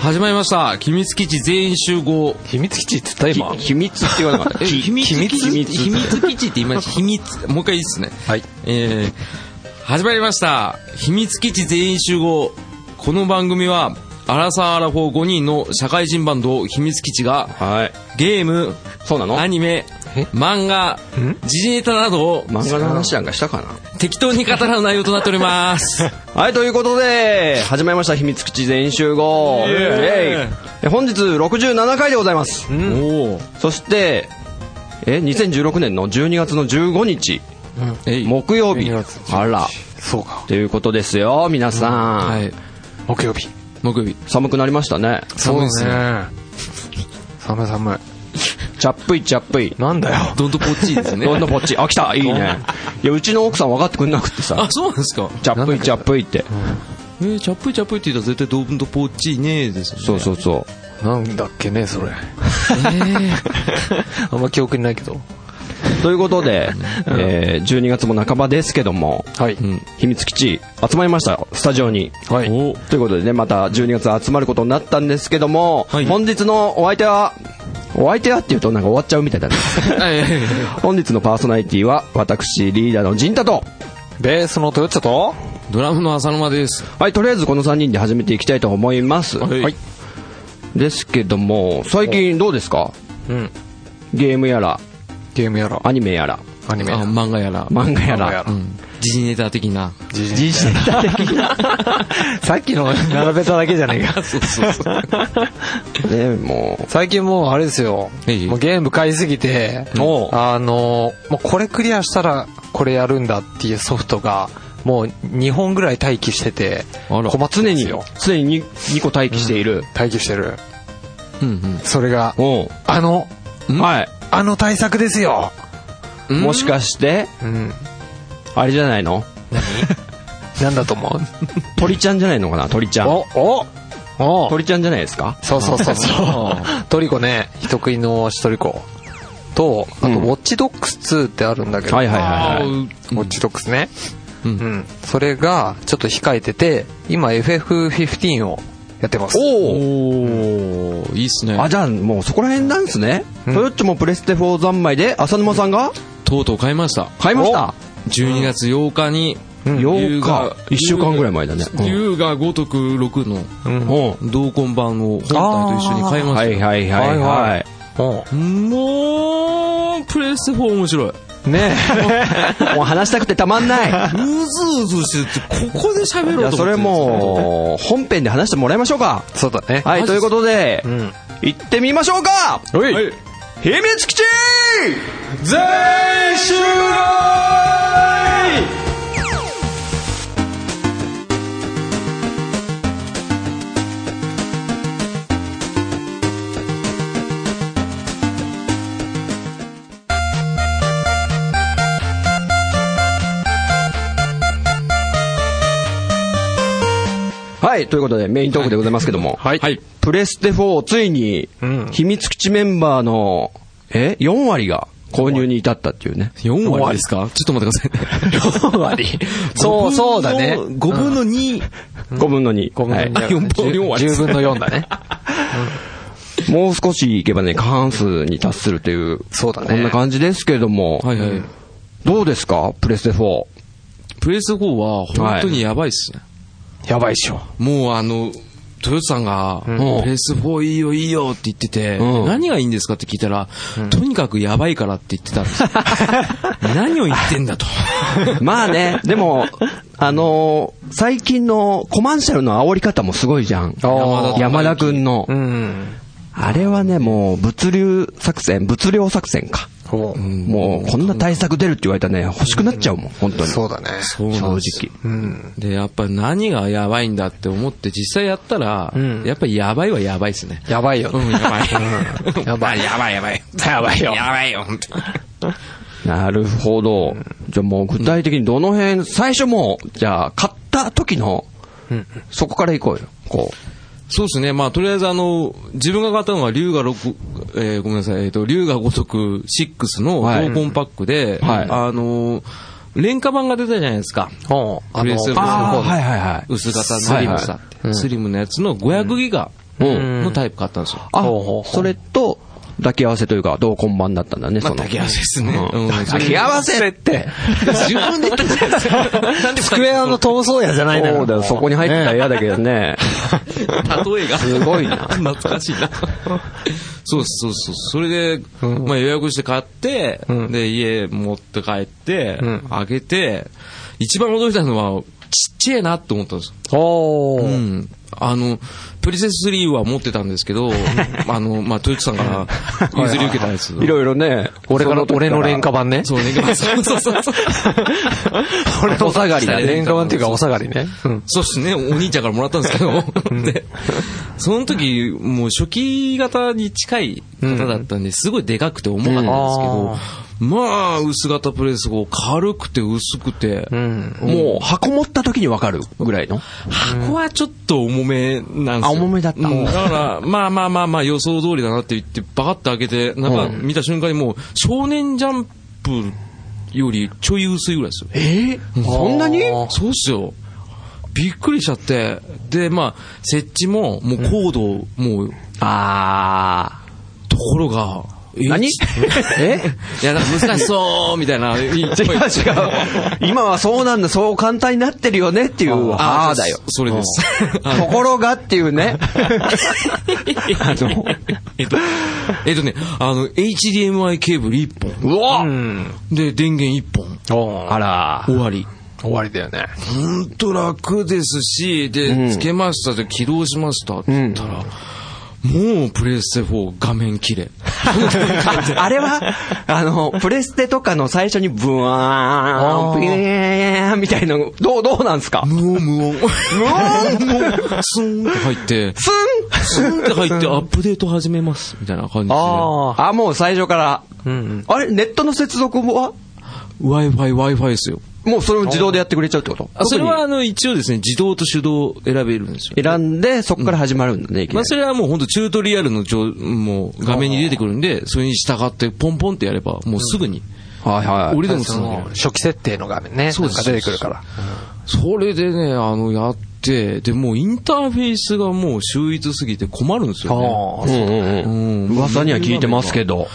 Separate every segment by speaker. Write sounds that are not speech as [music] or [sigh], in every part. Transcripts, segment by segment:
Speaker 1: 始まりました。秘密基地全員集合。
Speaker 2: 秘密基地って言った今。
Speaker 3: 秘密って言わなかった。
Speaker 1: え、秘密基地
Speaker 3: 秘密
Speaker 1: 秘密基地って今、秘密、もう一回いいっすね。
Speaker 2: はい。
Speaker 1: えー、始まりました。秘密基地全員集合。この番組は、アラサーアラフォー5人の社会人バンド秘密基地が、
Speaker 3: はい。
Speaker 1: ゲーム、
Speaker 3: そうなの
Speaker 1: アニメ
Speaker 2: え、
Speaker 1: 漫画、時事ネタなどを
Speaker 3: 漫画の話なんかしたかな
Speaker 1: 適当に語らう内容となっております。
Speaker 3: はい、ということで、始まりました、秘密基地全集合。
Speaker 1: イエーイ
Speaker 3: イエーイ本日67回でございます。
Speaker 1: おお。
Speaker 3: そして、え、2016年の12月の15日、
Speaker 1: えい。
Speaker 3: 木曜日
Speaker 2: 12月。15日
Speaker 3: あら、
Speaker 2: そうか。
Speaker 3: ということですよ、皆さん。
Speaker 1: はい。
Speaker 2: 木曜日。
Speaker 1: 木曜日。
Speaker 3: 寒くなりましたね。
Speaker 1: そうですね。
Speaker 2: ね。寒い寒い。
Speaker 3: ちゃっぷいちゃっぷい。
Speaker 2: なんだよ。
Speaker 1: どんとこっちですね。
Speaker 3: [laughs] どんなぼっち。あ、来たいいね。いや、うちの奥さん分かってくんなくってさ
Speaker 1: [laughs] あ、、そうなんですか。
Speaker 3: ちゃっぷいちゃっぷいって。
Speaker 1: えー、チャップイチャップイって言ったら絶対ドーンとポッチーねーですよね。
Speaker 3: そうそうそう。
Speaker 2: なんだっけね、それ。あんま記憶にないけど。
Speaker 3: ということで、えー12月も半ばですけども、
Speaker 2: はい。
Speaker 3: うん秘密基地集まりましたよスタジオに。
Speaker 2: はい
Speaker 3: お [laughs] ということでね、また12月集まることになったんですけども、
Speaker 1: はい
Speaker 3: 本日のお相手は、お相手はって言うとなんか終わっちゃうみたいだね。 [laughs]
Speaker 1: はいはいはい
Speaker 3: 本日のパーソナリティは、私、リーダーの陣太と、
Speaker 2: ベースのトヨッチャと、
Speaker 1: ドラムの浅沼です。
Speaker 3: はい、とりあえずこの3人で始めていきたいと思います。
Speaker 1: はい
Speaker 3: ですけども、最近どうですか
Speaker 2: うん。
Speaker 3: ゲームやら、
Speaker 2: ゲームやら、
Speaker 3: アニメやら、
Speaker 2: アニメ
Speaker 1: あ、
Speaker 2: やら、
Speaker 1: 漫画やら。
Speaker 3: 漫画や
Speaker 2: 漫画や
Speaker 3: ら
Speaker 2: ら、
Speaker 1: うん。時事ネタ的な。
Speaker 2: 自信。 [laughs] さっきの並べただけじゃねえか。
Speaker 1: そうそうそう。
Speaker 3: ね、もう、
Speaker 2: 最近もうあれですよ。
Speaker 1: えい
Speaker 2: もうゲーム買いすぎて、
Speaker 3: おう
Speaker 2: あの、もうこれクリアしたらこれやるんだっていうソフトが、もう2本ぐらい待機してて、
Speaker 1: あら
Speaker 2: 困って
Speaker 3: 常
Speaker 2: るんで
Speaker 3: に
Speaker 2: すよ。、
Speaker 3: 常に 2, 個待機している。
Speaker 2: 待機してる。
Speaker 1: うん
Speaker 2: それが、
Speaker 3: お
Speaker 2: あの、
Speaker 1: ん
Speaker 3: はい。
Speaker 2: あの対策ですよ。
Speaker 1: うん。
Speaker 3: もしかして、
Speaker 2: うん。
Speaker 3: あれじゃないの
Speaker 2: なんだと思う
Speaker 3: 鳥ちゃんじゃないのかな鳥ちゃん。
Speaker 2: おおお
Speaker 3: 鳥ちゃんじゃないですか
Speaker 2: そうそうそうそう。トリコね、人食いの足トリコ。と、あと、
Speaker 3: うん
Speaker 2: ウォッチドックス2ってあるんだけど、
Speaker 3: はいはい
Speaker 1: あ
Speaker 3: はいはい。
Speaker 1: ー
Speaker 2: ウォッチドックスね。
Speaker 1: う
Speaker 2: うんん。それが、ちょっと控えてて、今 FF15 をやってます。
Speaker 3: お
Speaker 1: おー、いいっすね
Speaker 3: お。あ、じゃあもうそこら辺なんですね。
Speaker 2: う
Speaker 3: ト
Speaker 2: ん
Speaker 3: ヨッチョもプレステ4三昧で、浅沼さんが
Speaker 1: とうとう買いました。
Speaker 3: 買いました。
Speaker 1: 12月8日に、
Speaker 2: うん
Speaker 3: 8日。1週間ぐらい
Speaker 1: い。
Speaker 3: 前だね。
Speaker 1: 龍が如く6の
Speaker 2: うん。
Speaker 3: おう
Speaker 1: 同梱版を本体と一緒に買いま
Speaker 3: は
Speaker 1: し
Speaker 3: いはいは
Speaker 2: はいい
Speaker 3: は。
Speaker 2: はいお
Speaker 1: た。もう、プレステ4面白い。
Speaker 2: ね
Speaker 3: もう話したくてたまんない。
Speaker 1: うずうずしてて、ここで喋ろうと思っ
Speaker 3: [laughs]
Speaker 1: てる
Speaker 3: い
Speaker 1: んで
Speaker 3: や、
Speaker 1: す
Speaker 3: それもう、本編で話してもらいましょうか。
Speaker 2: え。そうだね。
Speaker 3: はい、ということで
Speaker 2: う、ん。
Speaker 3: 行ってみましょうか
Speaker 1: は
Speaker 2: はいい。
Speaker 3: 秘密基地
Speaker 1: 全員集合
Speaker 3: はい、ということでメイントークでございますけども。
Speaker 2: はい。
Speaker 1: はい。
Speaker 3: プレステ4ついに
Speaker 2: うん、
Speaker 3: 秘密基地メンバーの、え ?4 割が購入に至ったっていうね。
Speaker 1: 4割ですかちょっと待ってください。4割 [laughs]
Speaker 2: そうそうだね
Speaker 1: 5分の2。
Speaker 3: 5分の2。
Speaker 2: 5分の2
Speaker 3: は
Speaker 2: だね。
Speaker 3: い
Speaker 1: 四分の四割
Speaker 2: 10分の4だね。
Speaker 3: もう少しいけばね、過半数に達するという、
Speaker 2: そうだね
Speaker 3: こんな感じですけども、
Speaker 1: はいはい。
Speaker 3: どうですかプレステ4。
Speaker 1: プレイステ4は本当にやばいっすね。
Speaker 2: やばいっしょ。
Speaker 1: もうあの、トヨタさんが、
Speaker 3: ん
Speaker 1: プレイステ4いいよいいよって言ってて、
Speaker 3: うん
Speaker 1: 何がいいんですかって聞いたら、とにかくやばいからって言ってたんですよ何を言ってんだと。
Speaker 3: まあ [laughs] ね、でも、あのー最近のコマーシャルの煽り方もすごいじゃん。
Speaker 2: あー
Speaker 3: 山田くんの
Speaker 2: う。ん。
Speaker 3: あれはね、もう物流作戦、物量作戦か。
Speaker 2: お
Speaker 3: もう、こんな対策出るって言われたらね、欲しくなっちゃうもん、本当に。
Speaker 2: そうだね。
Speaker 1: そうな
Speaker 3: 正
Speaker 1: ん
Speaker 3: 直
Speaker 1: で。す
Speaker 2: うん。
Speaker 1: で、やっぱ何がやばいんだって思って実際やったら、
Speaker 2: うん
Speaker 1: やっぱりやばいはやばいっすね。
Speaker 2: やばいよ
Speaker 1: う
Speaker 2: ね。
Speaker 1: ん、やばい。
Speaker 2: やばい。やばいやばい。やばいよ。
Speaker 1: やばいよ、本当に。
Speaker 3: なるほど。じゃあもう具体的にどの辺、最初もう、じゃあ買った時の、そこから行こうよ。こ
Speaker 1: そうですね。まあ、とりあえず、あの、自分が買ったのは、龍が六、えーごめんなさい、えっ、と、龍が如く6の
Speaker 3: はい
Speaker 1: 同梱パックで、
Speaker 3: はい
Speaker 1: あの、廉価版が出たじゃないですか。
Speaker 2: おうあ
Speaker 1: プレ
Speaker 2: の
Speaker 1: ステ、
Speaker 3: う。
Speaker 1: あー
Speaker 3: はいはいはい。
Speaker 1: 薄型スリムさって、スリムのやつの500ギガ
Speaker 3: うん。
Speaker 1: のタイプ買ったんですよ。
Speaker 3: あ
Speaker 2: ほうほうほ、う
Speaker 3: それと、抱き合わせというか、同梱版だったんだね、
Speaker 1: まあ、
Speaker 3: その。
Speaker 1: 竹合わせですね。うん。
Speaker 3: 抱き合わせって。
Speaker 1: 自分で言ったじゃない [laughs] ですか。なんで
Speaker 4: スクエアの闘争屋じゃないの
Speaker 3: そうだよ、そこに入ってたら嫌だけどね。
Speaker 1: 例えが。
Speaker 3: すごいな
Speaker 1: [laughs] 懐かしいな。そうですそうそう。それで、まあ予約して買って、で、家持って帰って、あげて、一番驚いたのは、ちっちゃいなって思ったんですよ。
Speaker 2: お
Speaker 1: う
Speaker 2: ー。
Speaker 1: ん。あの、プリセス3は持ってたんですけ
Speaker 3: [laughs]
Speaker 1: ど、あの、まあ、トヨッチさんから譲り受けたやつ。
Speaker 3: いろいろね。
Speaker 2: 俺から、俺の
Speaker 3: 連
Speaker 2: 廉価版ね。
Speaker 1: そうね、
Speaker 3: [laughs]
Speaker 1: そうそうそうそう。
Speaker 2: 俺の
Speaker 3: お下がりだね
Speaker 2: 廉価版っていうかお下がりね。うん。
Speaker 1: そうですね、お兄ちゃんからもらったんですけど、 [laughs] で、その時、もう初期型に近い方だったんで、すごいでかくて重かったんですけ
Speaker 2: うんあ
Speaker 1: ど、まあ、薄型プレスを軽くて薄くて、
Speaker 2: うん。
Speaker 3: もう、箱持った時にわかるぐらいの。
Speaker 1: 箱はちょっと重めなんですよ。
Speaker 3: あ重めだった
Speaker 1: うんだから、まあまあまあまあ予想通りだなって言って、バカッと開けて、なんか見た瞬間にもう、少年ジャンプよりちょい薄いぐらいですよ。
Speaker 3: えそんなに
Speaker 2: あ
Speaker 1: そうっすよ。びっくりしちゃって。で、まあ、設置も、もうコードを、もう、
Speaker 3: あ
Speaker 1: ところが、
Speaker 3: ー。
Speaker 1: [laughs]
Speaker 3: 何え
Speaker 1: いや、なんか難しそう、みたいな。 [laughs] 違う違う。
Speaker 3: 違う違う。 [laughs] 今はそうなんだ、そう簡単になってるよねっていう、あーだよ。
Speaker 1: それです。
Speaker 3: ところがっていう [laughs] ね。あの、
Speaker 1: えっと、えっとね、あの、HDMI ケーブル1本。
Speaker 3: うわ
Speaker 1: で、電源1本。
Speaker 2: おー
Speaker 3: あら。
Speaker 1: 終わり。
Speaker 2: 終わりだよね。
Speaker 1: ほんと楽ですし、で、つけました、で、起動しました、って言ったら、もうプレイステ4画面綺 [laughs] 麗。
Speaker 3: ああれは、あの、プレステとかの最初にブワーン、ビーンみたいなの、どう、どうなんすか
Speaker 1: 無音無音。無音無音スンって入って、
Speaker 3: スン
Speaker 1: スンって入ってアップデート始めます、みたいな感じで。
Speaker 2: あ
Speaker 3: あ、もう最初から。あれ、ネットの接続は
Speaker 1: Wi-Fi、Wi-Fi ですよ。
Speaker 3: もうそれを自動でやってくれちゃうってこと
Speaker 1: それはあの一応ですね、自動と手動選べるんですよ。
Speaker 3: 選んで、そこから始まるんだね、いき
Speaker 1: ま
Speaker 3: な
Speaker 1: あ
Speaker 3: り
Speaker 1: それはもう本当チュートリアルのじょもう画面に出てくるんで、それに従ってポンポンってやれば、もうすぐに、
Speaker 3: はいはい。
Speaker 1: 俺でも
Speaker 2: あ。
Speaker 1: す
Speaker 2: そ
Speaker 1: ぐに
Speaker 2: の、初期設定の画面ね。
Speaker 1: そう
Speaker 2: なん
Speaker 1: です
Speaker 2: か出てくるから。
Speaker 1: それでね、あの、やって、で、もうインターフェースがもう秀逸すぎて困るんですよね。
Speaker 2: あ
Speaker 3: う
Speaker 2: ー
Speaker 3: んうんう
Speaker 1: うん
Speaker 3: ん。噂には聞いてますけど。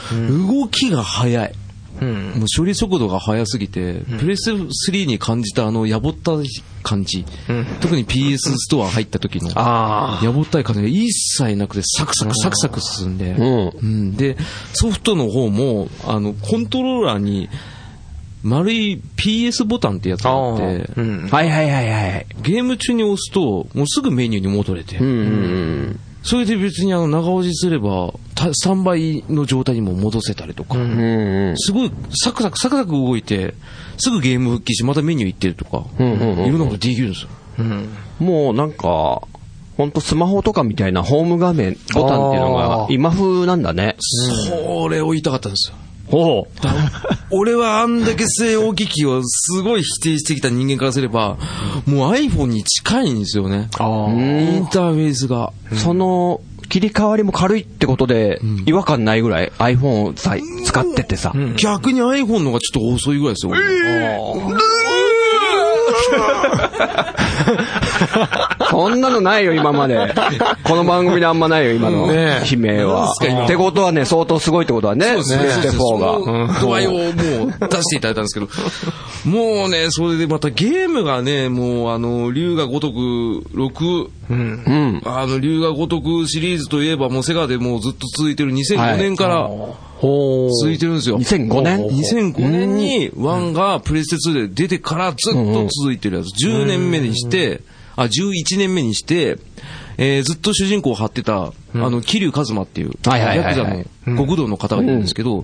Speaker 1: 動きが速い。
Speaker 2: うん。
Speaker 1: もう処理速度が速すぎて、プレス3に感じたあの、やぼったい感じ。特に PS ストア入った時の。
Speaker 2: あ
Speaker 1: やぼったい感じが一切なくて、サクサクサクサク進んで。
Speaker 3: うん。
Speaker 1: うん、で、ソフトの方も、あの、コントローラーに、丸い PS ボタンってやつがあって、
Speaker 2: あ。うん。
Speaker 3: はいはいはいはい。
Speaker 1: ゲーム中に押すと、もうすぐメニューに戻れて、
Speaker 3: うんうん
Speaker 1: それで別にあの、長押しすれば、たスタンバイの状態にも戻せたりとか、
Speaker 3: うん。うんうん。
Speaker 1: すごいサクサクサクサク動いて、すぐゲーム復帰して、またメニュー行ってるとか、
Speaker 3: んうんうん
Speaker 1: いろんなことできるんですよ。
Speaker 3: もうなんか、ほんとスマホとかみたいなホーム画面、ボタンっていうのが
Speaker 2: あー
Speaker 3: 今風なんだね。
Speaker 1: それを言いたかったんですよ。
Speaker 3: ほう。
Speaker 1: [laughs] 俺はあんだけ西洋機器をすごい否定してきた人間からすれば、もう iPhone に近いんですよね。
Speaker 2: ああ。
Speaker 1: インターフェースが。
Speaker 3: その、切り替わりも軽いってことで、違和感ないぐらい iPhone をさ、使っててさ。
Speaker 1: 逆に iPhone の方がちょっと遅いぐらいですよ。
Speaker 3: そんなのないよ、今まで。この番組であんまないよ、今の
Speaker 2: ね
Speaker 3: 悲鳴は
Speaker 1: そうですか今。
Speaker 3: ってことはね、相当すごいってことはね、ステ
Speaker 1: そ
Speaker 3: フォーが。
Speaker 1: の度合いをもう出していただいたんですけど、 [laughs] もうね、それでまたゲームがね、もうあの、竜が如く6、
Speaker 3: うん。
Speaker 1: あの、竜が如くシリーズといえばもうセガでもうずっと続いてる2005年から
Speaker 2: ほう。
Speaker 1: 続いてるんですよ。
Speaker 3: 2005年
Speaker 1: 2005年に1がプレステ2で出てからずっと続いてるやつ。10年目にして、あ、11年目にして、えーずっと主人公を張ってた、あの、桐生一馬っていう、
Speaker 3: はいはいはいはい
Speaker 1: ヤクザの極道の方がいるんですけど、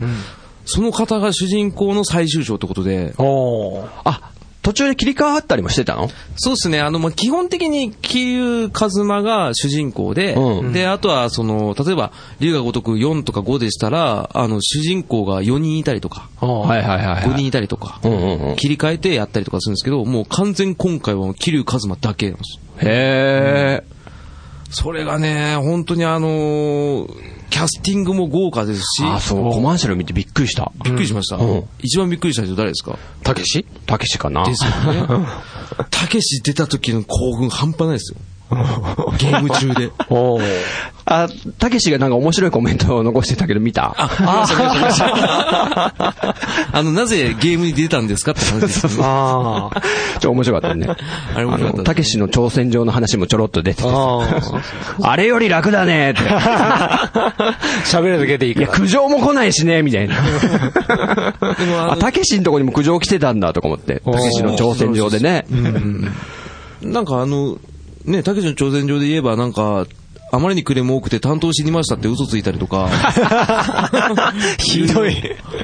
Speaker 1: その方が主人公の最終章ってことで、
Speaker 2: おー
Speaker 3: あ、途中で切り替わったりもしてたの
Speaker 1: そうですね。あの、まあ、基本的に、桐生一馬が主人公で、
Speaker 3: うん
Speaker 1: で、あとは、その、例えば、龍が如く4とか5でしたら、あの、主人公が4人いたりとか、
Speaker 3: はいはいはいはい
Speaker 1: 5人いたりとか、
Speaker 3: うんうんうん。
Speaker 1: 切り替えてやったりとかするんですけど、もう完全今回は桐生一馬だけなんです。
Speaker 3: へー。
Speaker 1: それがね、本当にあのーキャスティングも豪華ですし、
Speaker 3: あ、そう、コマーシャル見てびっくりした。
Speaker 1: びっくりしました。
Speaker 3: うん
Speaker 1: 一番びっくりした人誰ですか
Speaker 3: たけしたけしか
Speaker 1: [laughs]
Speaker 3: な。
Speaker 1: ですよね。たけし出た時の興奮半端ないですよ。ゲーム中 [laughs] で。
Speaker 2: おお。
Speaker 3: あ、たけしがなんか面白いコメントを残してたけど見た
Speaker 1: あ、見ました、見ました、見ました。あの、なぜゲームに出たんですかって話ですよね。
Speaker 2: ああ。
Speaker 3: ちょ、面白かったね。
Speaker 1: あれ面白かったですね
Speaker 3: のたけしの挑戦状の話もちょろっと出てて。
Speaker 2: ああ。
Speaker 3: [laughs] あれより楽だ [laughs] ねって。
Speaker 2: 喋るだけでいい
Speaker 3: い
Speaker 2: か
Speaker 3: や、
Speaker 2: ら。
Speaker 3: 苦情も来ないしね、みたいな。
Speaker 1: でもあの
Speaker 3: あ、たけしのとこにも苦情来てたんだとか思って。たけしの挑戦状でね。
Speaker 1: なんかあの、ね、たけしの挑戦状で言えば、なんか、あまりにクレーム多くて担当死にましたって嘘ついたりと
Speaker 3: [laughs]
Speaker 1: か。
Speaker 2: ひどい。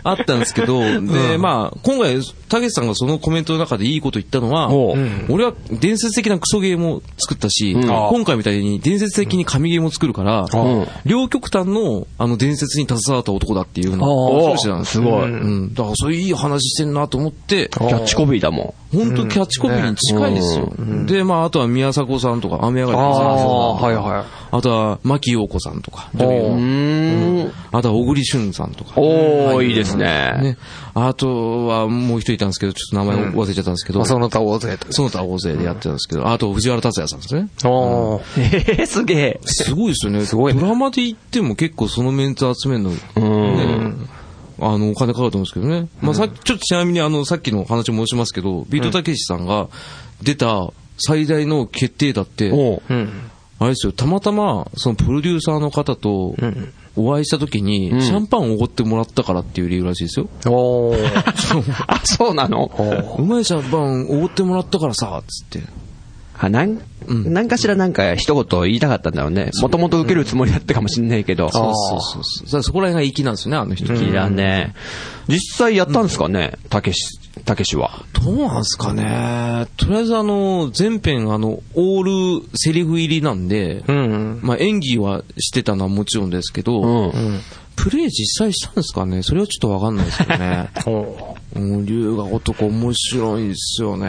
Speaker 1: あったんですけど、で、まあ、今回、たけしさんがそのコメントの中でいいこと言ったのは、
Speaker 3: おう
Speaker 1: 俺は伝説的なクソゲームを作ったし、
Speaker 3: あ
Speaker 1: 今回みたいに伝説的に神ゲームを作るから、
Speaker 3: ん
Speaker 1: 両極端のあの伝説に携わった男だっていうふうな話をしてたんですよ
Speaker 3: すごい
Speaker 1: うん。だからそういういい話してんなと思って、
Speaker 3: キャッチコピーだも
Speaker 1: 本当キャッチコピーに近いですよ。で、まあ、あとは宮迫さんとか、雨上がり
Speaker 2: あ
Speaker 1: の宮迫さん
Speaker 2: あ、
Speaker 1: とか
Speaker 2: はいは
Speaker 1: あとは牧陽子さんとか、
Speaker 3: ん。うん。
Speaker 1: あとは小栗旬さんとか。
Speaker 3: おー、いいですね。
Speaker 1: ね。あとはもう一人いたんですけど、ちょっと名前忘れちゃったんですけど、
Speaker 2: い。
Speaker 1: そ
Speaker 2: そ
Speaker 1: の
Speaker 2: の他大勢と。
Speaker 1: 他大勢でやってたんですけど、あと藤原達也さんですね。
Speaker 2: おお。
Speaker 3: [laughs] えー、すげえ。
Speaker 1: すごいですよね。すごい、ドラマで言っても結構そのメンツ集めるの、ね、あの、お金かかると思うんですけどね。まあさっき、ちょっとちなみにあの、さっきの話も申しますけど、ビートたけしさんが出た最大の決定だって、
Speaker 3: おう
Speaker 2: うん。
Speaker 1: あれですよ、たまたま、そのプロデューサーの方と、お会いした時に、
Speaker 3: ん
Speaker 1: シャンパンをおごってもらったからっていう理由らしいですよ。
Speaker 2: おお。
Speaker 3: [laughs]
Speaker 2: [laughs]
Speaker 3: あ、そうなの
Speaker 1: うまいシャンパンおごってもらったからさ、つって。
Speaker 3: あなん、なんかしらなんか一言言いたかったんだろうね。もともと受けるつもりだったかもしんないけど。
Speaker 1: そうそうそうそう。だからそこら辺が粋なんですよね、あの人。
Speaker 3: いらね。実際やったんですかねたけし、たけしは。
Speaker 1: どうなんすかね。とりあえずあの、前編あの、オールセリフ入りなんで、
Speaker 2: うん。
Speaker 1: まあ演技はしてたのはもちろんですけど、
Speaker 3: うん。
Speaker 1: プレイ実際したんですかねそれはちょっとわかんないですよ [laughs] ね。うん、龍が男面白いですよね。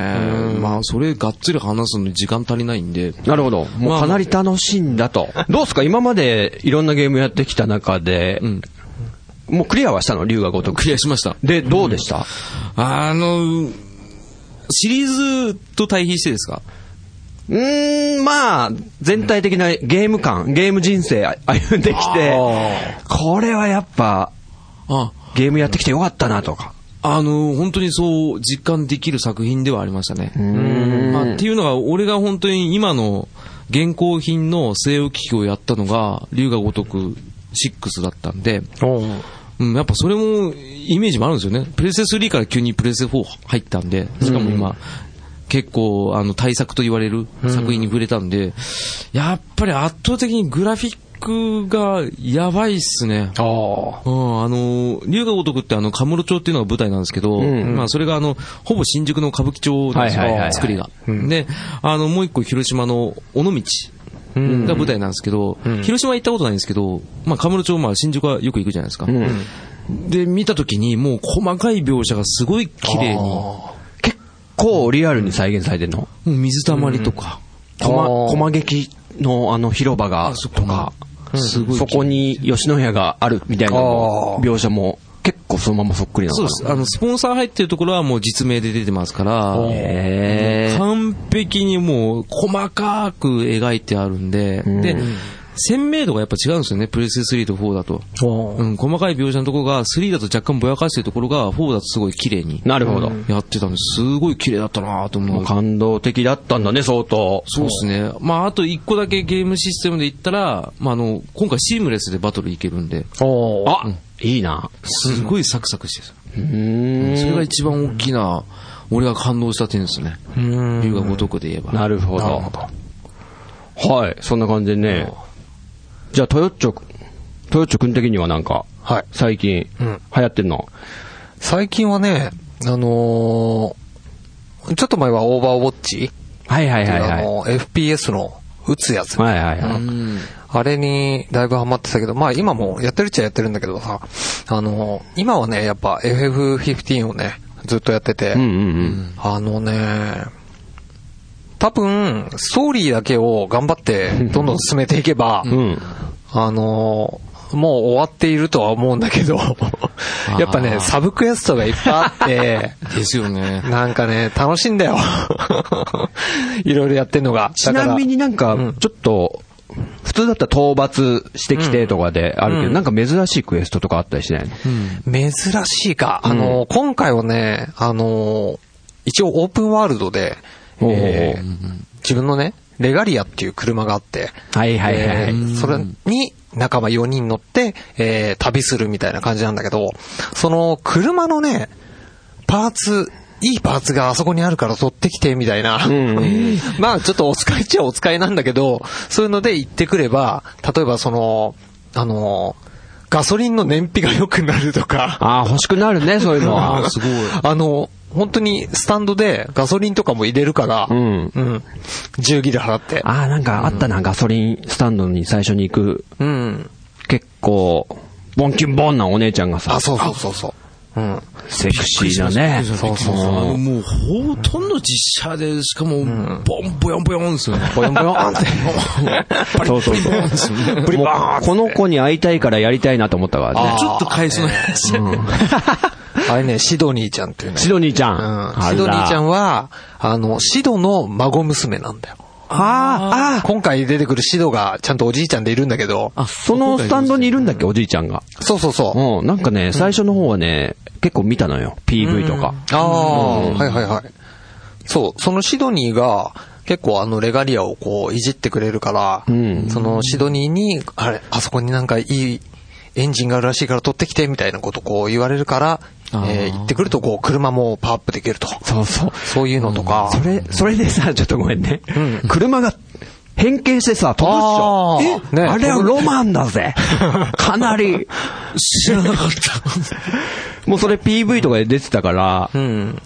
Speaker 1: まあそれがっつり話すのに時間足りないんで、
Speaker 3: なるほど。もうかなり楽しいんだと。どうですか今までいろんなゲームやってきた中で、
Speaker 1: ん
Speaker 3: もうクリアはしたの竜が如く
Speaker 1: ク。リアしました。
Speaker 3: で、どうでした、
Speaker 1: あの、シリーズと対比してですか
Speaker 3: うーん、まあ、全体的なゲーム感、ゲーム人生あ歩んできて、これはやっぱ、
Speaker 1: あ、
Speaker 3: ゲームやってきてよかったなとか。
Speaker 1: あの、本当にそう実感できる作品ではありましたね。まあ、っていうのが、俺が本当に今の現行品の据え置き機をやったのが、龍が如く6だったんで、
Speaker 2: おお。
Speaker 1: うん、やっぱそれもイメージもあるんですよね。プレステ3から急にプレステ4入ったんで、しかも今、結構あの対策と言われる作品に触れたんで、やっぱり圧倒的にグラフィックがやばいっすね。
Speaker 2: あ
Speaker 1: うん、あの、龍が如くってあの、カムロ町っていうのが舞台なんですけど、まあ、それがあの、ほぼ新宿の歌舞伎町なんですよ
Speaker 3: はいはいはいはい
Speaker 1: 作りが。で、あの、もう一個広島の尾道。が舞台なんですけど、広島行ったことないんですけど、まあ、カムロ町、まあ、新宿はよく行くじゃないですか。で、見たときに、もう細かい描写がすごい綺麗に、も
Speaker 3: 結構リアルに再現されてんの
Speaker 1: う水たまりとか、
Speaker 3: こま
Speaker 2: あー、
Speaker 3: こま劇のあの広場が、とか、
Speaker 1: すごい
Speaker 3: そこに吉野家があるみたいな
Speaker 2: あー
Speaker 3: 描写も結構そのままそっくりなの
Speaker 1: そ
Speaker 3: か
Speaker 1: う
Speaker 3: な。
Speaker 1: です。あの、スポンサー入ってるところはもう実名で出てますから、
Speaker 3: へー
Speaker 1: 完璧にもう細かく描いてあるんで、で、鮮明度がやっぱ違うんですよね、プレステ3と4だと。うん、細かい描写のところが、3だと若干ぼやかしてるところが、4だとすごい綺麗に
Speaker 3: なるほど。
Speaker 1: やってたんです、すごい綺麗だったなと思う。
Speaker 3: 感動的だったんだね、相当。
Speaker 1: そうですね。まあ、あと一個だけゲームシステムで言ったら、まあ、あの、今回シームレスでバトルいけるんで、
Speaker 2: おあ
Speaker 3: あ、いいな。
Speaker 1: すごいサクサクしてる。
Speaker 3: うーん。
Speaker 1: それが一番大きな、俺が感動した点ですね。龍が如くで言えば。
Speaker 3: なるほど。はい、そんな感じでね。じゃあ、トヨッチョ、トヨッチョ君的にはなんか、
Speaker 2: はい
Speaker 3: 最近、
Speaker 2: うん
Speaker 3: 流行ってんの
Speaker 2: 最近はね、あのー、ちょっと前はオーバーウォッチ
Speaker 3: はいはいはいは
Speaker 2: あ
Speaker 3: い。
Speaker 2: の、FPS の撃つやつ。
Speaker 3: はいはいは
Speaker 1: う
Speaker 3: い。
Speaker 1: ん。
Speaker 2: あれにだいぶハマってたけど、まあ今もやってるっちゃやってるんだけどさ、あの、今はね、やっぱ FF15 をね、ずっとやってて、
Speaker 3: うんうんうん。
Speaker 2: あのね、多分、ストーリーだけを頑張って、どんどん進めていけば、
Speaker 3: うん。
Speaker 2: あの、もう終わっているとは思うんだ
Speaker 1: [laughs]
Speaker 2: けど、やっぱ
Speaker 1: あー
Speaker 2: ね、サブクエストがいっぱいあ
Speaker 1: [laughs]
Speaker 2: って、
Speaker 1: ですよね。
Speaker 2: なんかね、楽しいんだよ。 [laughs] いろいろやってんのが。
Speaker 3: ちなみになんか、ちょっと、普通だったら討伐してきてとかであるけど、なんか珍しいクエストとかあったりしないの
Speaker 2: 珍しいか。あの、今回はね、あの、一応オープンワールドで、
Speaker 3: おー
Speaker 2: えー自分のね、レガリアっていう車があって、
Speaker 3: はいはいはいはい
Speaker 2: えーそれに仲間4人乗って、えー旅するみたいな感じなんだけど、その車のね、パーツ、いいパーツがあそこにあるから取ってきて、みたいな。 [laughs] まあ、ちょっとお使いっちゃお使いなんだけど、そういうので行ってくれば、例えばその、あの、ガソリンの燃費が良くなるとか、
Speaker 3: ああ、欲しくなるね、そういうのは。
Speaker 1: すごい。
Speaker 2: [laughs] あの、本当にスタンドでガソリンとかも入れるから、うん10ギル払って。
Speaker 3: ああ、なんかあったな、ガソリンスタンドに最初に行く、
Speaker 2: うん。
Speaker 3: 結構、ボンキュンボンなお姉ちゃんがさ
Speaker 2: あ、、そうそうそうそう。うん。
Speaker 3: セクシーなね。
Speaker 1: そうそうそう。あのもう、ほとんど実写で、しかも、ボン、ボヨンボヨンですよね。
Speaker 3: ボヨンボヨンって。そうそうそう。
Speaker 2: [laughs]
Speaker 3: もうこの子に会いたいからやりたいなと思ったからね。
Speaker 1: [laughs] ちょっと返すのやつ。
Speaker 2: あれね、シドニーちゃんっていうね。
Speaker 3: シドニーちゃん。
Speaker 2: うん、シドニーちゃ
Speaker 3: ん。
Speaker 2: んは、あの、シドの孫娘なんだよ。
Speaker 3: あーあ
Speaker 2: 今回出てくるシドがちゃんとおじいちゃんでいるんだけど、
Speaker 3: ー、そのスタンドにいるんだっけ、おじいちゃんが。
Speaker 2: そうそうそう。
Speaker 3: うん、なんかね、最初の方はね、結構見たのよ。PV とか。
Speaker 2: ああ、はいはいはい。そう、そのシドニーが、結構あのレガリアをこういじってくれるから、
Speaker 3: ん
Speaker 2: そのシドニーに、あれ、あそこになんかいいエンジンがあるらしいから取ってきてみたいなことこう言われるから、えー行ってくるとこう車もパワーアップできると。
Speaker 3: そうそう。
Speaker 2: そういうのとか。
Speaker 3: それ、それでさ、ちょっとごめんね。車が変形してさ、飛ぶっしょ
Speaker 2: あ。ー
Speaker 3: え
Speaker 2: ね
Speaker 3: あれはロマンだ
Speaker 2: [laughs]
Speaker 3: ぜ。かなり。
Speaker 1: 知らなかった。
Speaker 3: もうそれ PV とかで出てたから、
Speaker 2: うん。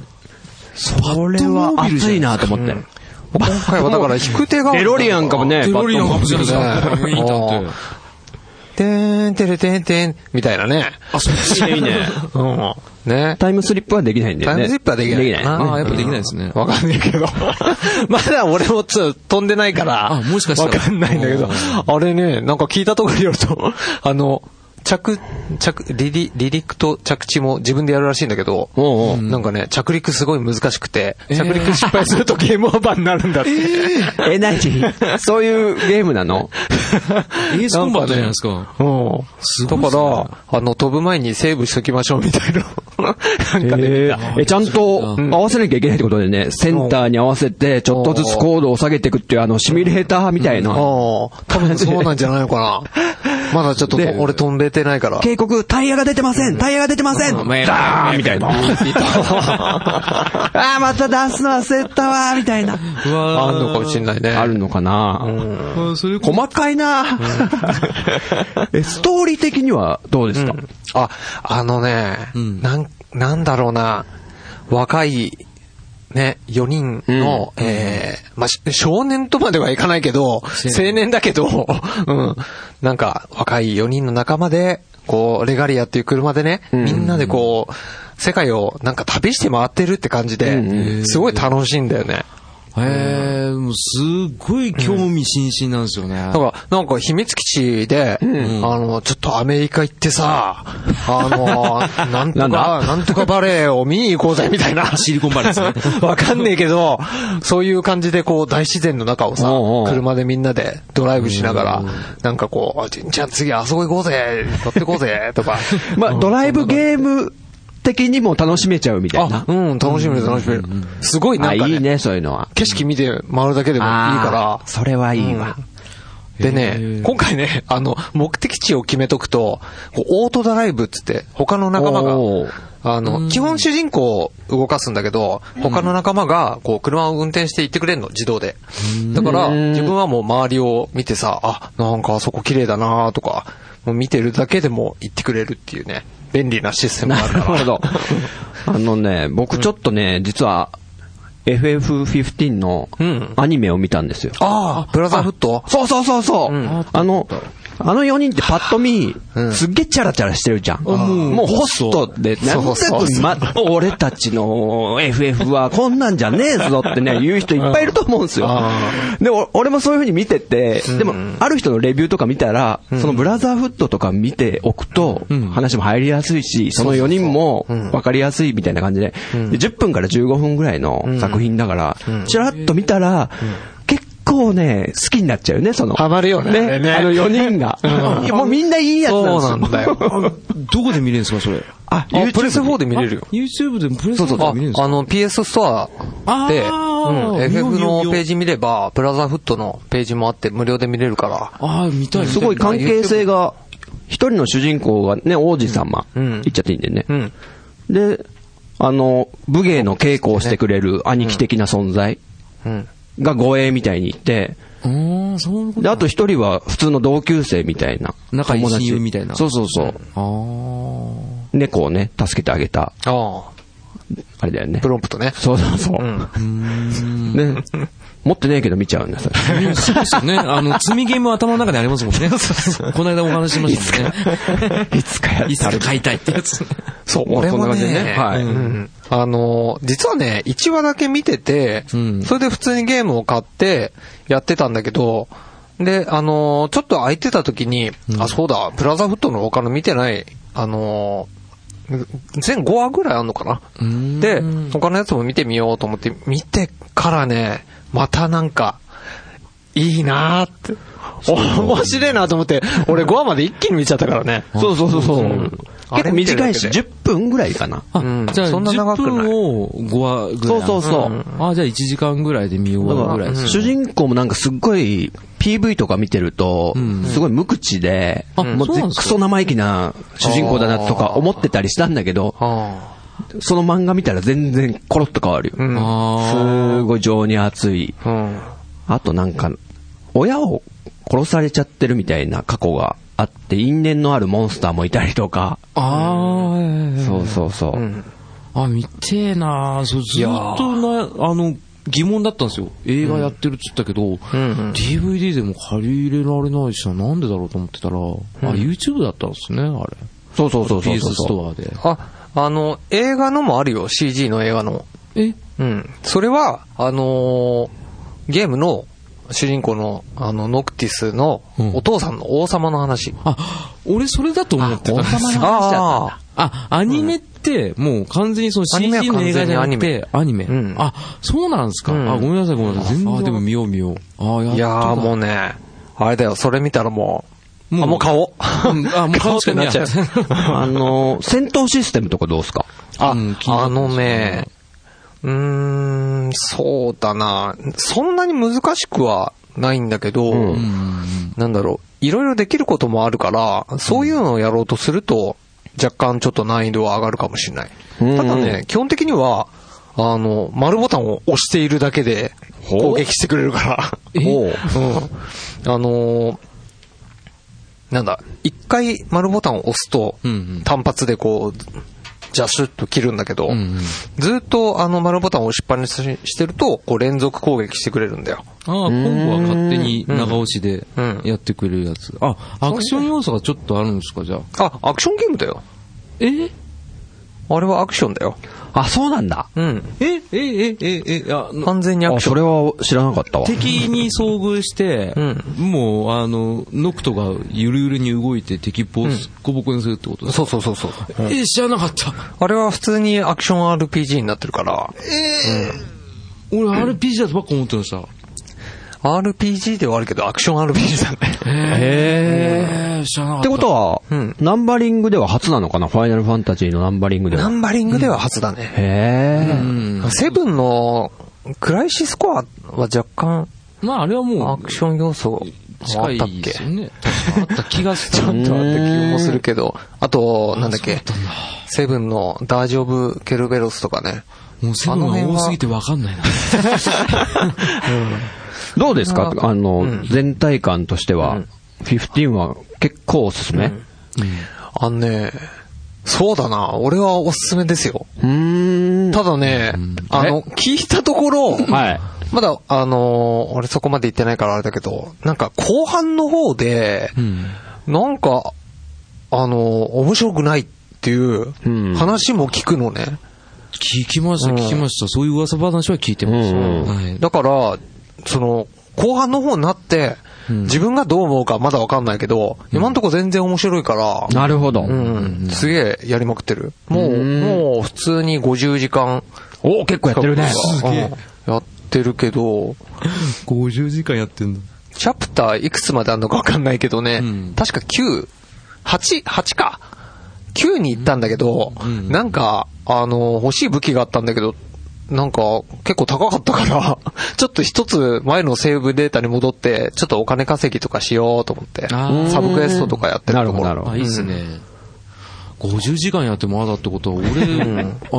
Speaker 3: それは熱いなと思って。
Speaker 2: 今回はだ
Speaker 3: [laughs]
Speaker 2: から引く手が。
Speaker 3: デロリアンかも。ね、
Speaker 1: テロリアンかもしれない
Speaker 2: バットマ
Speaker 1: で
Speaker 2: ン
Speaker 1: す。いいなって。
Speaker 2: てーんてれてんてん、みたいなね。
Speaker 3: バットマン [laughs] いいね、いい
Speaker 2: [laughs]
Speaker 3: ね。
Speaker 2: うん。ね。
Speaker 3: タイムスリップはできないんだ
Speaker 2: タ
Speaker 3: よ
Speaker 2: イ
Speaker 3: ね。
Speaker 2: ムスリップはできない。
Speaker 3: できない。
Speaker 2: ああ、やっぱ
Speaker 1: できないですね
Speaker 2: わかんないけど。 [laughs] まだ俺もちょっと飛んでないから。
Speaker 1: あもしかしたら
Speaker 2: わかんないんだけど。あれね、なんか聞いたところによると、 [laughs] あの、着、着、離陸、離陸と着地も自分でやるらしいんだけど、
Speaker 3: おうおう
Speaker 2: なんかね、着陸すごい難しくて、着陸失
Speaker 3: [laughs]
Speaker 2: 敗するとゲームオーバーになるんだって。
Speaker 3: え、何そういうゲーム
Speaker 2: [laughs]
Speaker 3: なの
Speaker 1: エースコンバットじゃないですか。
Speaker 2: うん。
Speaker 1: ごいっすね
Speaker 2: だから、あの、飛ぶ前にセーブしときましょうみたいな。 [laughs] なんかね、
Speaker 3: えーえちゃんと合わせなきゃいけないってことでね、センターに合わせて、ちょっとずつ高度を下げていくっていう、あの、シミュレーターみたいな。
Speaker 2: ああ、多分そうなんじゃないのかな。まだちょっと俺飛んでてないから。
Speaker 3: 警告、タイヤが出てませんタイヤが出てませんダーンみたいな。あー、また出すの忘れたわーみたいな。
Speaker 1: うわ
Speaker 2: あんのかもしんないね。
Speaker 3: あるのかな、
Speaker 1: ーそれ、
Speaker 3: 細かいな、え、ストーリー的にはどうですか、
Speaker 2: あ、あのね、
Speaker 1: ん
Speaker 2: なん、なんだろうな、若い、ね、4人の、えーまあ、し少年とまではいかないけど、青年だけど、 [laughs] うん、なんか、若い4人の仲間で、こう、レガリアっていう車でね、みんなでこう、世界をなんか旅して回ってるって感じで、すごい楽しいんだよね。
Speaker 1: へえ、もうすっごい興味津々なんですよね。
Speaker 2: だから、なんか秘密基地で、あの、ちょっとアメリカ行ってさ、あの、なんと
Speaker 3: なん
Speaker 2: か
Speaker 3: だ、
Speaker 2: なんとかバレエを見に行こうぜみたいな。
Speaker 1: シリコンバレーですね。
Speaker 2: [laughs] わかんねえけど、そういう感じでこう大自然の中をさ
Speaker 3: おうお、う
Speaker 2: 車でみんなでドライブしながら、なんかこう、あじじゃあ次あそこ行こうぜ、撮ってこうぜ、とか。
Speaker 3: まあ、ドライブゲーム的にも楽しめちゃうみたい
Speaker 2: あ
Speaker 3: な。、
Speaker 2: うん、楽しめる楽しめる。すごい
Speaker 3: あ、
Speaker 2: なんか
Speaker 3: いい
Speaker 2: ね、
Speaker 3: ね、そういうのは。
Speaker 2: 景色見て回るだけでもいいから
Speaker 3: あー、それはいいわ。
Speaker 2: で
Speaker 1: へ
Speaker 2: ね
Speaker 1: ー、
Speaker 2: 今回ね、 [laughs] あの、目的地を決めとくと、こうオートドライブっつって、他の仲間
Speaker 3: お
Speaker 2: が
Speaker 3: ー、
Speaker 2: あの、基本主人公を動かすんだけど、他の仲間が、こう、車を運転して行ってくれんの、自動で。だから、自分はもう周りを見てさ、あ、なんかあそこ綺麗だなとか、もう見てるだけでも行ってくれるっていうね、便利なシステムがあるから。
Speaker 3: なるほど。 [laughs] あのね、僕ちょっとね、実は、FF15 の
Speaker 2: うん
Speaker 3: アニメを見たんですよ。
Speaker 2: ああ、ブラザーフット
Speaker 3: そうそうそうそう、あの、あの4人ってパッと見、すっげえチャラチャラしてるじゃん。もうホストで、なんとなく、ま、俺たちの FF はこんなんじゃねえぞってね、言う人いっぱいいると思うんですよ。で、お俺もそういう風に見てて、でも、ある人のレビューとか見たら、そのブラザーフットとか見ておくと、話も入りやすいし、その4人も分かりやすいみたいな感じで、で10分から15分ぐらいの作品だから、チラッと見たら、結構結構ね、好きになっちゃうよね、その。
Speaker 2: ハマるよねあれね
Speaker 3: あの4人が。いやもうみんないいやつなんですよ。
Speaker 2: そうなんだよ。
Speaker 1: どこで見れるんですか、それ。
Speaker 3: あ、
Speaker 2: あ
Speaker 3: YouTube
Speaker 2: プレス4で見れるよ。
Speaker 1: YouTube でもプレス
Speaker 2: そう
Speaker 1: テ
Speaker 2: そう
Speaker 1: で
Speaker 2: そう。
Speaker 1: 見れるんです
Speaker 2: あ
Speaker 1: か
Speaker 2: あの、PS ストアで、
Speaker 1: あー
Speaker 2: うん、
Speaker 1: 見よう
Speaker 2: FF
Speaker 1: 見よう
Speaker 2: のページ見れば、ブラザーフットのページもあって、無料で見れるから。
Speaker 1: ああ、見たい。
Speaker 3: すごい関係性が、一人の主人公がね、王子様、
Speaker 2: うん
Speaker 3: 言っちゃっていいんだよね。
Speaker 2: うん。
Speaker 3: で、あの、武芸の稽古をしてくれる兄貴的な存在
Speaker 2: うん。
Speaker 3: が護衛みたいにいて、
Speaker 1: ああ、そういうこと
Speaker 3: で、あと一人は普通の同級生みたいな。
Speaker 1: 仲いい
Speaker 3: 友達
Speaker 1: 親友みたいな
Speaker 3: そうそうそう。
Speaker 1: ああ。
Speaker 3: 猫をね、助けてあげた、
Speaker 2: あ
Speaker 3: あれだよね
Speaker 2: あ、プ。ロンプトね。
Speaker 3: そうそうそう。ね。持ってねえけど見ちゃうん
Speaker 2: [laughs]
Speaker 3: だよ、それ
Speaker 1: そうですよね。あの、積みゲームは頭の中にありますもんね。この間お話ししましたもんね。
Speaker 3: いつかや
Speaker 1: いつ
Speaker 3: た
Speaker 1: か買いたいってやつ。
Speaker 3: そう、
Speaker 2: 俺
Speaker 3: そん
Speaker 2: も
Speaker 3: な
Speaker 2: ね
Speaker 3: 感じでね。はい。
Speaker 2: うんあの、実はね、1話だけ見てて、
Speaker 1: うん
Speaker 2: それで普通にゲームを買ってやってたんだけど、で、あの、ちょっと空いてた時に、あ、そうだ、ブラザーフットの他の見てない、あの、全5話ぐらいあんのかな
Speaker 1: うん
Speaker 2: で、他のやつも見てみようと思って、見てからね、またなんか、いいなーって。お面白いなと思って、俺5話まで一気に見ちゃったからね。
Speaker 3: そうそうそうそう。
Speaker 2: あ
Speaker 3: 結
Speaker 2: れ
Speaker 3: 構
Speaker 2: 見てる
Speaker 3: 短
Speaker 2: だけで
Speaker 3: いし、10分ぐらいかな。
Speaker 1: あ
Speaker 2: うん
Speaker 1: じゃあ、
Speaker 2: そんな長
Speaker 1: 10
Speaker 2: くない
Speaker 1: 分を5話ぐらい。
Speaker 3: そうそうそう
Speaker 1: うん。あ、じゃあ1時間ぐらいで見終
Speaker 3: だ
Speaker 1: わる
Speaker 3: か
Speaker 1: ぐらい
Speaker 3: ら、
Speaker 1: です。
Speaker 3: 主人公もなんかすっごい、PV とか見てると、すごい無口で、
Speaker 1: あ
Speaker 3: もう
Speaker 1: そうなん
Speaker 3: ぜ
Speaker 1: ですか
Speaker 3: クソ生意気な主人公だなとか思ってたりしたんだけど、
Speaker 2: あ
Speaker 3: その漫画見たら全然コロッと変わるよ。
Speaker 2: ん
Speaker 1: あ
Speaker 3: すごい情に熱い。
Speaker 2: あ。うん。
Speaker 3: あとなんか、親を殺されちゃってるみたいな過去があって、因縁のあるモンスターもいたりとか、
Speaker 1: あ。ああ、
Speaker 3: そうそうそうう。
Speaker 2: ん。
Speaker 1: あ、見てえなそうずっとな、あの、疑問だったんですよ。映画やってるっつったけど、
Speaker 2: ん
Speaker 1: DVD でも借り入れられないしな、なんでだろうと思ってたら、あ、YouTube だったんですね、あれ。
Speaker 3: そうそうそうそうそう。
Speaker 1: PS ストアで。
Speaker 2: あ、あの、映画のもあるよ、CG の映画の。
Speaker 1: え
Speaker 2: うん。それは、あのーゲームの主人公の、あの、ノクティスの
Speaker 1: うん
Speaker 2: お父さんの王様の話。
Speaker 1: あ、俺それだと思ってたんですよ
Speaker 2: あ
Speaker 1: あ、アニメって、もう完全にその
Speaker 2: アニメは
Speaker 1: CG の映画じゃなくて、アニメ。
Speaker 2: うん
Speaker 1: あ、そうなんですか、
Speaker 2: うん
Speaker 1: あ、ごめんなさい、ごめんなさい。全然。あ、でも見よう見よう。あ、や
Speaker 2: あ。いやーもう
Speaker 1: う、
Speaker 2: ね、あれだよ、それ見たらもう、
Speaker 1: もう
Speaker 2: あ、もう顔。
Speaker 1: うんあ、も
Speaker 3: [laughs]
Speaker 1: う顔しか見えなっちゃう。 [laughs]
Speaker 3: あの、戦闘システムとかどうすか
Speaker 2: あ、
Speaker 1: うん気にな
Speaker 2: あ
Speaker 1: ってま
Speaker 2: の
Speaker 1: す
Speaker 2: ね、うーん、そうだな。そんなに難しくはないんだけど、
Speaker 1: うん
Speaker 2: なんだろう、いろいろできることもあるから、そういうのをやろうとすると、若干ちょっと難易度は上がるかもしれない。
Speaker 3: うん
Speaker 2: ただね、基本的には、あの、丸ボタンを押しているだけで、
Speaker 3: ほう
Speaker 2: 攻撃してくれるから。
Speaker 1: [laughs]
Speaker 2: [laughs]
Speaker 3: おう
Speaker 2: うん。あのーなんだ、一回丸ボタンを押すと
Speaker 1: うんうん、
Speaker 2: 単発でこう、ジャシュッと切るんだけど、
Speaker 1: うんうん
Speaker 2: ずっとあの丸ボタンを押しっぱなししてると、こう連続攻撃してくれるんだよ。
Speaker 1: あ、今後は勝手に長押しで
Speaker 2: うん
Speaker 1: やってくれるやつ。あ、アクション要素がちょっとあるんですか、じゃあ。
Speaker 2: あ、アクションゲームだよ。
Speaker 1: え
Speaker 2: あれはアクションだよ。
Speaker 3: あ、そうなんだ。
Speaker 2: うん。
Speaker 1: ええええええあの
Speaker 2: 完全にア
Speaker 3: あ、
Speaker 2: クショ
Speaker 3: そ
Speaker 2: ン。
Speaker 3: れは知らなかったわ。
Speaker 1: 敵に遭遇して、
Speaker 2: ん
Speaker 1: もう、あの、ノクトがゆるゆるに動いて敵ボをすっこぼこにするってことですか、
Speaker 2: そうそうそうそう。
Speaker 1: え、知らなかった。
Speaker 2: あれは普通にアクション RPG になってるから、
Speaker 1: 俺 RPG だとばっか思ってました。
Speaker 2: RPG ではあるけど、アクション RPG だね。
Speaker 1: へえ、知らなかっ。
Speaker 3: ったてことは、ナンバリングでは初なのかなファイナルファンタジーのナンバリングで
Speaker 2: ナ
Speaker 3: は。
Speaker 2: ンバリングでは初だね。
Speaker 3: へ
Speaker 1: う
Speaker 3: ー
Speaker 1: ん。
Speaker 2: セブンのクライシスコアは若干
Speaker 1: まあ、あれはも
Speaker 2: ア
Speaker 1: う
Speaker 2: ク、ション要素あ
Speaker 1: 近
Speaker 2: ったっ
Speaker 1: い
Speaker 2: け
Speaker 1: ですよね。確かあった気が [laughs] す
Speaker 2: ちょっと
Speaker 1: る。
Speaker 2: 待って気もするけど、あと、なんだっけ、セブンのダージ・オブ・ケルベロスとかね。
Speaker 1: もうセブンが多すぎてわかんないな。
Speaker 3: どうですか
Speaker 2: うん
Speaker 3: あの、全体感としては、15は結構おすすめ。
Speaker 2: あのね、そうだな、俺はおすすめですよ。
Speaker 3: うーん。
Speaker 2: ただね、あの、聞いたところ、
Speaker 3: はい。
Speaker 2: まだ、あのー俺そこまで行ってないからあれだけど、なんか後半の方で、
Speaker 1: うん。
Speaker 2: なんか、あの、面白くないっていう話も聞くのね。
Speaker 1: 聞きました、聞きました。そういう噂話は聞いてます。
Speaker 3: うんうん
Speaker 1: はい。
Speaker 2: だから、その、後半の方になって、
Speaker 1: うん
Speaker 2: 自分がどう思うかまだわかんないけど、今んとこ全然面白いから、
Speaker 3: なるほど。
Speaker 2: うん、すげえやりまくってる。もう、もう普通に50時間。
Speaker 3: おお、結構やってるね。
Speaker 2: すげえ。やってるけど、
Speaker 1: 50時間やってんだ。
Speaker 2: チャプターいくつまであんのかわかんないけどね、
Speaker 1: うん
Speaker 2: 確か9、8、8か。9に行ったんだけど、
Speaker 1: ん
Speaker 2: なんか、あの、欲しい武器があったんだけど、なんか、結構高かったから、 [laughs] ちょっと一つ前のセーブデータに戻って、ちょっとお金稼ぎとかしようと思って、
Speaker 1: あー
Speaker 2: サブクエストとかやってるところ。
Speaker 3: なるほどなるほど
Speaker 1: あ、いいっすね。50時間やってまだってことは、俺、あれ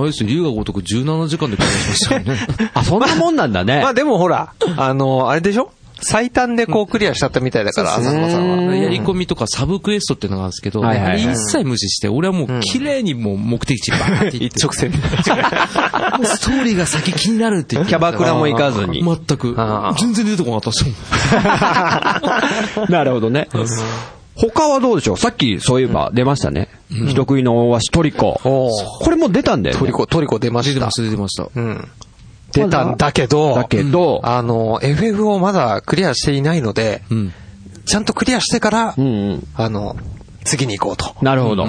Speaker 1: ですよ、龍が如く17時間でクリアしましたよね。
Speaker 3: あ、そんなもんなんだね
Speaker 2: [laughs] まあ。でもほら、あの、あれでしょ最短でこうクリアしちゃったみたいだから、浅沼さんは。
Speaker 1: やり込みとかサブクエストってのがあるんですけど、
Speaker 3: はいはいは
Speaker 1: あ
Speaker 3: い
Speaker 1: れ一切無視して、俺はもう綺麗にもう目的地バーって行って。
Speaker 2: [laughs] 一直線。
Speaker 1: もうストーリーが先気になるって言って
Speaker 3: キャバクラも行かずに。
Speaker 1: [laughs] 全く
Speaker 2: あ。ー
Speaker 1: 全然出てこなかったっすもん。
Speaker 3: なるほどね。他はどうでしょうさっきそういえば出ましたね。人食いの大鷲トリコ。
Speaker 2: おう
Speaker 3: これもう出たんだよね。
Speaker 2: トリコ、トリコ出ま
Speaker 1: 出
Speaker 2: してた
Speaker 1: ま。した、出てました。
Speaker 2: うん。出たんだけど、
Speaker 3: だけど、
Speaker 2: あの、FF をまだクリアしていないので、
Speaker 1: うん。
Speaker 2: ちゃんとクリアしてから、
Speaker 3: うんうん。
Speaker 2: あの、次に行こうと。
Speaker 3: なるほど。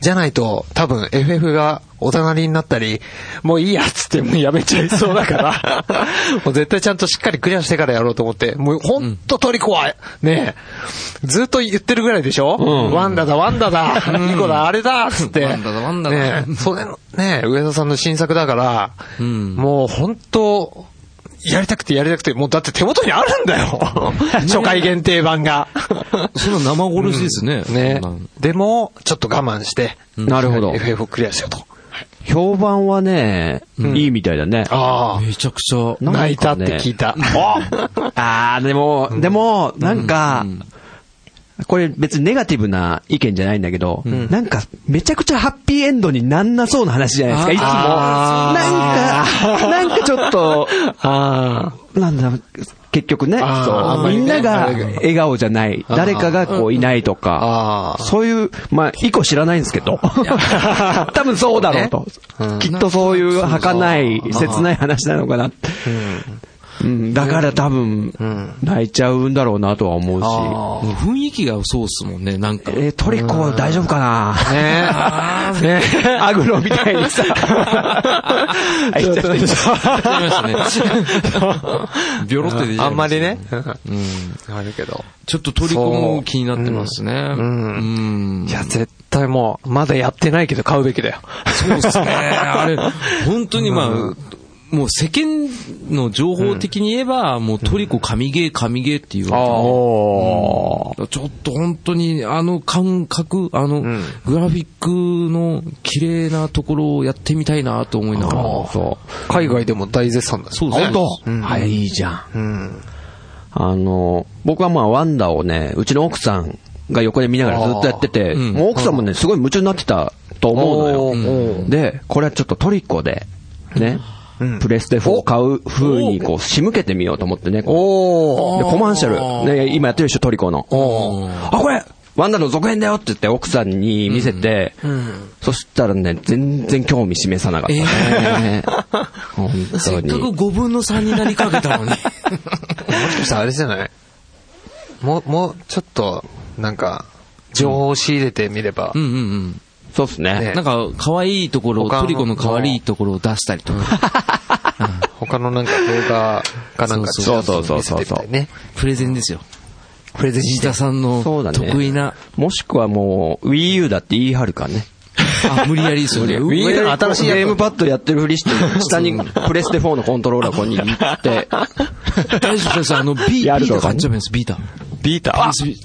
Speaker 2: じゃないと、多分 FF がおざなりになったり、もういいやっつってもうやめちゃいそうだから、 [laughs] もう絶対ちゃんとしっかりクリアしてからやろうと思って、もうほんとトリコは、ねえ、ずっと言ってるぐらいでしょ、ワンダだ、ワンダだ、ニコだ、あれだっつって。
Speaker 1: ワンダだワンダだ
Speaker 2: ねえ、それの、ねえ、上田さんの新作だから、
Speaker 1: うん
Speaker 2: もう本当やりたくてやりたくて、もうだって手元にあるんだ [laughs] よ初回限定版 [laughs] が。
Speaker 1: そんな生殺しですね。
Speaker 2: ね
Speaker 1: そんな。
Speaker 2: でも、ちょっと我慢して、
Speaker 3: なるほど。
Speaker 2: FF をクリアしようと。
Speaker 3: 評判はね、いいみたいだね。
Speaker 2: あ
Speaker 1: めちゃくちゃ。
Speaker 2: あ。泣いたって聞いた。
Speaker 3: あー、でも、でも、なんか、これ別にネガティブな意見じゃないんだけど、なんか、めちゃくちゃハッピーエンドになんなそうな話じゃないですか、いつも。なんか、なんかちょっと、
Speaker 2: あ
Speaker 3: なんだ、結局ね、
Speaker 2: あーあん
Speaker 3: そ
Speaker 2: ま
Speaker 3: う、
Speaker 2: りね
Speaker 3: みんなが笑顔じゃない、誰かがこういないと
Speaker 2: あ
Speaker 3: か、
Speaker 2: ー
Speaker 3: そういう、まあ、一個知らないんですけど、 [laughs] 多分そうだろうと。きっとそういう儚い、切ない話なのかな。うん、だから多分、泣いちゃうんだろうなとは思う
Speaker 2: あ。
Speaker 1: もう雰囲気がそうっすもんね、なんか
Speaker 3: し。。えー、トリコは大丈夫かな
Speaker 2: ね
Speaker 3: [laughs]
Speaker 2: え。ねえ。
Speaker 3: アグロみたいに [laughs] さ。あ言っちゃった言っちゃった
Speaker 1: やりま
Speaker 2: [laughs]
Speaker 1: したね。ビョロって出ちゃいました
Speaker 2: あんまりね。
Speaker 1: うん。
Speaker 2: あるけど。
Speaker 1: ちょっとトリコも気になってますね。うん。
Speaker 2: いや、絶対もう、まだやってないけど買うべきだよ。
Speaker 1: そうですね。
Speaker 2: [laughs]
Speaker 1: あれ、本当にまあ、もう世間の情報的に言えば、もうトリコ神ゲー神ゲーっていうわけで
Speaker 3: おー
Speaker 1: ちょっと本当にあの感覚、あの、グラフィックの綺麗なところをやってみたいなと思いながら。
Speaker 3: そう。
Speaker 2: 海外でも大絶賛だ
Speaker 1: そうですね。
Speaker 3: はい、いいじゃん。
Speaker 2: うん。
Speaker 3: あの、僕はまあワンダをね、うちの奥さんが横で見ながらずっとやってて、
Speaker 1: うん
Speaker 3: もう奥さんもね、すごい夢中になってたと思うのよ。
Speaker 2: おー
Speaker 3: で、これはちょっとトリコで、ね、プレステ4を買う風にこう仕向けてみようと思ってね、こう
Speaker 2: おー。
Speaker 3: でコマーシャル、ね、今やってるでしょ、トリコの。あ、これワンダの続編だよって言って奥さんに見せて、そしたらね、全然興味示さなかったね。本
Speaker 1: せっ
Speaker 3: 当
Speaker 1: かく
Speaker 3: に。
Speaker 1: 5分の3になりかけたのに。
Speaker 2: もしかしたらあれじゃないもう、もう、ちょっと、なんか、情報を仕入れてみれば
Speaker 1: うん、うんうん。
Speaker 3: そうっすね
Speaker 2: ね。
Speaker 1: なんか、可愛いところを、
Speaker 2: 他の
Speaker 1: トリコの可愛いところを出したりとか、
Speaker 2: 他のなんか動画かなんか
Speaker 3: そうそうそうそう
Speaker 2: 見せてみたいね。
Speaker 1: プレゼンですよ。プレゼン。石田さんの
Speaker 3: そうだね
Speaker 1: 得意な、
Speaker 3: もしくはもう、Wii U だって言い張るからね。
Speaker 1: あ、無理やりですよ
Speaker 3: [laughs]
Speaker 1: ね。
Speaker 3: Wii
Speaker 1: 上
Speaker 3: U
Speaker 1: から
Speaker 3: の新しいゲームパッドやってるふりして、下にプレステ4のコントローラーここに行って、
Speaker 1: 大丈夫です。あの、ビ
Speaker 3: や
Speaker 1: ー、
Speaker 3: る
Speaker 1: ビー
Speaker 3: と
Speaker 1: タ買っ
Speaker 3: かね
Speaker 1: ちゃうんです、ビータ。
Speaker 3: ビータ
Speaker 1: あ
Speaker 3: ー
Speaker 1: ビ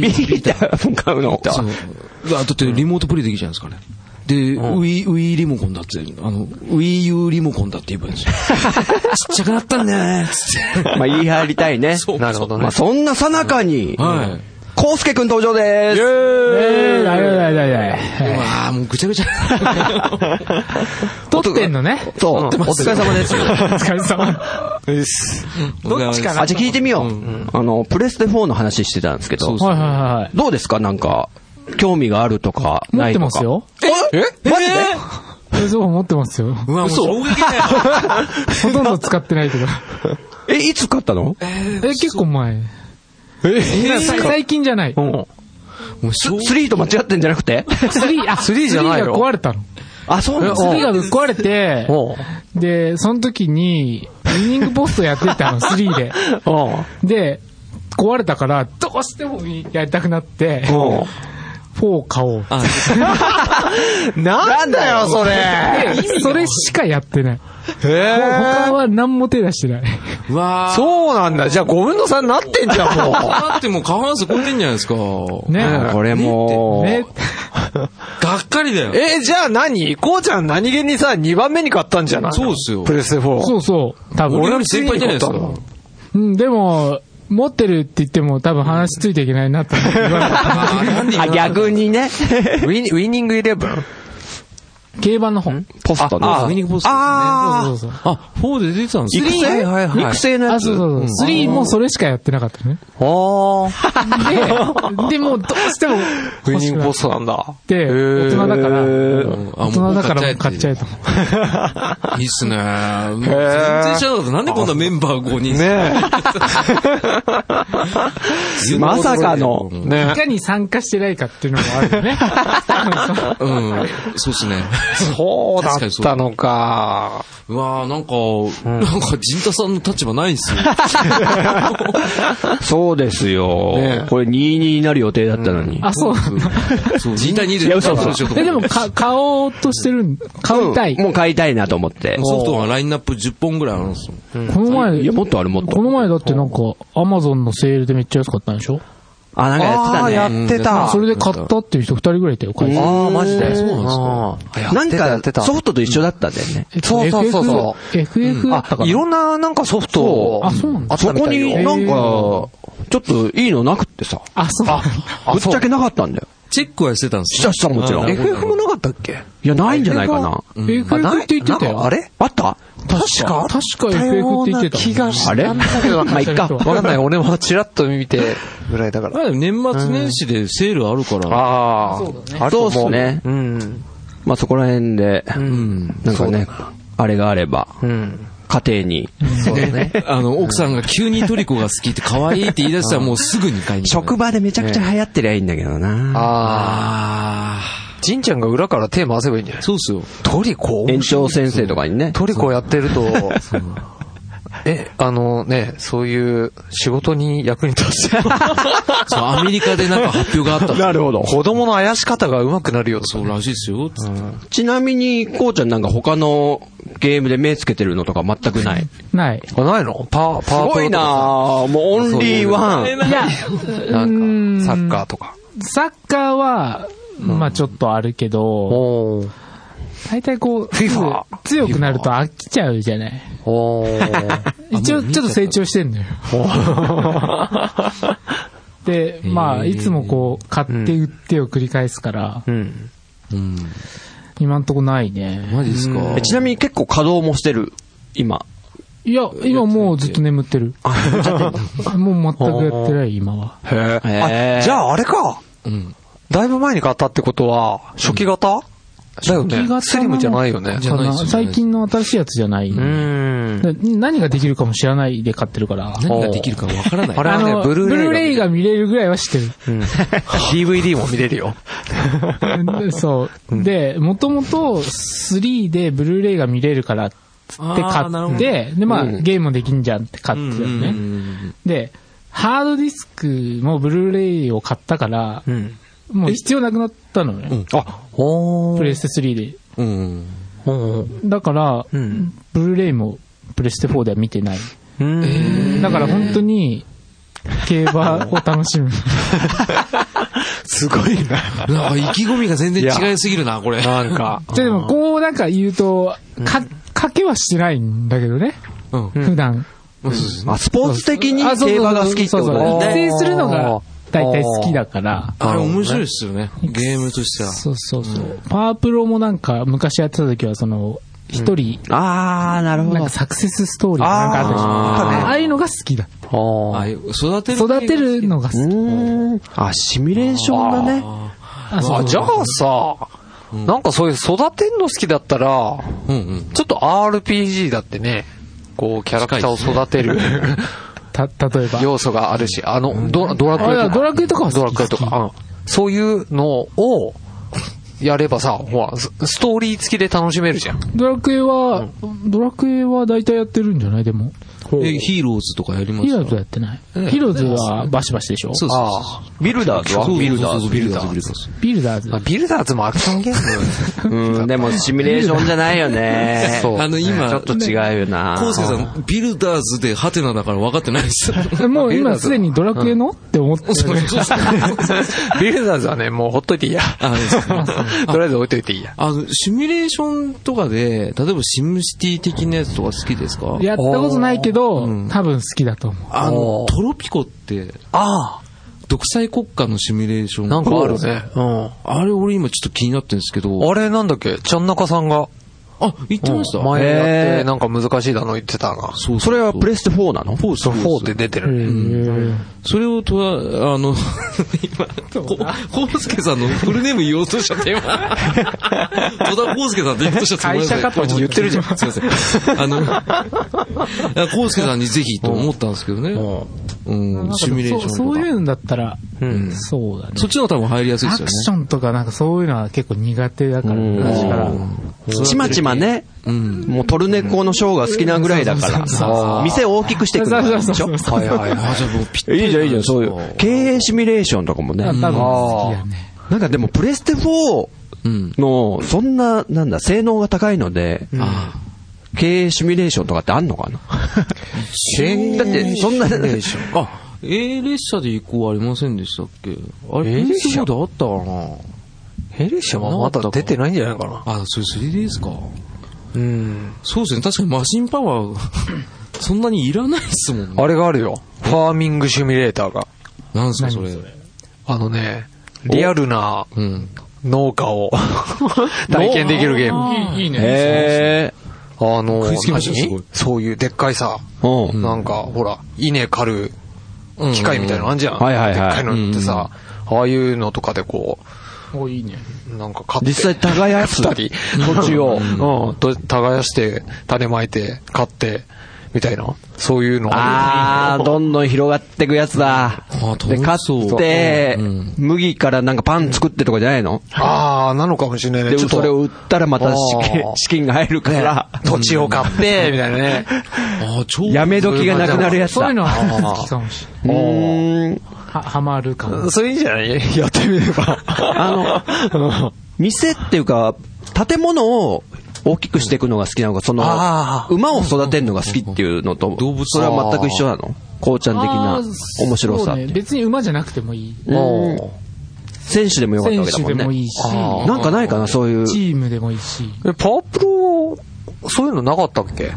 Speaker 3: ビ
Speaker 1: ービー
Speaker 3: ーター買うの
Speaker 1: そう。うわだってリモートプレイできるじゃないですかね。で、ウィウィリモコンだって、あの、ウィ U リモコンだって言えばいいんですよ。ちっちゃくなったんだよね、つって。
Speaker 3: まあ言い張りたいね。
Speaker 2: なるほどね
Speaker 3: まあ。そんなさなかに、
Speaker 1: はい。
Speaker 3: コウスケくん登場でーす。
Speaker 5: えー、だいだいだいだ
Speaker 1: う
Speaker 5: い。
Speaker 1: わーもうぐちゃぐちゃ。
Speaker 5: 撮ってんのね。
Speaker 3: そう、お疲れ様です。
Speaker 5: お疲れ様。
Speaker 2: よし。
Speaker 1: どっちか
Speaker 3: あ、じゃあ聞いてみよう。あの、プレステ4の話してたんですけ
Speaker 1: そう
Speaker 3: ど、
Speaker 1: そう
Speaker 5: はいはいはいはい。
Speaker 3: どうですかなんか、興味があるとか、
Speaker 5: 持
Speaker 3: な
Speaker 5: っ
Speaker 3: い
Speaker 5: て
Speaker 3: とか。
Speaker 5: ますよ。
Speaker 1: えマジで
Speaker 5: 冷蔵庫持ってますよ。
Speaker 1: うわ、もう衝撃だよ。
Speaker 5: ほとんど使ってないけど。
Speaker 3: え、いつ買ったの
Speaker 5: え、結構前。え、最近じゃない。
Speaker 3: うん。
Speaker 1: もう衝撃。
Speaker 3: 3と間違ってんじゃなくて
Speaker 5: 3、あ、3
Speaker 2: じゃないよ
Speaker 5: が壊れたの。
Speaker 3: あ、そうなん
Speaker 5: 3がぶっ壊れて、
Speaker 2: おう
Speaker 5: で、その時に、ウィニングポストやってたの、3で。
Speaker 3: おう
Speaker 5: で、壊れたから、どうしてもやりたくなって、
Speaker 3: おう
Speaker 5: 4を買おう。
Speaker 2: [laughs]
Speaker 1: あ、
Speaker 2: なんだよ、それ。
Speaker 5: で、それしかやってない。他
Speaker 2: へえ。
Speaker 5: は何も手出してない。
Speaker 1: うわー。
Speaker 2: そうなんだ。じゃあ5分の3になってんじゃん、もう。
Speaker 1: だってもう過半数超えてんじゃないですか。
Speaker 5: ね。
Speaker 3: これもう、
Speaker 5: ね。
Speaker 1: がっかりだよ。
Speaker 2: [laughs] え、じゃあ何こうちゃん何気にさ、2番目に買ったんじゃない
Speaker 1: そうっすよ
Speaker 2: プレステ4。
Speaker 5: そうそう、多分。
Speaker 1: 俺より先輩じゃないですか。
Speaker 5: うん、でも、持ってるって言っても多分話ついていけないなって言われた。
Speaker 1: あー、なんで
Speaker 3: あ、逆に [laughs] ね。
Speaker 2: ウィニウィニングイレブン
Speaker 5: 競馬の本。
Speaker 3: ポストね。
Speaker 1: あ、ウィニングポストですね。
Speaker 5: そうそう
Speaker 1: あ
Speaker 5: そう。
Speaker 1: あ、4で出てたんです
Speaker 3: 育
Speaker 1: ね。
Speaker 3: 成
Speaker 1: はいはいはい
Speaker 3: 育。成のや
Speaker 5: あ、
Speaker 3: つ。
Speaker 5: そうそうそう。3もそれしかやってなかったね。
Speaker 2: ああ。
Speaker 5: で、でもどうしても
Speaker 2: ウィ
Speaker 5: 欲
Speaker 2: ニ
Speaker 5: し
Speaker 2: ン
Speaker 5: く
Speaker 2: グ
Speaker 5: な
Speaker 2: ポ
Speaker 5: っ
Speaker 2: ストなんだ。
Speaker 5: て、大人だから、
Speaker 1: あ
Speaker 5: 大人だからもう買っちゃえと。
Speaker 1: いいっすね。全然知らなかった。なんでこんなメンバー5人。
Speaker 2: ね
Speaker 3: まさかの
Speaker 1: う
Speaker 2: え。
Speaker 1: ん。
Speaker 5: い
Speaker 2: ね
Speaker 5: かに参加してないかっていうのもあるよね。
Speaker 1: うんそうっすね。
Speaker 2: え。そうだったのか。
Speaker 1: うわーなんか、なんか、陣太さんの立場ないんすよ。
Speaker 3: そうですよ
Speaker 2: ねえ。
Speaker 3: これ22になる予定だったのに。
Speaker 5: [laughs] あ、そうなんだ。
Speaker 1: そう、陣太2で。
Speaker 3: いや嘘嘘
Speaker 1: そうしようと思
Speaker 5: え、
Speaker 1: って
Speaker 5: でも、か、買おうとしてるん、買いたい。
Speaker 3: もう買いたいなと思って。
Speaker 1: ソフトがラインナップ10本ぐらいあるんですよ。
Speaker 5: この前
Speaker 3: い、や、もっとある、もっと。
Speaker 5: この前だってなんか、アマゾンのセールでめっちゃ安かったんでしょ
Speaker 3: あ、なんかやってたね。
Speaker 2: やってた。
Speaker 5: それで買ったっていう人二人ぐらいいたよ、会社。
Speaker 2: ああ、マジで。
Speaker 1: そうなんですか
Speaker 2: あー
Speaker 3: なん
Speaker 2: やってた
Speaker 3: か、ソフトと一緒だったんだよね。
Speaker 2: そうそうそうそう
Speaker 5: FF だったか
Speaker 2: あ、い
Speaker 5: な
Speaker 2: ろんななんかソフト
Speaker 5: うあそうなんだ
Speaker 2: あっ
Speaker 3: そ
Speaker 2: たみ
Speaker 3: こ
Speaker 2: たい
Speaker 3: に
Speaker 2: よ
Speaker 3: なんか、
Speaker 5: へ
Speaker 3: ち
Speaker 5: ー
Speaker 3: ょっといいのなくってさ。
Speaker 5: あ、そうなんだ。
Speaker 3: ぶっちゃけなかったんだよ。
Speaker 1: チェックはしてたんです
Speaker 3: し
Speaker 1: よ
Speaker 3: たしたもちろん。
Speaker 1: うん
Speaker 3: い
Speaker 2: FF もなかったっけ
Speaker 3: や、ないんじゃないかな。
Speaker 5: FF って言ってたよ。
Speaker 2: あれ
Speaker 3: あった
Speaker 2: 確か
Speaker 5: 確か FF って言ってたもん
Speaker 2: 気がした
Speaker 3: あれ
Speaker 2: なんだけど
Speaker 3: まあいっか
Speaker 2: わかんない。俺もチラッと見てぐらいだから。
Speaker 1: まあでも年末年始でセールあるから。
Speaker 2: ああ。あると思
Speaker 3: そうっすね
Speaker 2: うん。
Speaker 3: まあそこら辺で、
Speaker 1: うん。
Speaker 3: なんかね、あれがあれば、
Speaker 2: うん。
Speaker 3: 家庭に。
Speaker 1: あの、奥さんが急にトリコが好きって可愛いって言い出したらもうすぐに買いに行く。
Speaker 3: 職場でめちゃくちゃ流行ってりゃいいんだけどな。
Speaker 2: ああ。
Speaker 1: あ
Speaker 2: じんちゃんが裏から手回せばいいんじゃな
Speaker 1: ー
Speaker 2: い
Speaker 1: そうっすよ。
Speaker 2: トリコ
Speaker 3: 園長先生とかにね。
Speaker 2: トリコやってると、 [laughs] え、あのね、そういう仕事に役に立 [laughs] つ。
Speaker 1: そう、アメリカでなんか発表があった。
Speaker 3: るほど。
Speaker 2: 子供の怪し方が上手くなるよ。
Speaker 1: そうらしいですよ。つって
Speaker 3: ちなみに、こうちゃんなんか他のゲームで目つけてるのとか全くない。す
Speaker 5: ない。
Speaker 2: あ、ないのパー、パープルとか
Speaker 3: ぁもうオンリーワン。
Speaker 5: い
Speaker 2: さ
Speaker 5: や、
Speaker 2: なんか、サ
Speaker 5: うー
Speaker 2: ッ
Speaker 5: ん
Speaker 2: カーとか。
Speaker 5: サッカーは、まあちょっとあるけど、
Speaker 2: おー。
Speaker 5: 大体こう、すぐ強くなると飽きちゃうじゃない。
Speaker 2: おー。
Speaker 5: 一応、ちょっと成長してんのよ。で、まあ、いつもこう、買って売ってを繰り返すから、
Speaker 2: うん。
Speaker 5: 今んとこないね。
Speaker 1: マジですか
Speaker 3: えちなみに結構稼働もしてる。今。
Speaker 5: いや、今もうずっと眠ってる。 [laughs] もう全くやってない、今は。
Speaker 2: へえ。
Speaker 3: へー
Speaker 2: あじゃああれか。
Speaker 1: うん。
Speaker 2: だいぶ前に買ったってことは、初期型だよ
Speaker 5: 初期型なの
Speaker 2: ね。スリムじゃないよね。
Speaker 1: じゃないっすよね
Speaker 5: 最近の新しいやつじゃない。
Speaker 2: うーん。
Speaker 5: で何ができるかも知らないで買ってるから。
Speaker 1: 何ができるかわからない。
Speaker 2: あれはね
Speaker 5: あの
Speaker 2: ブルーレイが
Speaker 5: が見れるぐらいは知ってる。
Speaker 2: DVD も見れるよ。
Speaker 5: そう。で、もともと3でブルーレイが見れるからっつって買
Speaker 1: あーなるほ
Speaker 5: っ
Speaker 1: ど
Speaker 5: て、で、まあ、ゲームもできんじゃんって買ってたよ
Speaker 1: う
Speaker 5: ね。
Speaker 1: ん
Speaker 5: で、ハードディスクもブルーレイを買ったから、
Speaker 2: ん
Speaker 5: もう必要なくなったのね。
Speaker 2: あ、お
Speaker 5: プ
Speaker 2: ー。
Speaker 5: レステ3で。
Speaker 1: うん。
Speaker 2: うん。
Speaker 5: だから、
Speaker 2: うん
Speaker 5: ブルーレイもプレステ4では見てない。
Speaker 2: うん。
Speaker 5: だから本当に、競馬を楽しむ。
Speaker 2: すごいな。
Speaker 1: なんか意気込みが全然違いすぎるな、これ。
Speaker 2: なんか。
Speaker 5: じゃあでも、こうなんか言うと、か、賭けはしてないんだけどね。
Speaker 1: うん
Speaker 5: 普段。
Speaker 3: あ、スポーツ的に
Speaker 5: あそうそうそう
Speaker 3: 競馬が好きってこと
Speaker 5: そうそう
Speaker 3: だ
Speaker 5: 一
Speaker 3: ね。
Speaker 5: 斉するのが大体好きだから。
Speaker 1: あれ面白いっすよね。ゲームとしては。
Speaker 5: そうそうそう。パワープロもなんか昔やってた時はその、一人、
Speaker 3: あー、なるほ
Speaker 5: なん
Speaker 3: ど
Speaker 5: か。サクセスストーリーなんかあったでしょ。
Speaker 3: あー
Speaker 5: ああいうのが好きだ。
Speaker 1: あ育てる。
Speaker 5: 育てるのが好
Speaker 3: う
Speaker 5: き。
Speaker 3: ーん。あ、シミュレーションがね。
Speaker 5: あ
Speaker 2: あ、じゃあさ、なんかそういう育てんの好きだったら、
Speaker 1: うんうん。
Speaker 2: ちょっと RPG だってね、こう、キャラクターを育てる
Speaker 5: た、例えば。
Speaker 2: 要素があるし、あの、ドラドラクエと
Speaker 5: あ
Speaker 2: か。
Speaker 5: ドラクエとかは好き
Speaker 2: ドラクエとか。うんそういうのを、やればさ、ほら、スストーリー付きで楽しめるじゃん。
Speaker 5: ドラクエは、ドラクエは大体やってるんじゃないでも。
Speaker 1: え、ヒーローズとかやりま
Speaker 5: ヒ
Speaker 1: し
Speaker 5: ー
Speaker 1: た
Speaker 5: ローズはやってない。ヒーローズはバシバシでしょ
Speaker 1: そうそう
Speaker 2: あ
Speaker 3: ビルダーズは
Speaker 1: そう。
Speaker 3: ビルダー
Speaker 1: そうそうそう
Speaker 3: ズ。
Speaker 1: ビルダーズ、ビルダーズ。
Speaker 5: ビルダーズ
Speaker 2: あ。。ビルダーズもアクションゲーム。
Speaker 3: うん、でもシミュレーションじゃないよね。
Speaker 2: そう
Speaker 1: あの、今、
Speaker 3: ちょっと違うよな。
Speaker 1: コウスケさ
Speaker 3: [laughs]
Speaker 1: ん、ビルダーズでハテナだから分かってないです。
Speaker 5: もう今すでにドラクエのって思ってる。
Speaker 2: ビルダーズはね、もうほっといていいや。
Speaker 1: あそうそう
Speaker 3: [laughs]
Speaker 2: とりあえず置いといていいや。
Speaker 1: [laughs] あの、シミュレーションとかで、例えばシムシティ的なやつとか好きですか
Speaker 5: やったことないけど
Speaker 1: うん、
Speaker 5: 多分好きだと思う。
Speaker 1: あの
Speaker 2: お、ー
Speaker 1: トロピコって、
Speaker 2: あ
Speaker 1: 独裁国家のシミュレーション。
Speaker 2: なんかあるね。うん。
Speaker 1: あれ俺今ちょっと気になってるんですけど。
Speaker 2: あれなんだっけちゃんなかさんが。
Speaker 1: あ、言ってました
Speaker 2: 前やっ
Speaker 3: へー
Speaker 2: て、なんか難しいだの言ってたな。
Speaker 1: そう
Speaker 3: それはプレステ4なの
Speaker 1: フォー
Speaker 2: そう、4って出てる。
Speaker 1: それをとは、あの、今、こコウスケさんのフルネーム言おうとしちゃって、 [laughs] 今。戸田コウスケさんって言おうとしちゃって。会社かと言ってるじゃん。すいません。あの、 [laughs] コウスケさんにぜひと思ったんですけどね。うん、シミュレーションとか。
Speaker 5: そうそういうのだったら、
Speaker 1: ん
Speaker 5: そうだね。
Speaker 1: そっちの方が多分入りやすいで
Speaker 5: ア
Speaker 1: すよ
Speaker 5: ク
Speaker 1: ね。
Speaker 5: ションとかなんかそういうのは結構苦手だから、
Speaker 3: ん
Speaker 5: 昔から。
Speaker 3: ちまちまね、
Speaker 1: うん。
Speaker 3: もうトルネコのショーが好きなぐらいだから、あー店を大きくしていくのがいいんでしょ
Speaker 5: そうそうそうそう
Speaker 3: はい
Speaker 1: あ、じゃあもうぴった
Speaker 3: い
Speaker 1: り
Speaker 3: いじゃん、いいじゃん、そういう。経営シミュレーションとかもね。
Speaker 5: 多
Speaker 3: う
Speaker 5: 分
Speaker 3: ん
Speaker 5: 好きだね。
Speaker 3: なんかでも、プレステ4
Speaker 1: うん。
Speaker 3: の、そんな、なんだ、性能が高いので、
Speaker 1: あ
Speaker 3: 経営シミュレーションとかってあんのか [laughs] なだって、そんな、
Speaker 1: あ、A 列車で行こうありませんでしたっけあれ、
Speaker 2: A 列
Speaker 1: PS4
Speaker 2: 車
Speaker 1: であったか
Speaker 2: ヘルシャはまだ出てないんじゃないかな。
Speaker 1: なあ、それ 3D ですか
Speaker 2: うん。
Speaker 1: そうですね、確かにマシンパワーが、 [laughs] そんなにいらないですもんね。
Speaker 2: あれがあるよ。ファーミングシミュレーターが。
Speaker 1: なんですか、それ。
Speaker 2: あのね、リアルな
Speaker 1: うん。
Speaker 2: 農家を [laughs] 体験できるゲーム。
Speaker 5: いいね
Speaker 3: へ
Speaker 2: あの、
Speaker 1: 食いつきましたよすごい
Speaker 2: 何そういうでっかいさ、
Speaker 3: ぇー。うん。
Speaker 2: なんか、ほら、稲刈る
Speaker 1: うん
Speaker 2: 機械みたいなのあんじゃん。
Speaker 3: はいはいはい
Speaker 2: でっかいのってさ、ああいうのとかでこ
Speaker 5: お、いいね。
Speaker 2: う、なんか買って。
Speaker 3: 実際耕す。
Speaker 2: たり、土地を、うん、と耕して、種まいて、買って、みたいな、そういうの
Speaker 3: あー、どんどん広がってくやつだ。
Speaker 1: あー
Speaker 3: で、
Speaker 1: 楽
Speaker 3: 買
Speaker 1: しそう
Speaker 3: って
Speaker 1: うん、
Speaker 3: 麦からなんかパン作ってとかじゃないの
Speaker 2: あー、なのかもしれないね。
Speaker 3: で、
Speaker 2: ちょっと
Speaker 3: それを売ったらまた資金
Speaker 2: あー
Speaker 3: 資金が入るから、
Speaker 2: 土地を買って、みたいなね。
Speaker 1: あ、超。
Speaker 3: やめ時がなくなるやつ
Speaker 5: そう
Speaker 3: だ。
Speaker 5: いう
Speaker 3: う
Speaker 5: のは好きかもしれない。
Speaker 3: ーん。
Speaker 5: は、はまるかも。
Speaker 2: それいいんじゃないやってみれば。
Speaker 3: [laughs] あの、店っていうか、建物を大きくしていくのが好きなのか、その
Speaker 2: あ、ー
Speaker 3: 馬を育てるのが好きっていうのと、
Speaker 1: 動物
Speaker 3: それは全く一緒なのこうちゃん的な
Speaker 5: あー
Speaker 3: 面白
Speaker 5: そ
Speaker 3: さ
Speaker 5: う
Speaker 3: っ
Speaker 5: ね
Speaker 3: て。
Speaker 5: 別に馬じゃなくてもいい。
Speaker 3: うん選手でもよかったわけだ
Speaker 5: 選
Speaker 3: も
Speaker 5: 手でも
Speaker 3: ん
Speaker 5: い
Speaker 3: ね
Speaker 5: い。し、
Speaker 3: なんかないかな、そういう。
Speaker 5: チームでもいいし。
Speaker 2: え、パワープロ、そういうのなかったっけ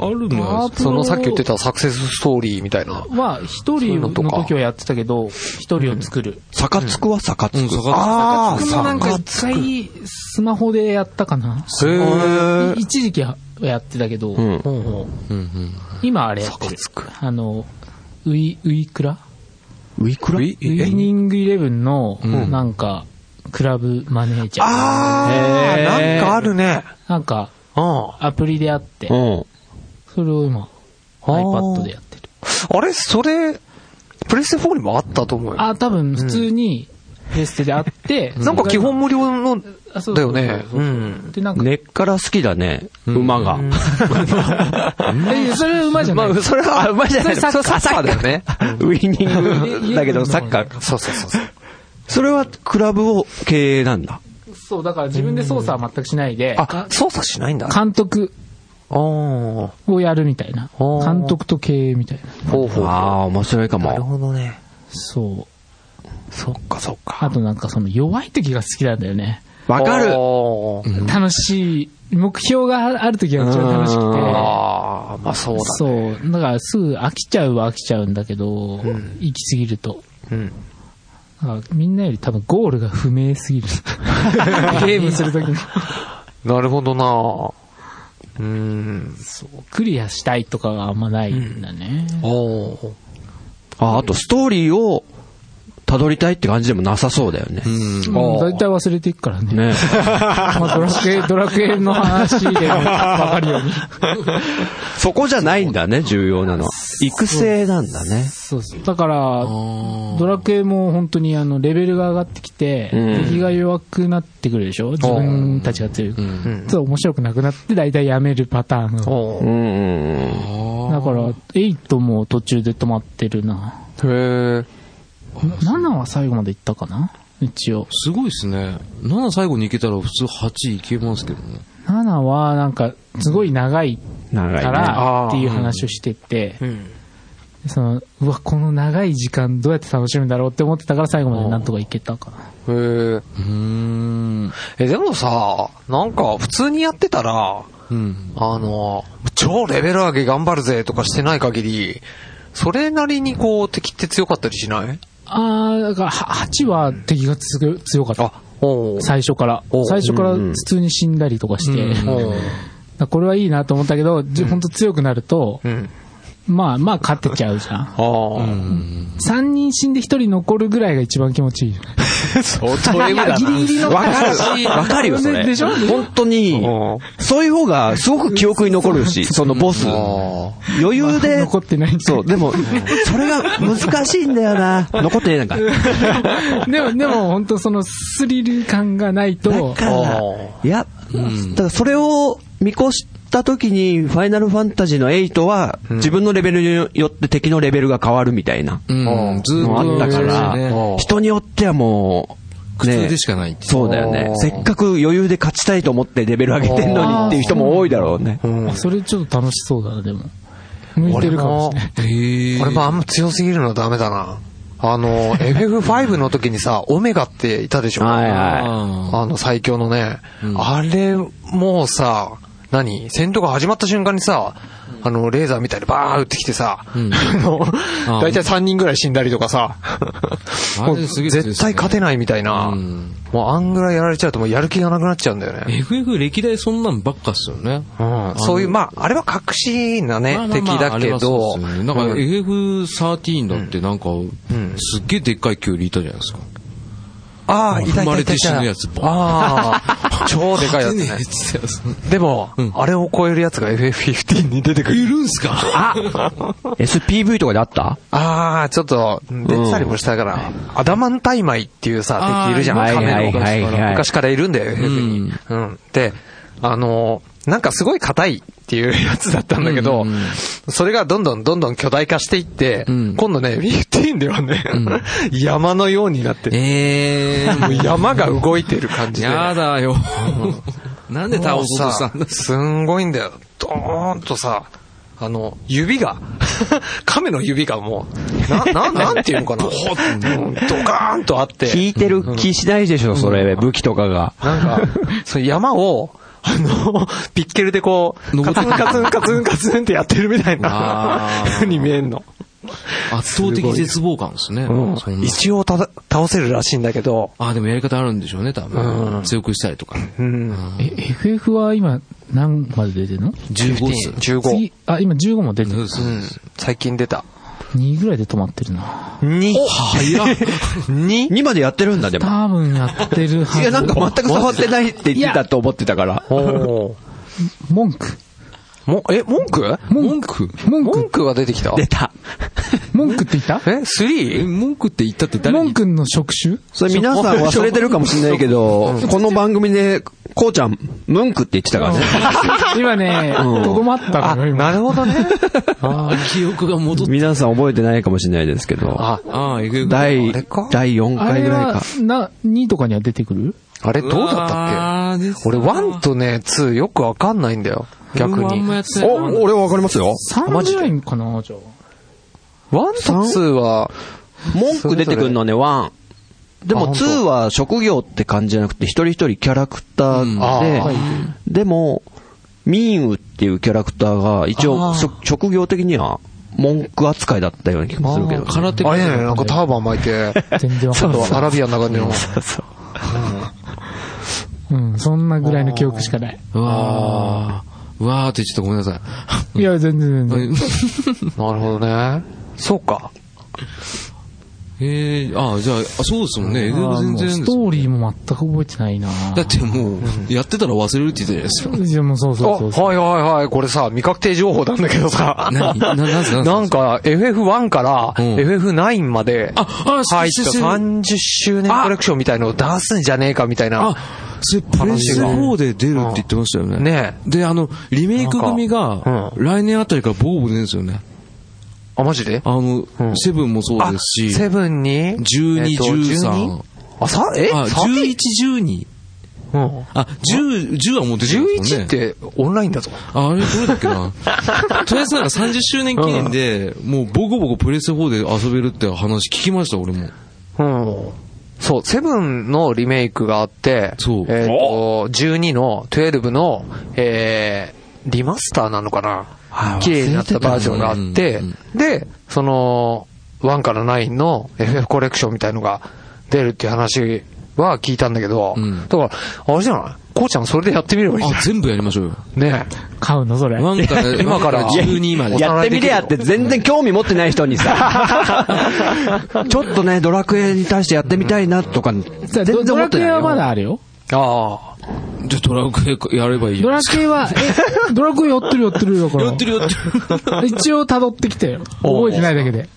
Speaker 1: あるんじゃないです
Speaker 2: そのさっき言ってたサクセスストーリーみたいな。
Speaker 5: は、一人の時はやってたけど、一人を作る。
Speaker 3: 逆つくは逆つ
Speaker 1: うん
Speaker 3: く
Speaker 1: 逆つ。く
Speaker 3: あ
Speaker 5: 僕もなんか一回、スマホでやったかな。
Speaker 2: へー
Speaker 5: い一時期はやってたけ
Speaker 3: ん
Speaker 5: ど、ほうほう
Speaker 1: か。うんうん。
Speaker 5: 今あれやってる。あの、ウイ、ウイクラ
Speaker 3: ウィクラ
Speaker 5: ウイニングイレブンの、なんか、クラブマネージャー。
Speaker 2: あー、
Speaker 3: へー
Speaker 2: なんかあるね。
Speaker 5: なんか、
Speaker 2: うん。あ
Speaker 5: アプリであって
Speaker 3: う、ん。
Speaker 5: それを今、iPad でやってる。
Speaker 2: れ、それ、プレステ4にもあったと思うよ。
Speaker 5: あ、多分普通に、プレステであ
Speaker 2: [laughs]
Speaker 5: って、
Speaker 2: なんか基本無料の、
Speaker 5: あ、そう
Speaker 2: だよ
Speaker 5: そうそう
Speaker 2: ね。うん。
Speaker 5: で、なんか、
Speaker 3: 根っから好きだね、馬が。
Speaker 5: えそれ馬じゃ
Speaker 2: ま
Speaker 5: ない。
Speaker 2: あ、それは、馬じゃない。それサッカーだよね。
Speaker 3: ウィニングだけどサッカーか。
Speaker 2: そうそうそうそう。
Speaker 3: それはクラブを経営なんだ。
Speaker 5: そう、だから自分で操作は全くしないで、
Speaker 2: あ、操作しないんだ。
Speaker 5: 監督
Speaker 2: あー。
Speaker 5: をやるみたいな。
Speaker 2: おー
Speaker 5: 監督と経営みたいな。
Speaker 2: ほうほう。
Speaker 3: ああ、面白いか
Speaker 2: なる
Speaker 3: も。
Speaker 2: ほどね。
Speaker 5: そう。
Speaker 2: そっかそっか。
Speaker 5: あとなんかその弱い時が好きなんだよね。
Speaker 3: わかる
Speaker 2: あー
Speaker 5: 楽しい、目標がある時が一番楽しくて。
Speaker 2: あー、まあそうだね。
Speaker 5: そう。だからすぐ飽きちゃうは飽きちゃうんだけど、行き過ぎると。
Speaker 2: うん。
Speaker 5: なんかみんなより多分ゴールが不明すぎる。ゲームするときに。
Speaker 2: なるほどなうん。
Speaker 5: そうクリアしたいとかがあんまないんだね。
Speaker 2: おー
Speaker 3: あ、あとストーリーを辿りたいって感じでもなさそうだよね。
Speaker 5: うん大体忘れていくからね。
Speaker 3: ね。
Speaker 5: [laughs] まあ、ドラクエ、ドラクエの話でわかるように。
Speaker 3: そこじゃないんだね、重要なのは。育成なんだね。
Speaker 5: そうそう。だから、ドラクエも本当にあの、レベルが上がってきて、
Speaker 3: うん
Speaker 5: 敵が弱くなってくるでしょ自分たちが強い。そう、面白くなくなって、大体やめるパターンが。
Speaker 2: お
Speaker 3: う
Speaker 2: ー
Speaker 3: んうんうん。
Speaker 5: だから、8も途中で止まってるな。
Speaker 2: へえ。
Speaker 5: 7は最後まで行ったかな一応。
Speaker 1: すごいですね。7最後に行けたら普通8いけますけどね。
Speaker 5: 7はなんか、すごい長い
Speaker 3: 長い
Speaker 5: か
Speaker 3: ね。
Speaker 5: らっていう話をしてて、
Speaker 2: うん。
Speaker 5: その、うわ、この長い時間どうやって楽しむんだろうって思ってたから最後までなんとかいけたかな。
Speaker 2: へえ。
Speaker 1: うーん。
Speaker 2: え、でもさ、なんか普通にやってたら、
Speaker 1: うん。
Speaker 2: あの、超レベル上げ頑張るぜとかしてない限り、それなりにこう敵って強かったりしない
Speaker 5: あー、だからは8は敵がつく強かった。、
Speaker 2: おー
Speaker 5: 最初から
Speaker 2: お。
Speaker 5: 最初から普通に死んだりとかして、
Speaker 1: うん
Speaker 5: だか
Speaker 2: おー
Speaker 5: らこれはいいなと思ったけど、本当強くなると、
Speaker 2: うん。
Speaker 5: まあまあ勝てちゃうじゃん。
Speaker 2: ああ。
Speaker 5: 3人死んで1人残るぐらいが一番気持ちいい。
Speaker 2: 相当レベルだな。
Speaker 5: ギリギリの
Speaker 3: わかる。わかるよ、それ。
Speaker 5: でしょ
Speaker 3: 本当に、そういう方がすごく記憶に残るし、そのボス。余裕で、
Speaker 5: 残ってないんで
Speaker 3: そう、でも、それが難しいんだよな。残ってねえなんか。
Speaker 5: [laughs] でも、でも本当そのスリル感がないと、
Speaker 3: からいや、だからそれを見越した時に、ファイナルファンタジーの8は、自分のレベルによって敵のレベルが変わるみたいな
Speaker 1: うん。ずーっと
Speaker 3: のあったか
Speaker 1: ね
Speaker 3: ら、人によってはもう、
Speaker 1: 普
Speaker 3: ね
Speaker 1: 通でしかないっていう。
Speaker 3: そうだよね。せっかく余裕で勝ちたいと思ってレベル上げてんのにっていう人も多いだろうね。
Speaker 5: あそれちょっと楽しそうだな、でも。向いてるかもしれない。
Speaker 1: へえ。
Speaker 2: 俺もあんま強すぎるのはダメだな。あの、FF5 の時にさ、オメガっていたでしょ
Speaker 3: はいは
Speaker 1: あ
Speaker 2: あの最強のね、あれ、もうさ、何戦闘が始まった瞬間にさ、あの、レーザーみたいにバーン撃ってきてさ、あの、だいたい3人ぐらい死んだりとかさ、
Speaker 1: あ
Speaker 2: もう
Speaker 1: れすげえ強いですね
Speaker 2: 絶対勝てないみたいな、
Speaker 1: ん
Speaker 2: もうあんぐらいやられちゃうともうやる気がなくなっちゃうんだよね。
Speaker 1: FF 歴代そんなんばっかっすよね。
Speaker 2: うん、そういう、まあ、あれは隠しなね、
Speaker 1: まあまあ
Speaker 2: 敵
Speaker 1: まあ
Speaker 2: だ
Speaker 1: あれ
Speaker 2: け
Speaker 1: はそ
Speaker 2: ど、
Speaker 1: うですよねなんか FF13 だってなんか、すっげえでっかいキュウリいたじゃないですか。
Speaker 2: ああ、いた
Speaker 1: 踏ま
Speaker 2: いた
Speaker 1: れ
Speaker 2: いた
Speaker 1: て
Speaker 2: い
Speaker 1: 死
Speaker 2: た
Speaker 1: ぬやつボン
Speaker 2: あ [laughs] あ、超でかいやつ
Speaker 1: [laughs]
Speaker 2: ね。
Speaker 1: 勝てね
Speaker 2: でも、
Speaker 1: ん
Speaker 2: あれを超えるやつが FF15 に出てく
Speaker 1: え
Speaker 2: る。
Speaker 1: いるんすか
Speaker 3: い。SPV とかであった
Speaker 2: ああ、ちょっと、出てたりもしたから、アダマンタイマイっていうさ、敵いるじゃん、
Speaker 3: あー
Speaker 2: カメの。
Speaker 3: はいはいはいはい
Speaker 2: 昔からいるんだよ、FF に。うん。で、あのー、なんかすごい硬いっていうやつだったんだけど、それがどんどんどんどん巨大化していって、
Speaker 1: ん
Speaker 2: 今度ね、15ではね、 [laughs] 山のようになってる。
Speaker 1: ええ
Speaker 2: もう山が動いてる感じで。
Speaker 1: [laughs] やだよ。なんで倒そうとしたん
Speaker 2: も
Speaker 1: だ
Speaker 2: うさすんごいんだよ。ドーンとさ、あの、指が、 [laughs] 亀の指がもう、な、 [laughs] な、なんていうのかな。うんドカーンとあって、
Speaker 3: 聞いてる気しないでしょ、それ。武器とかが。
Speaker 2: なんか、その山を、あの、ピッケルでこう、カツンカツンカツンカツンってやってるみたいな
Speaker 1: あ、ー
Speaker 2: 風に見えんの。
Speaker 1: [laughs] 圧倒的絶望感ですね。そんな
Speaker 2: 一応た倒せるらしいんだけど、
Speaker 1: あ、でもやり方あるんでしょうね、多
Speaker 2: う
Speaker 1: 分。
Speaker 2: ん
Speaker 1: 強くしたりとか。
Speaker 2: うん。
Speaker 5: え FF は今何まで出てるの
Speaker 1: 15っす。
Speaker 2: 15。
Speaker 5: 次、あ、今15も出て
Speaker 1: そう
Speaker 5: る。
Speaker 1: です
Speaker 2: うん。最近出た。
Speaker 5: 2ぐらいで止まってるな。
Speaker 2: 2。 [laughs]
Speaker 1: 早っ。
Speaker 2: 2。
Speaker 3: 2までやってるんだ、でも。
Speaker 5: 多分やってるはず。
Speaker 3: いや、なんか全く触ってないって言ってたと思ってたから。
Speaker 2: おー
Speaker 5: 文句。
Speaker 2: も、え、文句
Speaker 1: 文句
Speaker 5: 文句
Speaker 2: 文句が出てきた
Speaker 3: 出た。
Speaker 5: 文句って言った
Speaker 1: え、
Speaker 2: え、3?
Speaker 1: 文句って言ったって誰
Speaker 5: 文
Speaker 1: に
Speaker 5: 句の職種
Speaker 3: それ皆さん忘れてるかもしれないけど、この番組で、こうちゃん、文句って言ってたからね。
Speaker 5: 今ね、とどまった
Speaker 2: あ、
Speaker 5: のよ、今。
Speaker 2: なるほどね。
Speaker 1: あー記憶が戻って。
Speaker 3: 皆さん覚えてないかもしれないですけど、
Speaker 2: あ、
Speaker 1: ああ、えぐい。
Speaker 3: 第、
Speaker 2: れか
Speaker 3: 第4
Speaker 5: あ
Speaker 3: 回ぐ
Speaker 5: れ
Speaker 3: らい
Speaker 5: は
Speaker 3: か。、
Speaker 5: な、2とかには出てくる
Speaker 2: [laughs] あれどうだったっ
Speaker 1: ああ、で
Speaker 2: け俺1とね、2よくわかんないんだよ。逆
Speaker 1: あんま
Speaker 2: に。
Speaker 1: やってない。
Speaker 3: 俺わかりますよ。
Speaker 5: 3ぐらいかな、じゃあ。
Speaker 2: 1と2は、
Speaker 3: 文句出てくるのはね、ワン。で
Speaker 2: あ
Speaker 3: も
Speaker 2: 本当
Speaker 3: 2は職業って感じじゃなくて、一人一人キャラクタ
Speaker 1: うん
Speaker 2: あー
Speaker 3: ー
Speaker 2: はい
Speaker 3: で、でも、ミーウっていうキャラクターが、一応、
Speaker 2: あー
Speaker 3: 職職業的には文句扱いだったような気もするけどね。
Speaker 1: 空手
Speaker 2: あれね、なんかターバン巻いて、
Speaker 5: 全然わ
Speaker 2: ち
Speaker 5: か
Speaker 2: ょ
Speaker 5: ん
Speaker 2: っ
Speaker 5: ない。
Speaker 2: とアラビアンな感じの。
Speaker 5: うん、そんなぐらいの記憶しかない。
Speaker 1: うわあうわーって言っちゃったごめんなさい。
Speaker 5: いや、全然全然。
Speaker 2: なるほどね。そうか。
Speaker 1: [laughs] ええああ、じゃあ、あそうですもんね。
Speaker 5: あー
Speaker 1: 全然
Speaker 5: もう
Speaker 1: です
Speaker 5: ストーリーも全く覚えてないな
Speaker 1: だってもう、やってたら忘れるって言ってたじゃないですか。
Speaker 5: いやもうそう
Speaker 2: あ、
Speaker 5: そうそうそう。
Speaker 2: はいはいはい。これさ、未確定情報なんだけどさ。
Speaker 1: 何ななんすか
Speaker 2: なんか、FF1 か
Speaker 1: う
Speaker 2: ら
Speaker 1: ん
Speaker 2: FF9 まで
Speaker 1: あ、あ、
Speaker 2: 入っ
Speaker 1: して
Speaker 2: た30周年コレクションみたいのを出すんじゃねえかみたいな。
Speaker 1: あ、それプレス4で出るって言ってましたよね。
Speaker 2: ね
Speaker 1: で、あの、リメイク組
Speaker 2: なん
Speaker 1: が
Speaker 2: か、
Speaker 1: 来年あたりからボーボー出るんですよね。
Speaker 2: あ、マジで
Speaker 1: あの、
Speaker 2: うん
Speaker 1: セブンもそうですし、
Speaker 2: セブン
Speaker 1: 12、
Speaker 2: にえっと
Speaker 1: 13。
Speaker 2: あ、さ、え
Speaker 1: あ、
Speaker 2: サビ
Speaker 1: 11、12。
Speaker 2: うん
Speaker 1: あ、10、10はもう出てるんですもん
Speaker 2: 11
Speaker 1: ね
Speaker 2: ってオンラインだぞ。
Speaker 1: ああれ、どれだっけ
Speaker 2: [laughs]
Speaker 1: な。とりあえずなんか30周年記念で、もうボコボコプレステ4で遊べるって話聞きました、俺も。
Speaker 2: うん。そう、セブンのリメイクがあって、
Speaker 1: そう
Speaker 2: えっ、と、12の、12の、えー、リマスターなのかな綺麗になったバージョンがあって
Speaker 1: うん、
Speaker 2: で、その、1から9の FF コレクションみたいのが出るっていう話は聞いたんだけど、
Speaker 1: うん
Speaker 2: だから、あれじゃないこうちゃんそれでやってみればいいじ
Speaker 1: あ、全部やりましょうよ。
Speaker 2: ゃん。ね
Speaker 5: 買うのそれ。
Speaker 1: なんか、
Speaker 2: 今から
Speaker 1: 12まで。
Speaker 2: い
Speaker 3: やってみれやって全然興味持ってない人にさ、 [laughs] ちょっとね、ドラクエに対してやってみたいなとか、全然思ってないよ。
Speaker 5: ドラクエはまだあるよ。
Speaker 2: え。ああ。
Speaker 1: じゃあドラクエやればいい
Speaker 5: ド
Speaker 1: よ。
Speaker 5: ラクエは、え、ドラクエ寄ってる寄ってる
Speaker 1: [laughs]
Speaker 5: だから。
Speaker 1: やってるやって
Speaker 2: [laughs]
Speaker 1: る。
Speaker 5: [laughs] 一応辿ってきてよ。覚えてないだけで。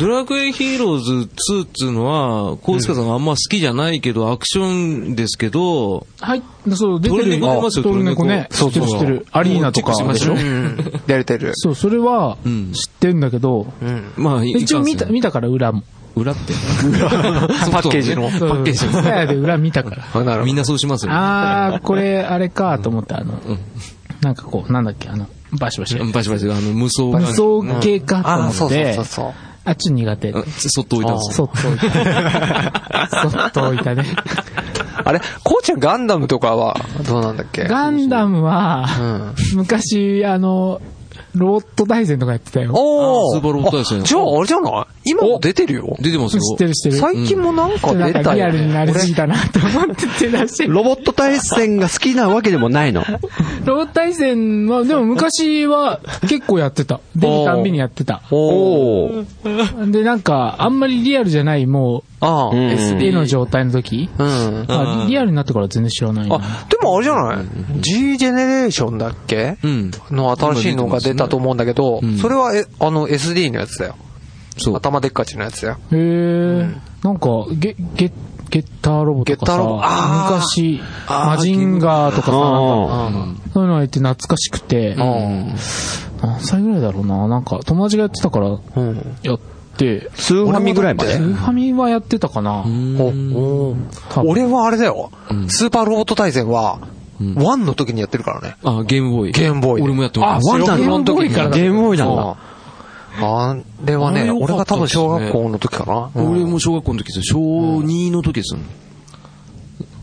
Speaker 1: ドラクエヒーローズ2っていうのは、コウスカさんがあんま好きじゃないけど、アクションですけど、
Speaker 5: はい、そう、出て
Speaker 1: トルネ
Speaker 5: る
Speaker 1: コ出ますよ
Speaker 5: トルネコね。
Speaker 1: トルネコ
Speaker 5: 知っ
Speaker 1: そうそう
Speaker 5: てる知ってる。アリーナとか
Speaker 1: もう
Speaker 5: で
Speaker 1: チ
Speaker 5: し
Speaker 1: ェッ
Speaker 5: ょ
Speaker 1: クしましょう
Speaker 2: やれてる。
Speaker 5: そう、それは
Speaker 1: うん
Speaker 5: 知ってんだけど、
Speaker 2: うん。
Speaker 1: まあ、いい
Speaker 5: 一応見
Speaker 1: いか
Speaker 5: た、
Speaker 1: んせん
Speaker 5: 見たから裏も。
Speaker 1: 裏って。
Speaker 2: [laughs] パッケージの。
Speaker 5: パッケージ。スタヤで裏見たから。
Speaker 2: あなる
Speaker 1: みん [laughs]
Speaker 2: ほ
Speaker 1: なそうしますよ。
Speaker 5: あー、これ、あれかと思って、あの、なんかこう、なんだっけ、あの、バシバシ。
Speaker 1: バシバシ、あの、無双が
Speaker 5: 無双系か
Speaker 2: ど。ああ、
Speaker 5: と
Speaker 2: そ
Speaker 5: 思
Speaker 2: う
Speaker 5: っ
Speaker 2: そう
Speaker 5: て
Speaker 2: そう、そう。
Speaker 5: あっち苦手。
Speaker 1: うんそっと置いたんです
Speaker 5: そ
Speaker 1: よ。
Speaker 5: っと置いた。そっと置いた
Speaker 1: [laughs]
Speaker 5: ね。
Speaker 2: あれこうちゃんガンダムとかはどうなんだっけ
Speaker 5: ガンダム
Speaker 2: う
Speaker 5: は、
Speaker 2: ん。
Speaker 5: 昔、あの、ロボット大戦とかやってたよ。
Speaker 2: お
Speaker 1: あスーパーロボットですね
Speaker 2: あじゃああれじゃない今も出てるよ。
Speaker 1: 出てますよ。
Speaker 5: 知ってる知ってる。
Speaker 2: 最近もなんか
Speaker 5: な
Speaker 2: 出
Speaker 5: んか
Speaker 2: た
Speaker 5: リア
Speaker 2: よ、
Speaker 5: ルにな
Speaker 2: ね。
Speaker 5: りすぎたなって思っててらっしゃる。
Speaker 3: ロボット対戦が好きなわけでもないの。
Speaker 5: ロボット対戦は、でも昔は結構やって
Speaker 2: [laughs]
Speaker 5: た。出るたんびにやってた。
Speaker 3: おー。
Speaker 5: で、なんか、あんまりリアルじゃない、も
Speaker 2: あ
Speaker 3: う
Speaker 5: う、
Speaker 3: ん
Speaker 5: SD の状態の時、
Speaker 2: うん。うん。
Speaker 5: あリアルになってから全然知らないな。
Speaker 2: あ、でもあれじゃない ?G ジェネレーションだっけ
Speaker 1: うん。
Speaker 2: の新しいのが出たと思うんだけど
Speaker 1: うん、
Speaker 2: それは、え、あの SD のやつだよ。
Speaker 1: そう。
Speaker 2: 頭でっかちのやつだよ。
Speaker 5: へえ、なんか、ゲ、ゲ、ゲッターロボとか
Speaker 2: ゲッターロボあ
Speaker 5: さ、
Speaker 2: ー
Speaker 5: 昔、
Speaker 1: あー
Speaker 5: マジンガーとかさ、なんか
Speaker 2: うん。
Speaker 5: そういうのがいて懐かしくて、
Speaker 1: うん。
Speaker 5: 何歳ぐらいだろうな、なんか友達がやってたから
Speaker 2: うん。
Speaker 5: やって、
Speaker 3: スーファミぐらいま
Speaker 5: ス
Speaker 3: で。
Speaker 5: ーファミはやってたかな。
Speaker 2: お
Speaker 5: 多分
Speaker 2: 俺はあれだよ
Speaker 1: ん。
Speaker 2: スーパーロボット対戦は、
Speaker 1: ん
Speaker 2: 1の時にやってるからね。
Speaker 1: あ、ゲームボーイ。
Speaker 2: ゲームボーイで
Speaker 1: 俺もやってます。
Speaker 3: あワンダ
Speaker 5: ゲームボーイからだ
Speaker 3: ゲームボーイなんだ
Speaker 2: あ。あれは
Speaker 1: あ
Speaker 2: ね、
Speaker 1: れ良かった
Speaker 2: 俺が多分小学校の時かな。うん
Speaker 1: 俺も小学校の時ですよ。小2の時ですよ。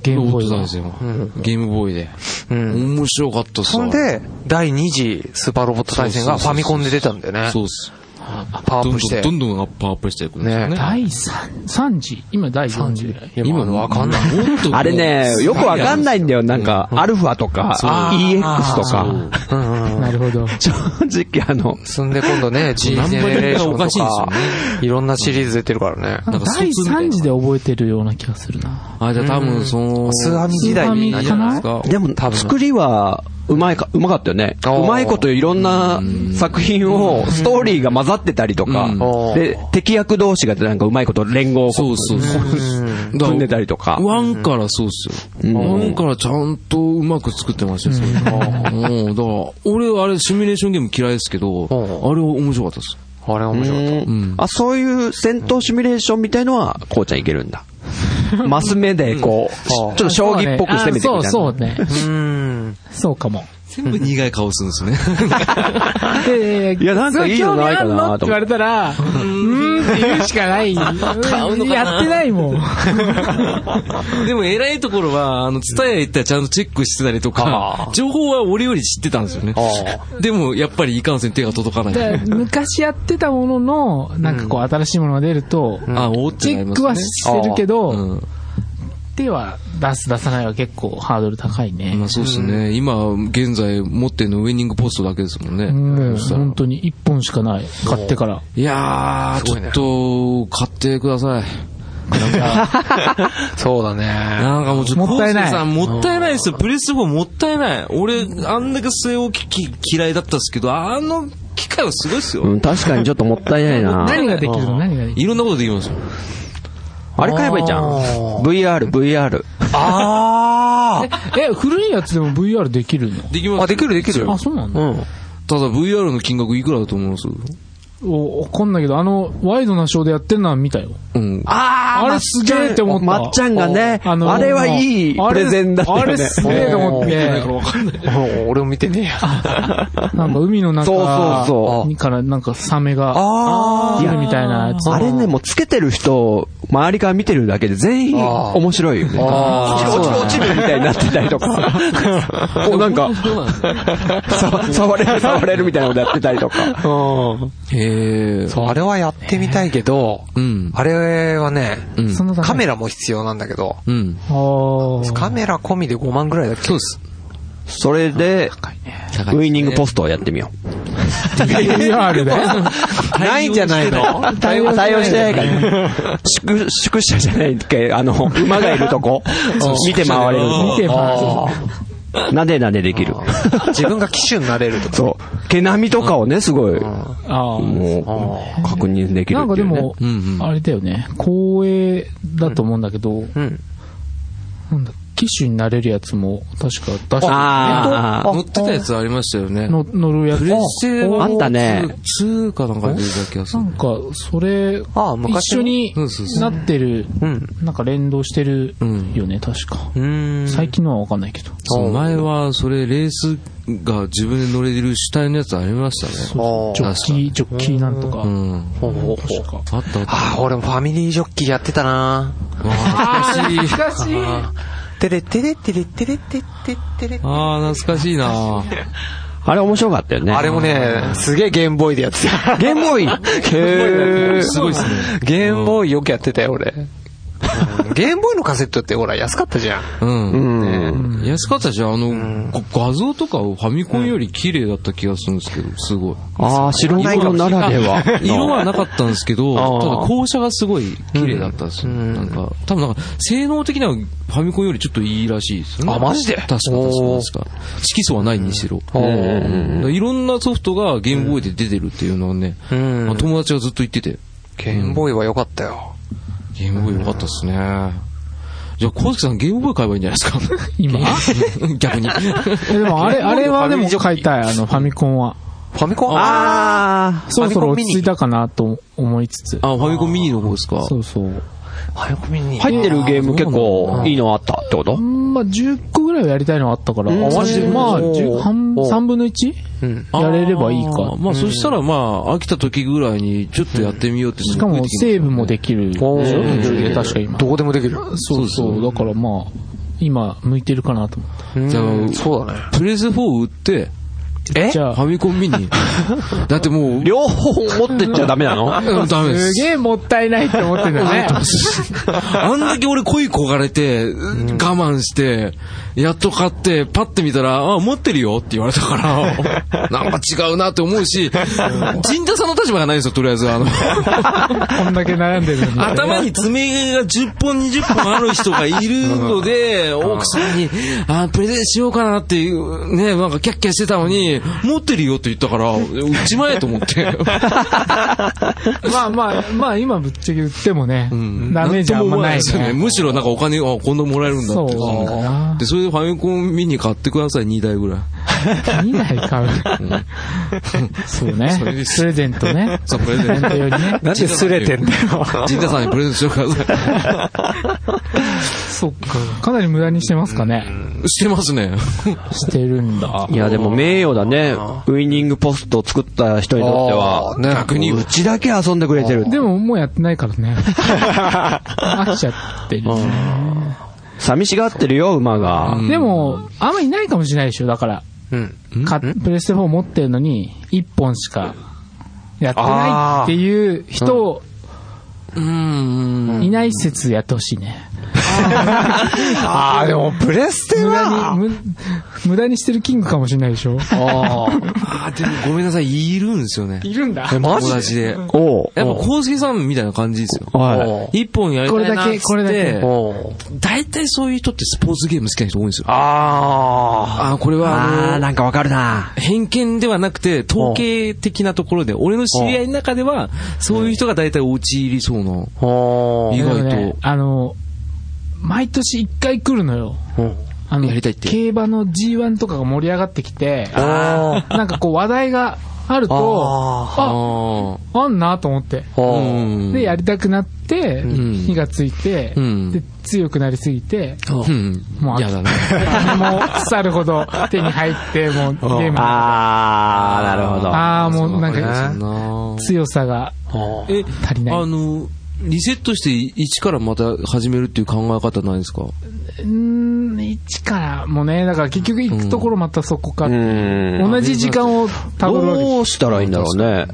Speaker 5: ゲームボ
Speaker 1: ロボッ
Speaker 5: ーイ
Speaker 1: ト
Speaker 5: だ
Speaker 1: なんですよ。ゲームボーイで。
Speaker 2: うん。
Speaker 1: 面白かったっす
Speaker 2: そ
Speaker 1: わ
Speaker 2: ん、で、第2次スーパーロボット対戦がファミコンで出たんだよね。
Speaker 1: そうっす。
Speaker 2: パワーアップして
Speaker 1: ど。んどんどんどんパワーアップしていくんですよね。
Speaker 5: 第3、三次今第4次ぐらい。
Speaker 1: 今わかんない。もっと
Speaker 3: あれね、よくわかんないんだよ。なんか、アルファとか、EX とか。
Speaker 2: うんうん
Speaker 5: なるほど。
Speaker 3: 正直あの、
Speaker 2: [laughs] そんで今度ね、G ジェネレーショ
Speaker 1: ナンバリングがお
Speaker 2: ン
Speaker 1: か
Speaker 2: と
Speaker 1: しいですよ
Speaker 2: か
Speaker 1: ね、
Speaker 2: いろんなシリーズ出てるからね。
Speaker 1: なんか
Speaker 5: 第
Speaker 1: 卒みたいな
Speaker 5: 3次で覚えてるような気がするな。
Speaker 1: あ、じゃあ多分その、
Speaker 2: スーハミ時代にな
Speaker 1: あ
Speaker 2: っ
Speaker 1: れじ
Speaker 2: ちゃ
Speaker 1: ゃ
Speaker 2: う
Speaker 1: ないですか。
Speaker 3: でも、作りは、うまいか、うまかったよね。
Speaker 2: あー
Speaker 3: うまいこといろんな作品を、ストーリーが混ざってたりとか
Speaker 2: う、ん
Speaker 3: で、敵役同士がなんかうまいこと連合を
Speaker 1: そうそうそう。
Speaker 3: 組んでたりとか。
Speaker 1: ワンからそうっすよ。ワンからちゃんとうまく作ってましたよ、それうんだから、俺、あれ、シミュレーションゲーム嫌いですけど、
Speaker 2: ん
Speaker 1: あれは面白かったっす。
Speaker 2: あれ面白かっ
Speaker 1: ん
Speaker 3: あ、そういう戦闘シミュレーションみたいのは、こうちゃんいける [laughs] んだ。マス目で、こう、ちょっと将棋っぽくしてみてみたいな。
Speaker 5: あそうね。あそう
Speaker 2: た。
Speaker 5: そうね。
Speaker 2: うん。
Speaker 5: そうかも。
Speaker 1: 全部苦い顔するんですね。
Speaker 5: で
Speaker 3: いやなんかいいのないかなと
Speaker 5: すご興味あんのって言われたら、うーんって言うしかない。やってないもん。
Speaker 1: [laughs] でも偉いところは、あの、ツタヤ行ったらちゃんとチェックしてたりとか、情報は俺より知ってたんですよね。でも、やっぱりいかんせん手が届かない。
Speaker 5: で昔やってたものの、なんかこう新しいものが出ると、
Speaker 1: あ、おーって
Speaker 5: チ
Speaker 1: なり
Speaker 5: ェッ
Speaker 1: ま
Speaker 5: ク
Speaker 1: すね
Speaker 5: はしてるけど、
Speaker 1: うん
Speaker 5: 手は出す出さないは結構ハードル高いね。
Speaker 1: まあそうですね。今、現在持ってるのウイニングポストだけですもんね。
Speaker 5: うん、
Speaker 1: そしたら
Speaker 5: 本当に1本しかない。買ってから。
Speaker 1: いやー、
Speaker 2: す
Speaker 1: ち
Speaker 2: ごいね
Speaker 1: ょっと、買ってください。
Speaker 2: そうだね。
Speaker 1: なんかもうちょっと、
Speaker 5: もったいな
Speaker 1: コウス
Speaker 5: い
Speaker 1: ケさんもったいないですよ。プレステ4もったいない。俺、あんだけ末置き機嫌いだったんですけど、あの機械はすごいですよ。
Speaker 3: うん、確かにちょっともったいないな。
Speaker 5: 何ができるの何ができる
Speaker 1: いろんなことできますよ。
Speaker 3: あれ買えばいいじゃん。VR、VR。
Speaker 2: あ
Speaker 5: え、古いやつでも VR できるの
Speaker 1: できます
Speaker 2: あ。あ、できるできる。
Speaker 5: あ、そうなんだ。
Speaker 3: うん。
Speaker 1: ただ VR の金額いくらだと思います
Speaker 5: お、わかんないけど、あの、ワイドなショーでやってるのは見たよ。
Speaker 1: うん。
Speaker 3: あ
Speaker 5: あれすげえって思った。
Speaker 3: まっちゃんがね、
Speaker 5: お
Speaker 3: あれはいいプレゼンだったよね。
Speaker 5: あれあれすげえと思って。
Speaker 2: うん俺も見てねえや。
Speaker 5: [laughs] なんか海の中
Speaker 3: そうそうそう
Speaker 5: からなんかサメが
Speaker 3: あ
Speaker 5: いるみたいなやつ。
Speaker 3: あれね、もうつけてる人、周りから見てるだけで全員
Speaker 2: あー
Speaker 3: 面白いよね。
Speaker 2: あー
Speaker 3: 落ちる落ちる落ちるみたいになってたりとか。 [laughs] お、なんか、さ触れ [laughs] る触れるみたいなことやってたりとか。
Speaker 1: へえ。
Speaker 2: そう、あれはやってみたいけど、
Speaker 1: うん。
Speaker 2: あれはね、
Speaker 1: うん。
Speaker 5: そんな高い
Speaker 2: カメラも必要なんだけど、
Speaker 1: うん。
Speaker 5: あー
Speaker 2: カメラ込みで5万ぐらいだっけ
Speaker 1: そうです。
Speaker 3: それで、
Speaker 1: 高い
Speaker 3: ウイニングポストをやってみよ
Speaker 5: VR で。
Speaker 2: ないんじゃないの
Speaker 3: う。対応対応してないから。宿、宿舎じゃないけあの、馬がいるとこ、見て回れる。
Speaker 5: 見てま
Speaker 3: なでなでできる。
Speaker 2: 自分が機種になれるとか。
Speaker 3: そう。毛並みとかをね、すごい、も
Speaker 5: す。あー
Speaker 3: う、確認できる
Speaker 5: なん
Speaker 3: っ
Speaker 5: か
Speaker 3: てい
Speaker 5: で
Speaker 3: うね。
Speaker 5: も
Speaker 1: うんう、ん
Speaker 5: あれだよね、光栄だと思うんだけど、
Speaker 2: うん。
Speaker 5: なんだ、機種になれるやつも確か出して
Speaker 3: あー
Speaker 1: 乗ってたやつありましたよね。
Speaker 5: の乗るやつ。
Speaker 1: プレステ
Speaker 5: あ
Speaker 1: は
Speaker 3: あったね。
Speaker 1: 2かなんかで出た気がす
Speaker 5: な
Speaker 1: る。
Speaker 5: んか、それ、
Speaker 2: ああ昔
Speaker 5: 一緒
Speaker 2: の
Speaker 5: に
Speaker 1: そうそうそ
Speaker 5: なってる、
Speaker 2: うん。
Speaker 5: なんか連動してる
Speaker 1: うん
Speaker 5: よね、確か。
Speaker 2: うーん。
Speaker 5: 最近のはわかんないけど。
Speaker 1: そう前は、それ、レースが自分で乗れる主体のやつありましたね。
Speaker 2: あ
Speaker 5: ジョッキー、ジョッキーなんとか
Speaker 1: う。ん。
Speaker 2: ほうほうほう
Speaker 5: 確か。
Speaker 1: あったあった。
Speaker 2: ああ、俺もファミリージョッキーやってたな
Speaker 1: わあ懐かしい。
Speaker 5: かしい。
Speaker 2: てれってれってれってれってれってれ。
Speaker 1: ああ、懐かしいな
Speaker 3: あれ面白かったよね。
Speaker 2: あれもね、すげえゲームボーイでやってた。
Speaker 3: ゲームボーイ
Speaker 2: へー
Speaker 1: すごいっすね
Speaker 2: ゲームボーイよくやってたよ、俺。 [laughs] うんゲームボーイのカセットってほら安かったじゃん。
Speaker 1: うん。
Speaker 3: うん。
Speaker 1: 安かったし、あの、こ画像とかをファミコンより綺麗だった気がするんですけど、すごい。
Speaker 3: ああ、白黒ならでは。
Speaker 1: [laughs] 色はなかったんですけど、
Speaker 3: あー
Speaker 1: ただ校舎がすごい綺麗だったんですよ。なんか、多分なんか、性能的にはファミコンよりちょっといいらしいですよね。
Speaker 2: あマジで
Speaker 1: 確か確か確か。色素はないにしろ。
Speaker 2: うん
Speaker 1: うんだからいろんなソフトがゲームボーイで出てるっていうのはね、
Speaker 2: うん
Speaker 1: まあ友達がずっと言ってて、
Speaker 2: ゲームボーイは良かったよ。
Speaker 1: ゲームボーイよかったっすね。じゃあ、小月さんゲームボーイ買えばいいんじゃないですか
Speaker 5: 今
Speaker 1: 逆に。 [laughs]
Speaker 5: えで
Speaker 2: [laughs]
Speaker 5: もあれ、あれはで
Speaker 2: ファミ
Speaker 5: も
Speaker 2: リージョッキー
Speaker 5: 買いたい、あの、ファミコンは。
Speaker 2: ファミコン
Speaker 3: あ
Speaker 5: そろそろ落ち着いたかなと思いつつ。
Speaker 1: あ、ファミコンミニの方ですか
Speaker 5: そうそう。
Speaker 2: ファミコンミニ
Speaker 3: あ、。入ってるゲーム結構いいのあったってこと
Speaker 5: まあ、10個ぐらいはやりたいのあったから、
Speaker 2: ん
Speaker 5: マジでまあ、
Speaker 2: おー
Speaker 5: 10半3分の 1?
Speaker 2: うん。
Speaker 5: やれればいいか
Speaker 1: あーまあ、そしたらまあ、飽きた時ぐらいにちょっとやってみようって
Speaker 5: しかも、セーブもで
Speaker 1: き
Speaker 5: きるでし
Speaker 2: お
Speaker 5: ょ。
Speaker 2: ー
Speaker 5: 途中で確か今。
Speaker 2: どこでもできる。
Speaker 5: そうそう。だからまあ、今、向いてるかなと思って。
Speaker 2: うん
Speaker 1: じゃあ
Speaker 2: そうだね。
Speaker 1: プレス4売って、
Speaker 2: え
Speaker 5: じ
Speaker 1: フ
Speaker 5: ゃあ
Speaker 1: ァ、ミコンミ [laughs] ニ。だってもう、
Speaker 3: 両方持ってっちゃダメなの
Speaker 1: うんダメです
Speaker 5: す。げえもったいないって思ってんだ
Speaker 1: [laughs]
Speaker 5: ね。[laughs]
Speaker 1: あんだけ俺恋焦がれて、我慢して、やっと買って、パッて見たら、あ、持ってるよって言われたから、 [laughs] なんか違うなって思うし、陣田さんの立場がないんですよ、とりあえず。あの、
Speaker 5: こんだけ悩んでるのに。
Speaker 1: 頭に爪が10本、20本ある人がいるので、奥さんに、あー、プレゼンしようかなっていう、ね、なんかキャッキャしてたのに、持ってるよって言ったから、うちまえと思って。
Speaker 5: まあまあ、まあ今ぶっちゃけ言ってもね、
Speaker 1: うん
Speaker 5: ダメージあんまない
Speaker 1: んとも思わですよね。
Speaker 5: ね。
Speaker 1: むしろなんかお金が今度もらえるんだって。
Speaker 5: そうだな
Speaker 1: で、それでファミコンミニ買ってください、2台ぐらい。
Speaker 5: 2台買う。そうね。
Speaker 1: それです
Speaker 5: プレゼントね。
Speaker 1: そうプレゼント
Speaker 5: プレゼントよりね。
Speaker 2: なんですれてんだよ。
Speaker 1: 陣田さんにプレゼントしようく [laughs] ださ
Speaker 5: そっか。かなり無駄にしてますかね。
Speaker 1: い。してますね。
Speaker 5: してるん
Speaker 3: [laughs]
Speaker 5: だ。
Speaker 3: いや、でも名誉だね。ウイニングポストを作った人にとっては
Speaker 2: あー。ね
Speaker 3: 逆に、うちだけ遊んでくれてる。
Speaker 5: でももうやってないから
Speaker 1: [laughs]
Speaker 5: ね。飽きちゃってるね、
Speaker 3: 寂しがってるよ、馬が。
Speaker 5: でも、あんまいないかもしれないでしょ、だから。
Speaker 2: うん。
Speaker 5: かプレステ4持ってるのに、1本しかやってないっていう人、
Speaker 1: うん。
Speaker 5: いない説やってほしいね。
Speaker 2: ああ、でも、プレステ
Speaker 5: 無
Speaker 2: は
Speaker 5: 駄、に、無無駄にしてるキングかもしれないでしょ
Speaker 2: あ [laughs]
Speaker 1: あー、でもごめんなさい、いるんですよね。
Speaker 5: いるんだ
Speaker 2: あ。。え、マジ
Speaker 1: 友達で。
Speaker 3: おう
Speaker 1: やっぱ、康介さんみたいな感じですよ。
Speaker 3: は
Speaker 1: 一本やりたいなっつって、
Speaker 5: これだけ
Speaker 2: おう
Speaker 1: 大体そういう人ってスポーツゲーム好きな人多いんですよ。
Speaker 2: あ
Speaker 1: あー、これは
Speaker 3: あ
Speaker 1: あ
Speaker 3: ー、
Speaker 1: の、
Speaker 3: なんかわかるな。
Speaker 1: 偏見ではなくて、統計的なところで、俺の知り合いの中では、そういう人が大体陥りそうな。
Speaker 2: あ、お
Speaker 1: 意
Speaker 2: ー
Speaker 1: 外と
Speaker 5: でもねあの、毎年一回来るのよ。あの、
Speaker 1: やりたいって
Speaker 5: 競馬の G1 とかが盛り上がってきて、
Speaker 2: あ
Speaker 5: なんかこう話題があると、あ、
Speaker 1: あ
Speaker 5: あんなと思って。
Speaker 2: ー
Speaker 1: あ。
Speaker 2: おー
Speaker 1: うん
Speaker 5: で、やりたくなって、
Speaker 1: ん
Speaker 5: 火がついて、
Speaker 1: うん
Speaker 5: で強くなりすぎて、
Speaker 1: うん。
Speaker 5: もう飽き
Speaker 1: 嫌だね。
Speaker 5: もう腐るほど手に入っ
Speaker 3: [laughs]
Speaker 5: て、もうゲームの
Speaker 3: あー、なるほど。
Speaker 5: あーもうなん
Speaker 2: か
Speaker 1: か
Speaker 5: 強さが
Speaker 1: え、
Speaker 5: 足りない。
Speaker 1: あ
Speaker 5: う
Speaker 1: の、リセットして一からまた始めるっていう考え方ないですか
Speaker 5: ーん、一からもね、だから結局行くところまたそこか。
Speaker 3: うん。
Speaker 5: 同じ時間をたどるわけ
Speaker 3: どうしたらいいんだろうね。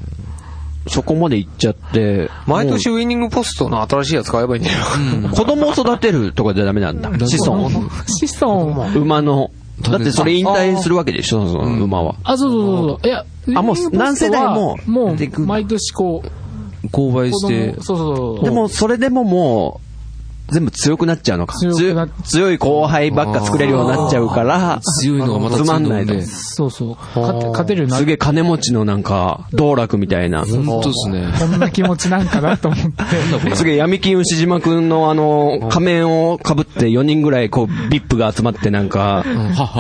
Speaker 3: そこまで行っちゃって。
Speaker 2: 毎年ウィニングポストの新しいやつ買えばいいんじゃない
Speaker 3: もう子供を育てるとかじゃダメなんだ。子孫。
Speaker 5: 子孫
Speaker 3: 馬の。だってそれ引退するわけでしょ、その馬は。
Speaker 5: あ、そうそうそうそう。いや、
Speaker 3: あもう
Speaker 5: ウィニングポストは
Speaker 3: 何世代も
Speaker 5: も
Speaker 3: 出てく
Speaker 5: う、
Speaker 3: る
Speaker 5: 毎年こう、
Speaker 1: 購買
Speaker 5: 子
Speaker 1: して
Speaker 5: 供、。そうそうそう。
Speaker 3: でも、それでももう、全部強くなっちゃうのか。
Speaker 5: 強くな
Speaker 3: 強強い後輩ばっか作れるようになっちゃうから、
Speaker 1: 強いのがまた
Speaker 3: つ
Speaker 1: 強
Speaker 3: ま
Speaker 1: い
Speaker 3: ん
Speaker 1: の
Speaker 3: ないと
Speaker 1: で。。
Speaker 5: そうそう。勝て勝てるようにな
Speaker 3: す
Speaker 5: る
Speaker 3: げえ金持ちのなんか、道楽みたいな。
Speaker 1: 本当ですね。
Speaker 5: こんな気持ちなんかなと
Speaker 3: [laughs]
Speaker 5: 思って。
Speaker 3: すげえ闇金牛島くんのあの、仮面を被って4人ぐらいこう、ビップが集まってなんか、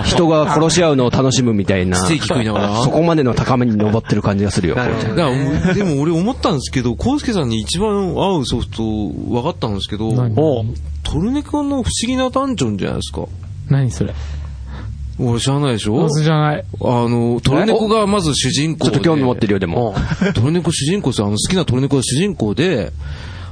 Speaker 3: 人が殺し合うのを楽しむみたいな。
Speaker 1: ステーキ食いながら
Speaker 3: [laughs] そこまでの高めに登ってる感じがするよ。
Speaker 2: なるほ
Speaker 1: だ
Speaker 2: ど
Speaker 1: からでも俺思ったんですけど、康介さんに一番合うソフト分かったんですけど、
Speaker 5: 何
Speaker 1: トルネコの不思議なダンジョンじゃないですか。
Speaker 5: 何それ。
Speaker 1: 俺知らないでしょ
Speaker 5: お酢じゃない。
Speaker 1: あの、トルネコがまず主人公
Speaker 3: ちょっ
Speaker 1: で。
Speaker 3: と興味持ってるよ、でも。
Speaker 1: トルネコ主人公ですよ。あの好きなトルネコが主人公で、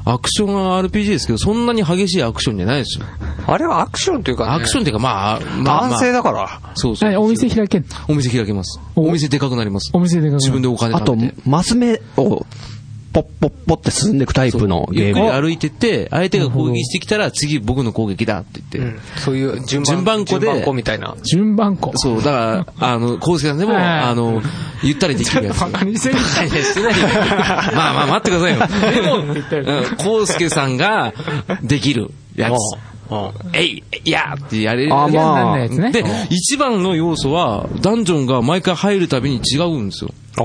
Speaker 1: アクションは RPG ですけど、そんなに激しいアクションじゃないですよ。
Speaker 2: あれはアクションというか、
Speaker 1: ア
Speaker 2: ね
Speaker 1: ク、ションっていうか、まあ、まあ、ま
Speaker 2: 男
Speaker 1: あ
Speaker 2: 性だから。
Speaker 1: そうそう。
Speaker 5: 何お店開けんの
Speaker 1: お店開けます。
Speaker 5: お
Speaker 1: お店でかくなります。
Speaker 5: お店でかくなる
Speaker 1: 自分でお金
Speaker 3: あと
Speaker 1: 貯めて。、
Speaker 3: マス目を、ポッポッポって進んでいくタイプの
Speaker 1: ゆ
Speaker 3: ゲ
Speaker 1: っ
Speaker 3: ー
Speaker 1: くり
Speaker 3: ム。
Speaker 1: 歩いてって、相手が攻撃してきたら、次僕の攻撃だって言って。
Speaker 2: そういう順
Speaker 1: 順番
Speaker 2: 番、
Speaker 1: こで
Speaker 2: 順番こみたいな。
Speaker 5: 順番こ。
Speaker 1: そう、だから、あの、コウスケさんでも、
Speaker 5: はい
Speaker 1: あの、ゆったりできるやつ。
Speaker 5: バカにせんの
Speaker 1: いやいやしてないよ [laughs] まあまあ、待ってくださいよ。でも、うんコウスケさんが、できるやつ。えい、いやってやれる
Speaker 3: あまあ
Speaker 5: なんな [laughs] やつね。
Speaker 1: で、一番の要素は、ダンジョンが毎回入るたびに違うんですよ。
Speaker 2: あ
Speaker 5: へ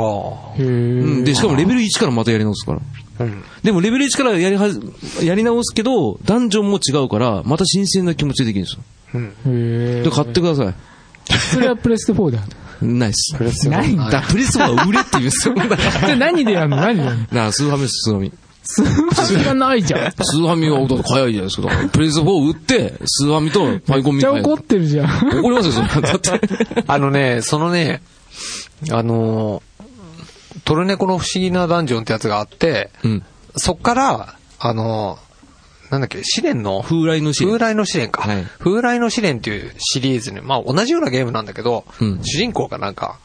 Speaker 5: ー
Speaker 1: うん、で、しかもレベル1からまたやり直すから。でもレベル1からやりはじ、やり直すけど、ダンジョンも違うから、また新鮮な気持ちでできるんですよ。
Speaker 5: へ
Speaker 1: で、
Speaker 5: ー
Speaker 1: 買ってくださ
Speaker 5: それはプレステ4だ。
Speaker 1: い。ナイス。
Speaker 5: ないん
Speaker 1: だからプレステ4は売れって言うんですよ。だ
Speaker 5: [laughs]
Speaker 1: から
Speaker 5: で、何でやんの何でやんの
Speaker 1: なあ、スーファミです、スーファミ。
Speaker 5: スーがないじゃん。めっ
Speaker 1: スーファミは、だって早いじゃないですか。だからプレステ4売って、スーファミとファイコンみ
Speaker 5: ち
Speaker 1: た
Speaker 5: ゃ
Speaker 1: いな。
Speaker 5: 怒ってるじゃん。
Speaker 1: 怒りますよ、そん [laughs] な。だって。
Speaker 2: あ。あのね、そのね、あのートルネコの不思議なダンジョンってやつがあって、
Speaker 1: うん。
Speaker 2: そっから、あのーなんだっけ、試練の、
Speaker 1: 風来のシーン。
Speaker 2: 風来の試練か。
Speaker 1: はい
Speaker 2: 風来の試練っていうシリーズに、まあ同じようなゲームなんだけど、
Speaker 1: うん
Speaker 2: 主人公がなんか、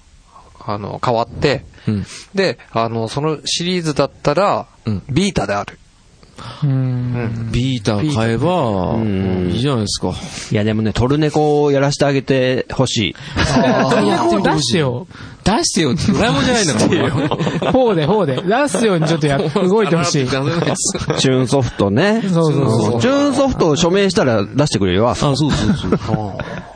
Speaker 2: あの、変わって、
Speaker 1: うん
Speaker 2: で、あの、そのシリーズだったら、
Speaker 1: うん
Speaker 2: ビータである。
Speaker 5: うん。
Speaker 1: ビーター買えば、いいじゃないですか。
Speaker 3: いやでもね、トルネコをやらせてあげてほしい。
Speaker 5: トルネコを出してよ。
Speaker 1: 出してよ、ドラえもんじゃないんだから。
Speaker 5: 4で4で。出すようにちょっと [laughs] やっ動いてほしい。
Speaker 1: あ
Speaker 3: チューンソフトね。
Speaker 5: そうそうそう
Speaker 3: チューンソフトを署名したら出してくれるよ。
Speaker 1: そうそうそう。だ [laughs] か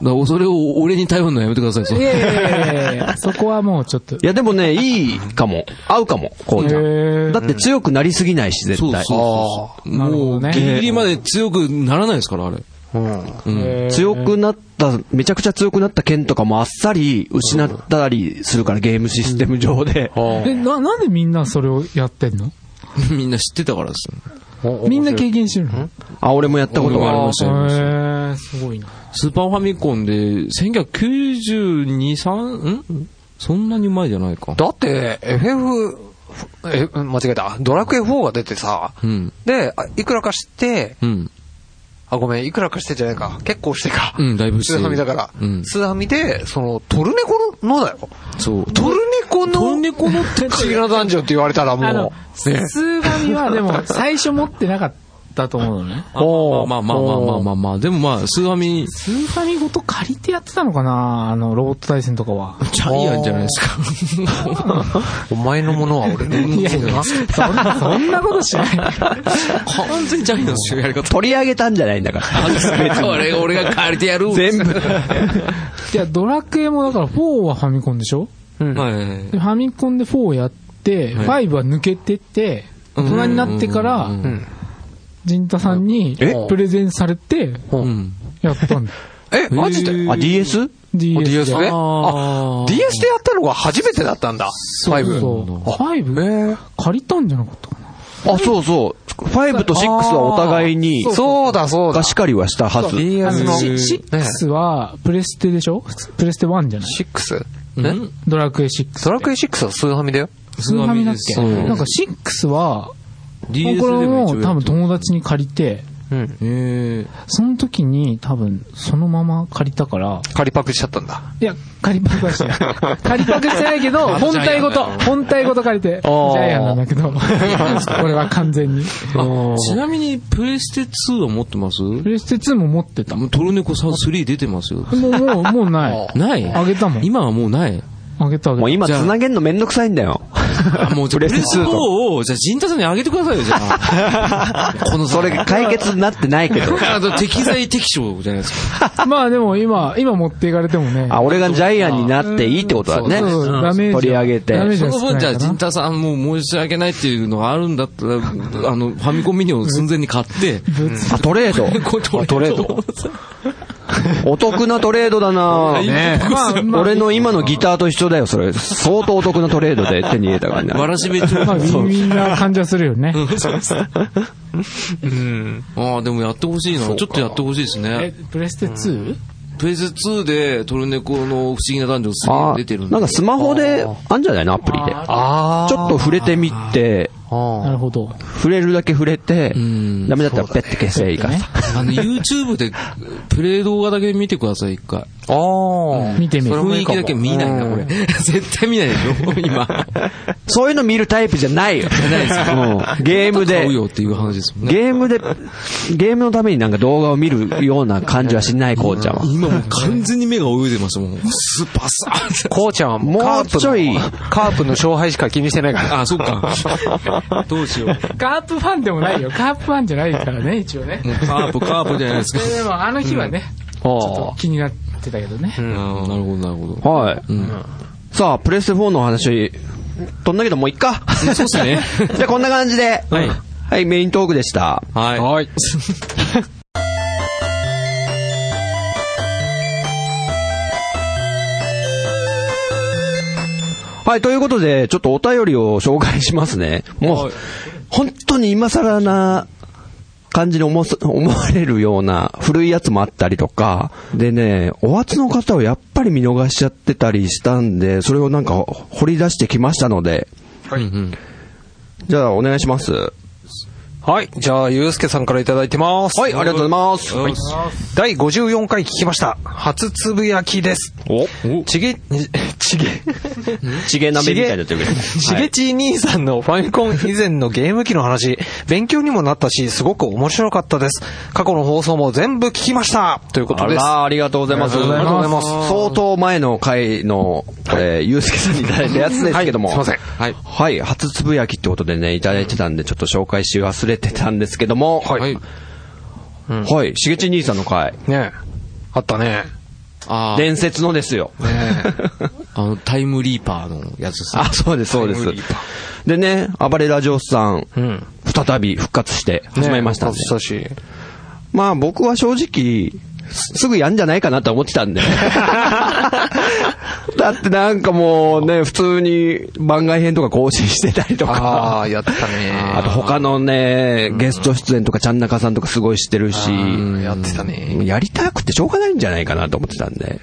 Speaker 1: らそれを俺に頼るのやめてください、そう
Speaker 5: いやいやいやいや [laughs] そこはもうちょっと。
Speaker 3: いやでもね、いいかも。合うかも、こうちゃ
Speaker 5: へ
Speaker 3: ん。
Speaker 5: ー
Speaker 3: だって強くなりすぎないし、絶
Speaker 1: そうそう
Speaker 3: 対。
Speaker 1: そう。
Speaker 5: なるほ
Speaker 1: も
Speaker 5: ど
Speaker 1: う、
Speaker 5: ね
Speaker 1: ギリギリまで強くならないですから、あれ。
Speaker 5: へー
Speaker 3: 強くなった、めちゃくちゃ強くなった剣とかもあっさり失ったりするから、ゲームシステム上で。
Speaker 5: え、な、なんでみんなそれをやってんの
Speaker 1: みんな知ってたからですね。
Speaker 5: みんな経験してるの
Speaker 3: あ、俺もやったことがある
Speaker 1: 俺もやりましたやりました
Speaker 5: へえ、すごいな。
Speaker 1: スーパーファミコンで、1992、3? んそんなに前じゃないか。
Speaker 2: だって、FF、え、間違えた。ドラクエ4が出てさ、
Speaker 1: うん。
Speaker 2: で、あいくらかして、
Speaker 1: うん。
Speaker 2: あ、ごめん、いくらかしてじゃないか。結構してか。
Speaker 1: うん、だいぶして
Speaker 2: スー
Speaker 1: る
Speaker 2: ファミだから。
Speaker 1: うん。
Speaker 2: スーファミで、その、トルネコのだよ。
Speaker 1: そう。
Speaker 2: トルネ
Speaker 1: ト
Speaker 2: コ
Speaker 1: ル
Speaker 2: の
Speaker 1: ネコのって
Speaker 2: 不思議なダンジョンって言われたらも
Speaker 5: あの
Speaker 2: う、、
Speaker 5: スーファミはでも最初持ってなかっったと思うのね。
Speaker 1: あまあまあまあまあまあまあ、でもまあ、スーファミ、
Speaker 5: スーファミごと借りてやってたのかなあの、ロボット対戦とかは。
Speaker 1: ジャイアンじゃないですか。
Speaker 2: お前のものは俺のものだな。
Speaker 5: そんな、そんなことしないから。
Speaker 1: 完全にジャイアンのやり方。
Speaker 3: 取り上げたんじゃないんだから。
Speaker 1: 俺が、俺が借りてやる。
Speaker 3: 全部。
Speaker 5: いや、ドラクエもだから4はファミコンでしょ
Speaker 1: はいはいはい
Speaker 5: でファミコンで4やって、
Speaker 1: はい
Speaker 5: 5は抜けてって、大人になってから、ジンタさんに
Speaker 3: え
Speaker 5: プレゼンされて、
Speaker 1: うん。
Speaker 5: やったん
Speaker 1: [laughs]
Speaker 5: だ。
Speaker 2: え、マジで
Speaker 3: あ、DS?
Speaker 5: DS で。
Speaker 2: えあ、DS でやったのが初めてだったんだ。
Speaker 5: そうそう。5? 借りたんじゃなかったかな。
Speaker 3: あ、そうそう。5と6はお互いに、
Speaker 2: そうだ、そうだ
Speaker 3: 貸。し借りはしたはず。
Speaker 5: あの、
Speaker 1: へー
Speaker 5: 6はプレステでしょプレステ1じゃない
Speaker 2: 6?
Speaker 1: うん
Speaker 5: ドラクエ6。
Speaker 2: ドラクエ6はスーファミだよ。
Speaker 5: スーファミだっけ
Speaker 1: うん
Speaker 5: なんか6は、こ
Speaker 1: DS
Speaker 5: れ
Speaker 1: でも
Speaker 5: も
Speaker 1: 一応や
Speaker 5: 多
Speaker 1: っ
Speaker 5: 分
Speaker 1: てる
Speaker 5: 友達に借りて、
Speaker 2: うん。
Speaker 1: へえ。
Speaker 5: その時に多分そのまま借りたから、
Speaker 2: 仮パクしちゃったんだ。
Speaker 5: いや、借りパク
Speaker 3: [laughs]
Speaker 5: はしてない。借りパクしてないけど、本体ごと、本体ごと借りて、ジ
Speaker 2: ー
Speaker 5: ャイアンなんだ
Speaker 3: [laughs]
Speaker 5: けど、俺は完全に。
Speaker 1: ちなみに、プレステ2は持ってます
Speaker 5: プレステ2も持ってた。も
Speaker 1: もうトルネコさん3出てますよ。
Speaker 5: う、もう、もうない。
Speaker 1: ない
Speaker 5: あげたもん。
Speaker 1: 今はもうない。
Speaker 5: あげたあげ
Speaker 3: もう
Speaker 5: た。
Speaker 3: 今繋げんのめんどくさいんだよ。
Speaker 1: あもうじゃあプ
Speaker 3: プレ
Speaker 1: レ
Speaker 3: ステ
Speaker 1: ス
Speaker 3: 2
Speaker 1: 4を、じゃあ、陣太さんにあげてくださいよ、じゃあ。この
Speaker 3: それが解決になってないけど。
Speaker 1: あの適材適所じゃないですか。
Speaker 5: まあでも今、今持っていかれてもね。
Speaker 3: あ、俺がジャイアンになっていいってことだね。
Speaker 5: そうそうそうダメージ
Speaker 3: 取り上げ
Speaker 5: ダメー
Speaker 3: て。
Speaker 5: ジ
Speaker 1: そ
Speaker 5: は
Speaker 1: の
Speaker 5: 少
Speaker 1: 分、
Speaker 5: ない
Speaker 1: じゃあ、
Speaker 5: か
Speaker 1: 陣
Speaker 5: な。
Speaker 1: 太さんもう申し訳ないっていうのがあるんだったら、あの、ファミコンミニを寸前に買って、
Speaker 3: あ、トレー
Speaker 1: これ
Speaker 3: ド。あトレード。
Speaker 1: そう
Speaker 3: お得なトレードだなね
Speaker 5: [laughs] まあまあ
Speaker 3: 俺の今のギターと一緒だよ、それ。相当お得なトレードで手に入れたからね。
Speaker 1: わらしべ長 [laughs]
Speaker 5: まあ、ウィンウィンな感じはするよね。
Speaker 1: ああ、でもやってほしいな。ちょっとやってほしいです
Speaker 5: え
Speaker 1: ね。、
Speaker 5: プレステ 2?
Speaker 1: プレステ2でトルネコの不思議な男女3
Speaker 3: あ
Speaker 1: 出てるんで
Speaker 3: なんかスマホで、あんじゃないのアプリで。ち
Speaker 2: あ
Speaker 3: ょっと触れてみて、
Speaker 5: なるほど。
Speaker 3: 触れるだけ触れて
Speaker 1: ん、
Speaker 3: ダメだったらペッて消せばいいからさ。
Speaker 1: あの、YouTube で、プレイ動画だけ見てください、一回。
Speaker 2: と。ああ。
Speaker 5: 見てみる。
Speaker 1: 雰囲気だけ見ないな、これ。 [laughs] 絶対見ないでし [laughs] ょ、今。
Speaker 3: そういうの見るタイプじゃないよ。うんゲームで
Speaker 1: 買う。よっていう話ですもんね。
Speaker 3: ゲームで、ゲームのためになんか動画を見るような感じはしない、こうちゃんは。
Speaker 1: 今もう完全に目が泳いでましたもん。スーパーサーって。
Speaker 2: こうちゃんはもうカ
Speaker 3: も
Speaker 2: ー
Speaker 3: う
Speaker 2: プの、
Speaker 3: ちょい
Speaker 2: カープの勝敗しか気にしてないか
Speaker 1: [laughs]
Speaker 2: ら。
Speaker 1: あ、そっ [laughs] か。どうしよう。
Speaker 5: カープファンでもないよ。カープファンじゃないからね、一応ね。
Speaker 1: もうカープ、カープじゃないですか。
Speaker 5: でも、あの日はね、ちょっと気になってたけどね。
Speaker 1: あーなるほど、なるほど。
Speaker 3: はい。さあ、プレステ4の話、とんだけどもういっか。
Speaker 1: そうっすね。
Speaker 3: [laughs] じゃあこんな感じで、
Speaker 1: はい
Speaker 3: はい、メイントークでした。
Speaker 1: はい。
Speaker 2: はい。
Speaker 3: はい、ということで、ちょっとお便りを紹介しますね。もう、本当に今更な感じに思わす思われるような古いやつもあったりとか、でね、お初の方をやっぱり見逃しちゃってたりしたんで、それをなんか掘り出してきましたので、
Speaker 1: うん
Speaker 3: じゃあお願いします。
Speaker 2: [laughs] はい。じゃあ、ゆうすけさんからいただいてます。
Speaker 3: はい、ありがとうございます。
Speaker 1: うん
Speaker 2: 第54回聞きました。初つぶやきです。
Speaker 3: お
Speaker 2: ちげ、ちげ、
Speaker 3: ちげ鍋みたいになってるけど。
Speaker 2: しげち兄さんのファミコン以前のゲーム機の話、勉強にもなったし、すごく面白かったです。過去の放送も全部聞きましたということ
Speaker 3: あ
Speaker 2: です。
Speaker 3: ら、ありがとうございます。
Speaker 2: ありがとうございます
Speaker 3: 相当前の回の、これ、ゆうすけさんにいただいたやつですけども。
Speaker 2: はいすいません
Speaker 3: はい。はい、初つぶやきってことでね、いただいてたんで、ちょっと紹介し忘れてたんですけども。は
Speaker 1: はい。
Speaker 3: はい、しげち兄さんの回。
Speaker 2: ねえ。あったね。
Speaker 1: あー
Speaker 3: 伝説のですよ。
Speaker 1: あの、タイムリーパーのやつですね
Speaker 3: あ、そうです、そうです。でね、暴れラジオスさん、
Speaker 2: ん
Speaker 3: 再び復活して始まりましたんで。
Speaker 2: そうし。
Speaker 3: まあ僕は正直、すすぐやんじゃないかなと思ってたん [laughs] で。だってなんかもうね、普通に番外編とか更新してたりと
Speaker 2: あ
Speaker 3: か。
Speaker 2: あ、やったね。
Speaker 3: あと他のね、ゲスト出演とかちゃんなかさんとかすごいしてるし。
Speaker 2: やってたね。
Speaker 3: やりたくてしょうがないんじゃないかなと思ってたんで。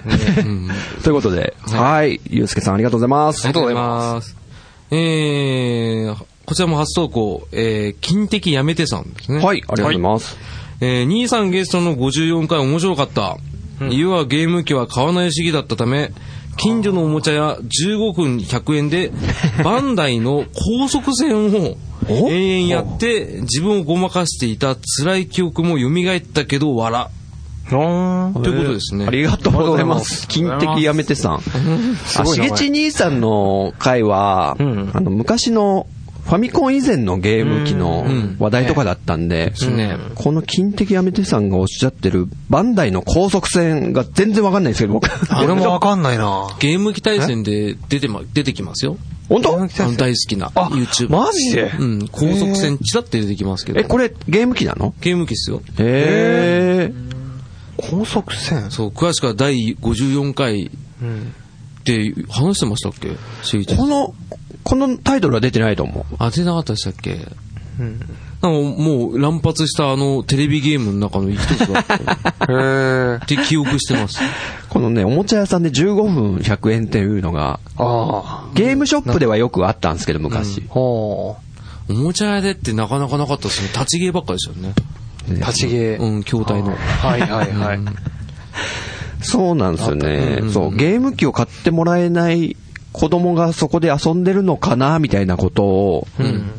Speaker 3: [laughs] ということで、はい。ゆうすけさんありがとうございます。
Speaker 1: ありがとうございます。えー、こちらも初投稿、えー、金的やめてさんですね。
Speaker 3: はい、ありがとうございます。
Speaker 1: えー、兄さんゲストの54回面白かった。いわゲーム機は買わない主義だったため、近所のおもちゃ屋15分100円
Speaker 3: [laughs]
Speaker 1: で、バンダイの高速線を延々やって、自分をごまかしていた辛い記憶も蘇ったけど笑。ということですね
Speaker 3: ありがとうございます。金的やめてさん。あ、しげち兄さんの回は、あの、昔の、ファミコン以前のゲーム機の話題とかだったんで、
Speaker 1: ね
Speaker 3: この金的やめてさんがおっしゃってるバンダイの高速船が全然わかんないんですけど、僕。
Speaker 2: 俺もわかんないな
Speaker 1: ゲーム機対戦で出てま、出てきますよ。
Speaker 3: 本当
Speaker 1: あの大好きな YouTube。
Speaker 3: マジで
Speaker 1: うん、高速船チラって出てきますけど。
Speaker 3: え、これゲーム機なの
Speaker 1: ゲーム機ですよ。
Speaker 3: へえ。
Speaker 2: 高速線
Speaker 1: そう、詳しくは第54回で話してましたっけシーちゃん
Speaker 3: この、このタイトルは出てないと思
Speaker 1: あ、出てなかったでしたっけなんかもう乱発したあのテレビゲームの中の一つだ [laughs] った。って記憶してます。
Speaker 3: う。このね、おもちゃ屋さんで15分100円っていうのが、
Speaker 2: ああ。
Speaker 3: ゲームショップではよくあったんですけど、昔。
Speaker 2: ほ
Speaker 1: おもちゃ屋でってなかなかなかったですね。立ちゲーばっかりですよね。
Speaker 2: う。立ち芸。
Speaker 1: うん、筐体の。
Speaker 2: はいはいはい。
Speaker 3: そうなんですよね。そう、ゲーム機を買ってもらえない子供がそこで遊んでるのかな、みたいなことを、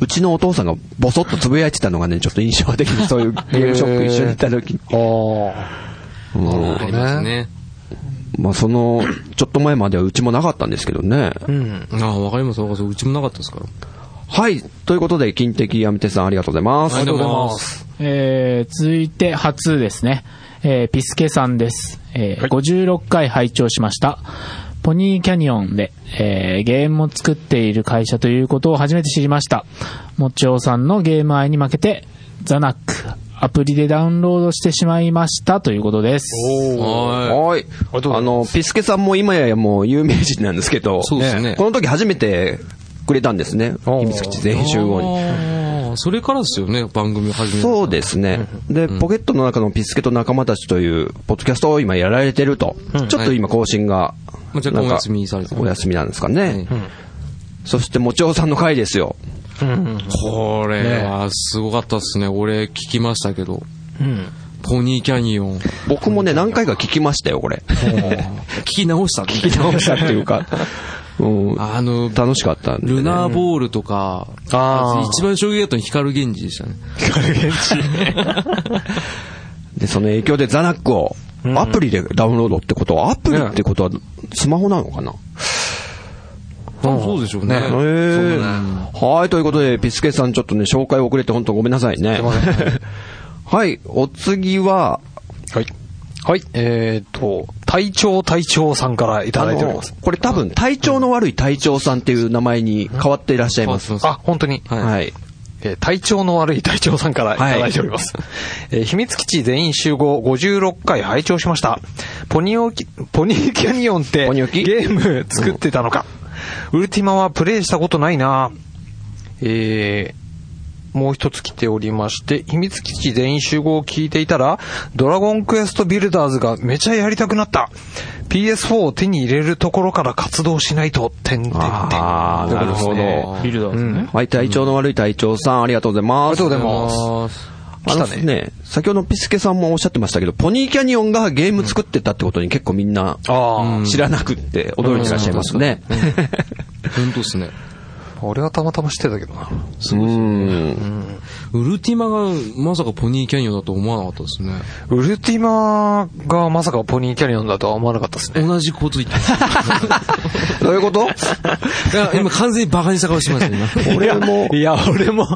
Speaker 3: うちのお父さんがボソッとつぶやいてたのがね、ちょっと印象的に、そういうゲームショップ一緒に行った時 [laughs] に。うん
Speaker 1: ありますね。
Speaker 3: まあ、その、ちょっと前まではうちもなかったんですけどね。
Speaker 1: ああ、わかります、わかります。うちもなかったですから。
Speaker 3: はい。ということで、金的やみてさんありがとうございます。。
Speaker 1: ありがとうございます
Speaker 5: えー、続いて初ですね。えー、ピスケさんです。えー56回拝聴しました。ポニーキャニオンで、えーゲームを作っている会社ということを初めて知りました。もちおさんのゲーム愛に負けて、ザナック、アプリでダウンロードしてしまいましたということです。
Speaker 1: は
Speaker 3: はい。あの、ピスケさんも今やもう有名人なんですけど、
Speaker 1: そうですね
Speaker 3: この時初めてくれたんですね。秘密基地全員集合に。
Speaker 1: い。ああ、それからですよね、番組を始めた
Speaker 3: そうですね。で、ポケットの中のピスケと仲間たちという、ポッドキャストを今やられてると。ちょっと今更新が、
Speaker 1: まあ若干お休みされてる
Speaker 3: お休みなんですかね。そして、もちおさんの回ですよ。
Speaker 1: これはすごかったっすね。俺聞きましたけど。ポニーキャニオン。
Speaker 3: 僕もね、何回か聞きましたよ、これ。
Speaker 1: 聞き直した [laughs] 聞
Speaker 3: 聞き直したっていう
Speaker 1: [laughs]
Speaker 3: か。うん
Speaker 1: あの、
Speaker 3: 楽しかったんでね。
Speaker 1: ルナーボールとか、
Speaker 2: あー
Speaker 1: 一番衝撃だったのは光源氏でしたね。
Speaker 3: で、その影響でザナックを、アプリでダウンロードってことは、アプリってことは、スマホなのかな
Speaker 1: 多分そうでしょうね。
Speaker 3: へえ。はい、ということで、ピスケさんちょっとね、紹介遅れて本当ごめんなさいね。はい、お次は、
Speaker 2: はい。はい。えっ、と、隊長隊長さんからいただいております
Speaker 3: あ。のこれ多分、体調の悪い隊長さんっていう名前に変わっていらっしゃいます。
Speaker 1: そうそう
Speaker 2: あ、本当に。
Speaker 1: はい
Speaker 3: はい。
Speaker 2: えー体調の悪い隊長さんからいただいており
Speaker 3: [laughs]
Speaker 2: ます。えー秘密基地全員集合56回拝聴しました。ポニオキ、ポニーキャニオンって
Speaker 3: ポニオキ
Speaker 2: ゲーム作ってたのか。ウルティマはプレイしたことないなえーもう一つ来ておりまして、秘密基地全員集合を聞いていたら、ドラゴンクエストビルダーズがめちゃやりたくなった。PS4 を手に入れるところから活動しないと、てんてんてん。
Speaker 3: あーなるほど
Speaker 2: ということですね
Speaker 5: ビルドですね。
Speaker 3: はい、体調の悪い隊長さん、ありがとうございます。ありがとうございます。
Speaker 1: あ
Speaker 3: あの
Speaker 2: 来た
Speaker 3: ね、先ほどピスケさんもおっしゃってましたけど、ポニーキャニオンがゲーム作ってたってことに結構みんな
Speaker 2: ああ、
Speaker 3: 知らなくって驚いてらっしゃいますね。
Speaker 1: ー本当っすね。
Speaker 2: 俺はたまたま知ってたけどな。
Speaker 3: うん。
Speaker 1: ウルティマがまさかポニーキャニオンだと思わなかったですね。
Speaker 2: ウルティマがまさかポニーキャニオンだとは思わなかったですね。
Speaker 1: 同じこと言ってます
Speaker 3: どういうこと
Speaker 1: [laughs] いや今完全にバカにした顔してましたね、今。
Speaker 3: [laughs] 俺も、
Speaker 2: いや、俺も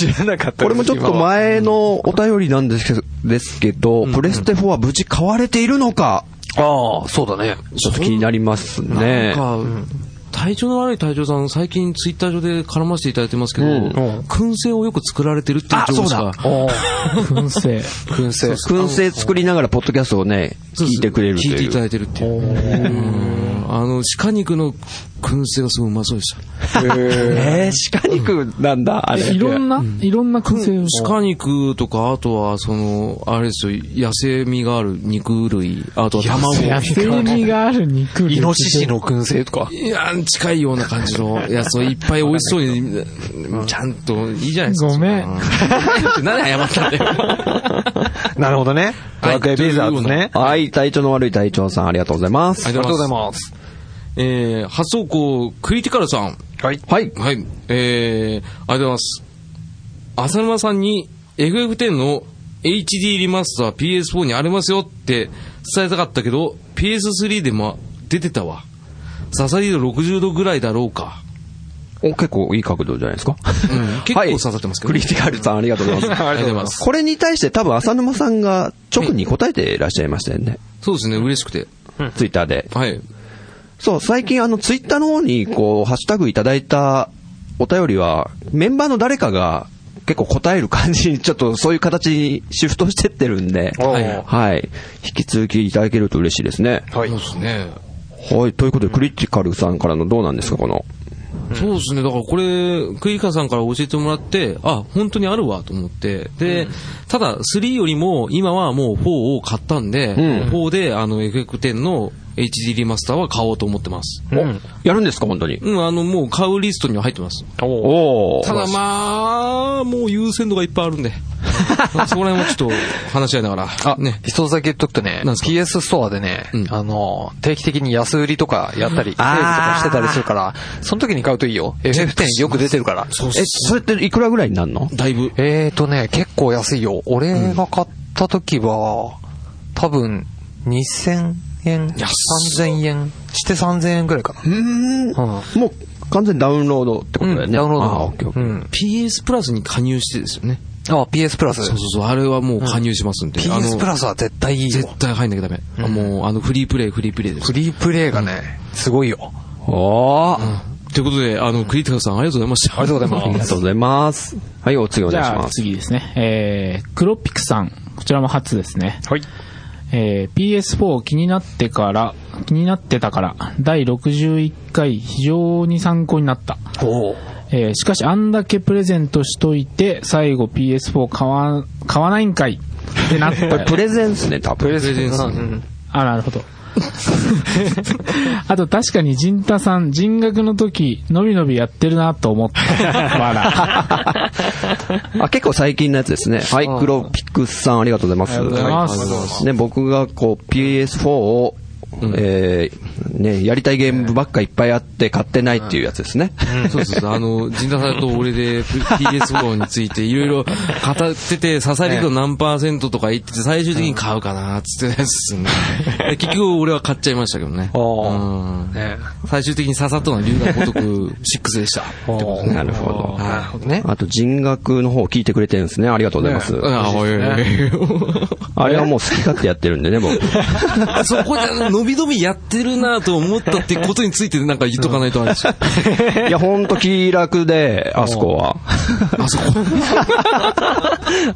Speaker 2: 知らなかった
Speaker 3: 俺もちょっと前のお便りなんですけど、ですけど、プレステ4は無事買われているのか、
Speaker 2: ああ、そうだね。
Speaker 3: ちょっと気になります
Speaker 1: な
Speaker 3: ね
Speaker 1: ん。か、体調の悪い隊長さん、最近ツイッター上で絡ませていただいてますけど、燻製をよく作られてるっていう情報しか。
Speaker 2: [laughs]
Speaker 5: 燻製。
Speaker 2: 燻製。
Speaker 3: 燻製作りながらポッドキャストをね、聞いてくれると
Speaker 1: 聞いて
Speaker 3: い
Speaker 1: いただ
Speaker 3: う。
Speaker 1: いてるっていう。うんあの、鹿肉の燻製がすごいうまそうでし
Speaker 3: [laughs] えー、鹿肉なんだ、あれ。
Speaker 5: いろんな、いろんな燻製を
Speaker 1: た。鹿肉とか、あとは、その、あれですよ、野生味がある肉類、あとは卵。
Speaker 5: 野生味がある肉類。
Speaker 2: イノシシの燻製とか。
Speaker 1: いや、近いような感じの、いや、そういっぱい美味しそうに、ちゃんと、いいじゃないですか。
Speaker 5: ごめん
Speaker 1: それ。 [laughs] 何謝ったんだよ。
Speaker 2: なるほどね。ドラクエビルダーズね。
Speaker 3: はい、体調の悪い隊長さん、ありがとうございます。
Speaker 1: ありがとうござい
Speaker 2: ます。
Speaker 1: えー、発送校クリティカルさん。
Speaker 2: はい。
Speaker 3: はい。
Speaker 1: はい。えー、ありがとうございます。浅沼さんに FF10 の HD リマスター PS4 にありますよって伝えたかったけど、PS3 でも出てたわ。刺さり度60度ぐらいだろうか。
Speaker 3: お結構いい角度じゃないですか。
Speaker 1: 結構刺さってますけど
Speaker 3: はいクリティカルさんありがとうございます。
Speaker 1: ありがとうございます。
Speaker 3: これに対して多分浅沼さんが直に答えていらっしゃいましたよね。
Speaker 1: そうですね、嬉しくて。
Speaker 3: ツイッターで。
Speaker 1: はい。
Speaker 3: そう、最近あのツイッターの方にこう、ハッシュタグいただいたお便りは、メンバーの誰かが結構答える感じ [laughs] に、ちょっとそういう形にシフトしてってるんで、
Speaker 1: はい
Speaker 3: はい。引き続きいただけると嬉しいですね。
Speaker 1: はい。そうですね。
Speaker 3: はい。ということで、クリティカルさんからのどうなんですか、この。
Speaker 1: そうですね。だからこれ、クイカさんから教えてもらって、あ、本当にあるわと思って。で、ただ3よりも今はもう4を買ったんで、
Speaker 3: ん
Speaker 1: 4であの FF10 の HD リマスターは買おうと思ってます。
Speaker 3: やるんですか、本当に。
Speaker 1: うん、あのもう買うリストには入ってます。
Speaker 3: おお。
Speaker 1: ただまあ、もう優先度がいっぱいあるん [laughs] で。そこら辺もちょっと話し合いながら。
Speaker 2: あ、
Speaker 1: ね。
Speaker 2: 一つだけ言っとくとね、
Speaker 1: なんですか
Speaker 2: PS ストアでね、
Speaker 1: うん
Speaker 2: あの、定期的に安売りとかやったり、セールとかしてたりするから、その時に買うといいよ。FF10 よく出てるから。
Speaker 1: そうっ
Speaker 3: え、
Speaker 1: す。
Speaker 3: それっていくらぐらいになるの
Speaker 1: だいぶ。
Speaker 2: えーとね、結構安いよ。俺が買った時は、多分、2000円、
Speaker 1: 安っ
Speaker 2: 3000円、して3000円ぐらいかな。
Speaker 3: うん。
Speaker 2: うん
Speaker 3: もう完全にダウンロードってことだよね。
Speaker 2: ダウンロード
Speaker 3: あオッケーオッケー
Speaker 2: うん
Speaker 1: PS プラスに加入してですよね。
Speaker 2: あ、PS プラス。
Speaker 1: そうそうそう。あれはもう加入しますんで。あの
Speaker 2: PS プラスは絶対いいよ。
Speaker 1: 絶対入んなきゃダメ。あもう、あの、フリープレイ、フリープレイです。
Speaker 2: フリープレイがね、すごいよ。
Speaker 3: おー。
Speaker 1: ということで、あの、クリティカルさん、ありがとうございました。
Speaker 2: ありがとうござ
Speaker 3: あ
Speaker 2: い
Speaker 3: り
Speaker 2: ま
Speaker 3: が
Speaker 2: す。
Speaker 3: とうございます。はい、お次お
Speaker 5: じ
Speaker 3: 願いし
Speaker 5: ゃあ
Speaker 3: ます。
Speaker 5: 次ですね。えー、クロピクさん。こちらも初ですね。
Speaker 2: はい。
Speaker 5: えー、PS4 気になってから、気になってたから、第61回非常に参考になった。
Speaker 2: お
Speaker 5: えーしかしあんだけプレゼントしといて、最後 PS4 買わ、買わないんかいってなった
Speaker 2: [laughs]
Speaker 5: よ
Speaker 3: これプレゼンっすね、多分。プレ
Speaker 1: プレゼンス
Speaker 5: あ、なるほど。 [laughs] あと確かに陣太さん、人学の時、のびのびやってるなと
Speaker 2: [laughs]
Speaker 5: 思った。笑
Speaker 3: あ、結構最近のやつですね。はい、クロピックスさん、ありがとうございます。
Speaker 5: ありがとうございますありがとうございま
Speaker 3: ね、僕がこう、PS4 を、えー、ね、やりたいゲームばっかいっぱいあって買ってないっていうやつですね。
Speaker 1: そうそうそう。あの、陣田さんと俺で PS4 についていろいろ語ってて、刺さり度何パーセントとか言ってて、最終的に買うかな、つってたやつですね。で結局俺は買っちゃいましたけどね。うん
Speaker 2: ね
Speaker 1: 最終的に刺さったのは龍が如く6でした。
Speaker 3: なるほど。
Speaker 2: なるほどね。
Speaker 3: あと、人学の方聞いてくれてるんですね。ありがとうございます。
Speaker 1: あ、おいおいおい
Speaker 3: あれはもう好き勝手やってるんでね、僕。
Speaker 1: そこで、伸び伸びやってるなと思ったってことについてなんか言っとかないとあれでしょ。
Speaker 3: いや、ほんと気楽で、あそこは。
Speaker 1: あそこ。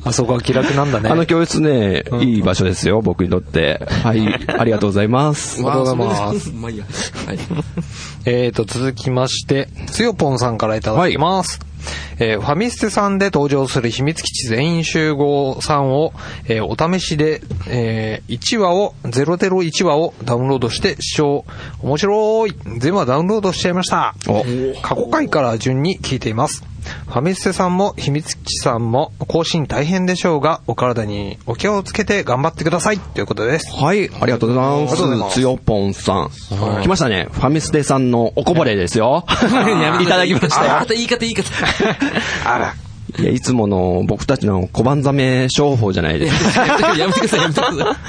Speaker 2: あそこは気楽なんだね。
Speaker 3: あの教室ね、いい場所ですよ、僕にとって。はい、ありがとうございます。
Speaker 2: がとうございます
Speaker 1: す。まあいいや。はい。
Speaker 2: えーと、続きまして、つよぽんさんからいただきます。えーファミステさんで登場する秘密基地全員集合さんを、えーお試しで、えー1話を、001話をダウンロードして視聴。面白い全話ダウンロードしちゃいました。過去回から順に聞いています。ファミステさんも秘密基地さんも更新大変でしょうが、お体にお気をつけて頑張ってくださいということです。
Speaker 3: はい、ありがとうござい
Speaker 2: ありがとうござい
Speaker 3: ま。
Speaker 2: ますす
Speaker 3: つよぽんさん。来ましたね。ファミステさんのおこぼれですよ。いただきましたよ
Speaker 1: あ。また言い方言い方。
Speaker 2: あら。
Speaker 3: [laughs] いや、いつもの僕たちの小判ザメ商法じゃないです。
Speaker 1: やめてください、やめてくださ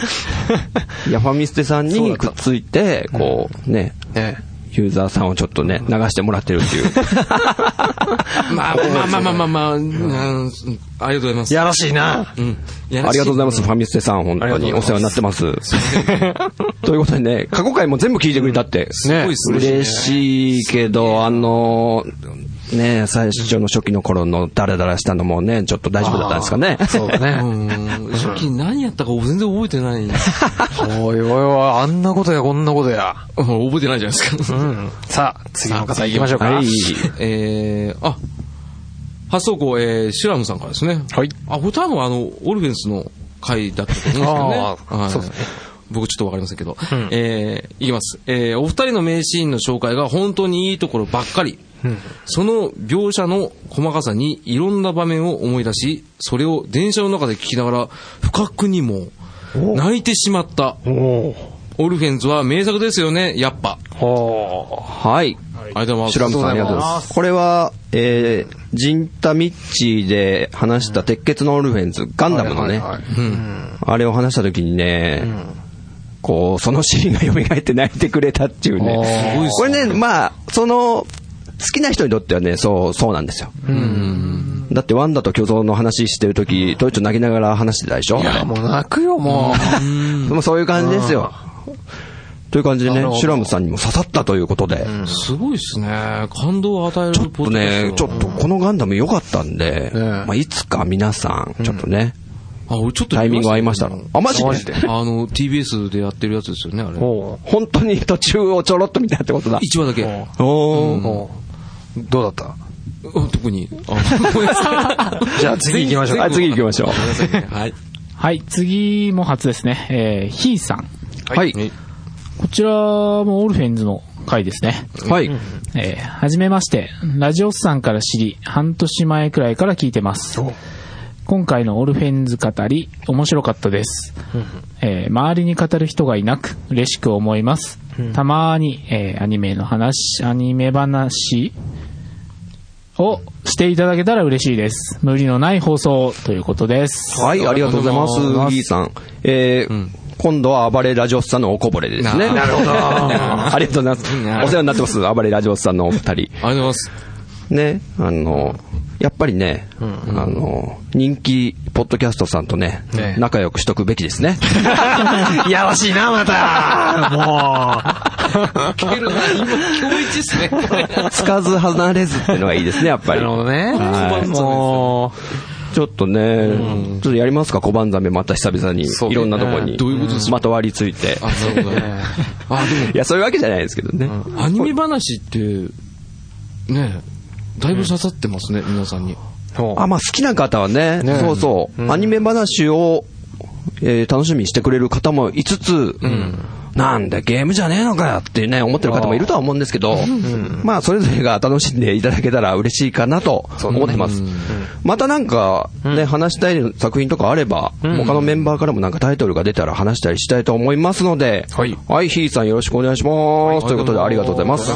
Speaker 3: いや、ファミステさんにくっついて、こう、ね、
Speaker 2: ね
Speaker 3: ユーザーさんをちょっとね、流してもらってるっていう。
Speaker 1: い。まあまあまあまあまあまあ、うんありがとうございます。
Speaker 2: やらしいな。
Speaker 1: うん。や
Speaker 3: あ
Speaker 1: らし
Speaker 3: りがとうございます、ファミステさん、本当に。お世話になってます。 [laughs] ということでね、過去回も全部聞いてくれたって。
Speaker 1: ごいっすね
Speaker 3: 嬉しいけど、あのー、ね、最初の初期の頃のダラダラしたのもね、ちょっと大丈夫だったんですかね。 [laughs]
Speaker 2: そうだね。
Speaker 1: うん。初期何やったか全然覚えてない。
Speaker 2: おいおいおい、あんなことやこんなことや。
Speaker 1: 覚えてないじゃないですか。
Speaker 2: うん。さあ、次の方行きましょうか。
Speaker 3: はい。
Speaker 1: [laughs] えー、あ、発送校、えー、シュラムさんからですね。
Speaker 2: はい。
Speaker 1: あ、これ多分あの、オルフェンスの回だったと思うんですけどね。
Speaker 2: あー
Speaker 1: はい
Speaker 2: そうですね
Speaker 1: 僕ちょっとわかりませんけど。えー、いきます。えー、お二人の名シーンの紹介が本当にいいところばっかり。その描写の細かさにいろんな場面を思い出し、それを電車の中で聞きながら、不覚にも泣いてしまった。オルフェンズは名作ですよね、やっぱ。
Speaker 3: はい。
Speaker 1: ありがとうござい
Speaker 3: 白
Speaker 1: ま
Speaker 3: ラ
Speaker 1: す。
Speaker 3: ムさんありがとうございます。これは、えー、ジンタミッチーで話した鉄血のオルフェンズ、ガンダムのね、あれを話した時にね、こう、そのシーンが蘇って泣いてくれたっていう
Speaker 1: すごいっ
Speaker 3: ね。こ
Speaker 1: すね
Speaker 3: れね、まあ、その、好きな人にとってはね、そう、そうなんですよ。だってワンダと巨像の話してる時、トイチョ泣きながら話してたでしょ
Speaker 2: いや、もう泣くよ、も
Speaker 3: [laughs] もうそういう感じですよ。という感じでね、シュラムさんにも刺さったということで、
Speaker 1: すごいっすね。感動を与える
Speaker 3: ちょっ
Speaker 1: ポッド
Speaker 3: と
Speaker 1: キャス
Speaker 3: ね、
Speaker 1: ト
Speaker 3: ちょっとこのガンダム良かったんで、
Speaker 2: え
Speaker 3: まあ、いつか皆さん、ちょっとね、
Speaker 1: あ、俺ちょっと
Speaker 3: タイミング合いましたら。あ、マジで
Speaker 1: [laughs] あの、TBS でやってるやつですよね、あれ。
Speaker 2: う。
Speaker 3: 本当に途中をちょろっと見たってことだ。
Speaker 1: 一話だけ。うん
Speaker 3: おー
Speaker 2: どうだった
Speaker 1: 特に。あごめんな [laughs] さい
Speaker 2: じゃあ次行きましょう
Speaker 3: はい、次行きましょ
Speaker 1: ごめんなさいねはい。
Speaker 5: はい、次も初ですね。えー、ヒーさん。
Speaker 3: う。はい。
Speaker 5: こちらもオルフェンズの回ですね。
Speaker 3: はい。
Speaker 5: えーはじめまして、ラジオスさんから知り、半年前くらいから聞いてます。今回のオルフェンズ語り、面白かったです。えー周りに語る人がいなく、嬉しく思います。たまに、えーアニメの話、アニメ話をしていただけたら嬉しいです。無理のない放送をということです。
Speaker 3: はい、ありがとうございます、ギーさん。えー今度は暴れラジオスさんのおこぼれですね。なるほど。 [laughs] ありがとうございます。お世話になってます、暴れラジオスさんのお二人。
Speaker 1: ありがとうございます。
Speaker 3: ね、あの、やっぱりね、あの、人気、ポッドキャストさんとね、仲良くしとくべきで
Speaker 1: [laughs]
Speaker 3: すね。
Speaker 2: いやらしいな、ま
Speaker 3: [laughs]
Speaker 2: た。
Speaker 1: 聞けるな、今、今日一っすね。
Speaker 3: つかず離れずってのがいいですね、やっぱり。
Speaker 2: もう。ね。
Speaker 3: はい
Speaker 2: も
Speaker 3: ちょっとね、ちょっとやりますか、小判ザメまた久々に、
Speaker 1: そう
Speaker 3: いろんなとこに、
Speaker 1: どういうことですか
Speaker 3: まとわりついて。
Speaker 1: あ、なるほどね。あ、
Speaker 3: いや、そういうわけじゃないですけどね。
Speaker 1: でも、アニメ話って、ねだいぶ刺さってますね、皆さんに。
Speaker 3: あ、まあ好きな方はね、そうそう、アニメ話を、えー楽しみにしてくれる方もいつつ、なんだゲームじゃねえのかよってね、思ってる方もいるとは思うんですけど、まあそれぞれが楽しんでいただけたら嬉しいかなと思ってます。またなんか、ね、話したい作品とかあれば、他のメンバーからもなんかタイトルが出たら話したりしたいと思いますので、はい。ヒーさんよろしくお願いします。ということでありがとうございます。
Speaker 2: う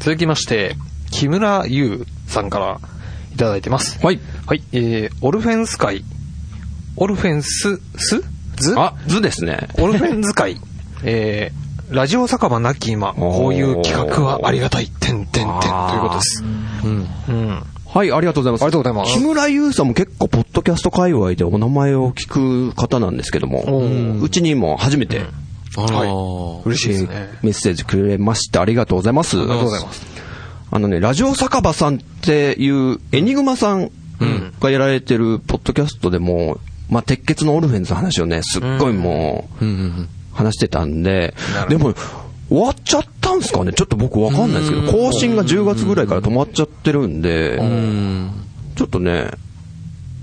Speaker 2: 続きまして、木村優さんからいただいてます。
Speaker 3: はい。
Speaker 2: はい、えー、オルフェンス会。オルフェンス、すず
Speaker 3: あ、図ですね。
Speaker 2: オルフェンズ会。えー、ラジオ酒場なき今、こういう企画はありがたい、てんてんてんということです。うん。
Speaker 3: はい、ありがとうございます。
Speaker 2: ありがとうございます
Speaker 3: 木村優さんも結構、ポッドキャスト界隈でお名前を聞く方なんですけども、うちにも初めて
Speaker 1: あらー
Speaker 2: 嬉しいですね。
Speaker 3: メッセージくれまして、ありがとうございます。ありが
Speaker 2: とうございます。
Speaker 3: あのね、ラジオ酒場さんっていう、エニグマさんがやられてるポッドキャストでも、まあ、鉄血のオルフェンズの話をね、すっごいもう、話してたんで、でも、終わっちゃったんですかねちょっと僕わかんないですけど、更新が10月ぐらいから止まっちゃってるんで、ちょっとね、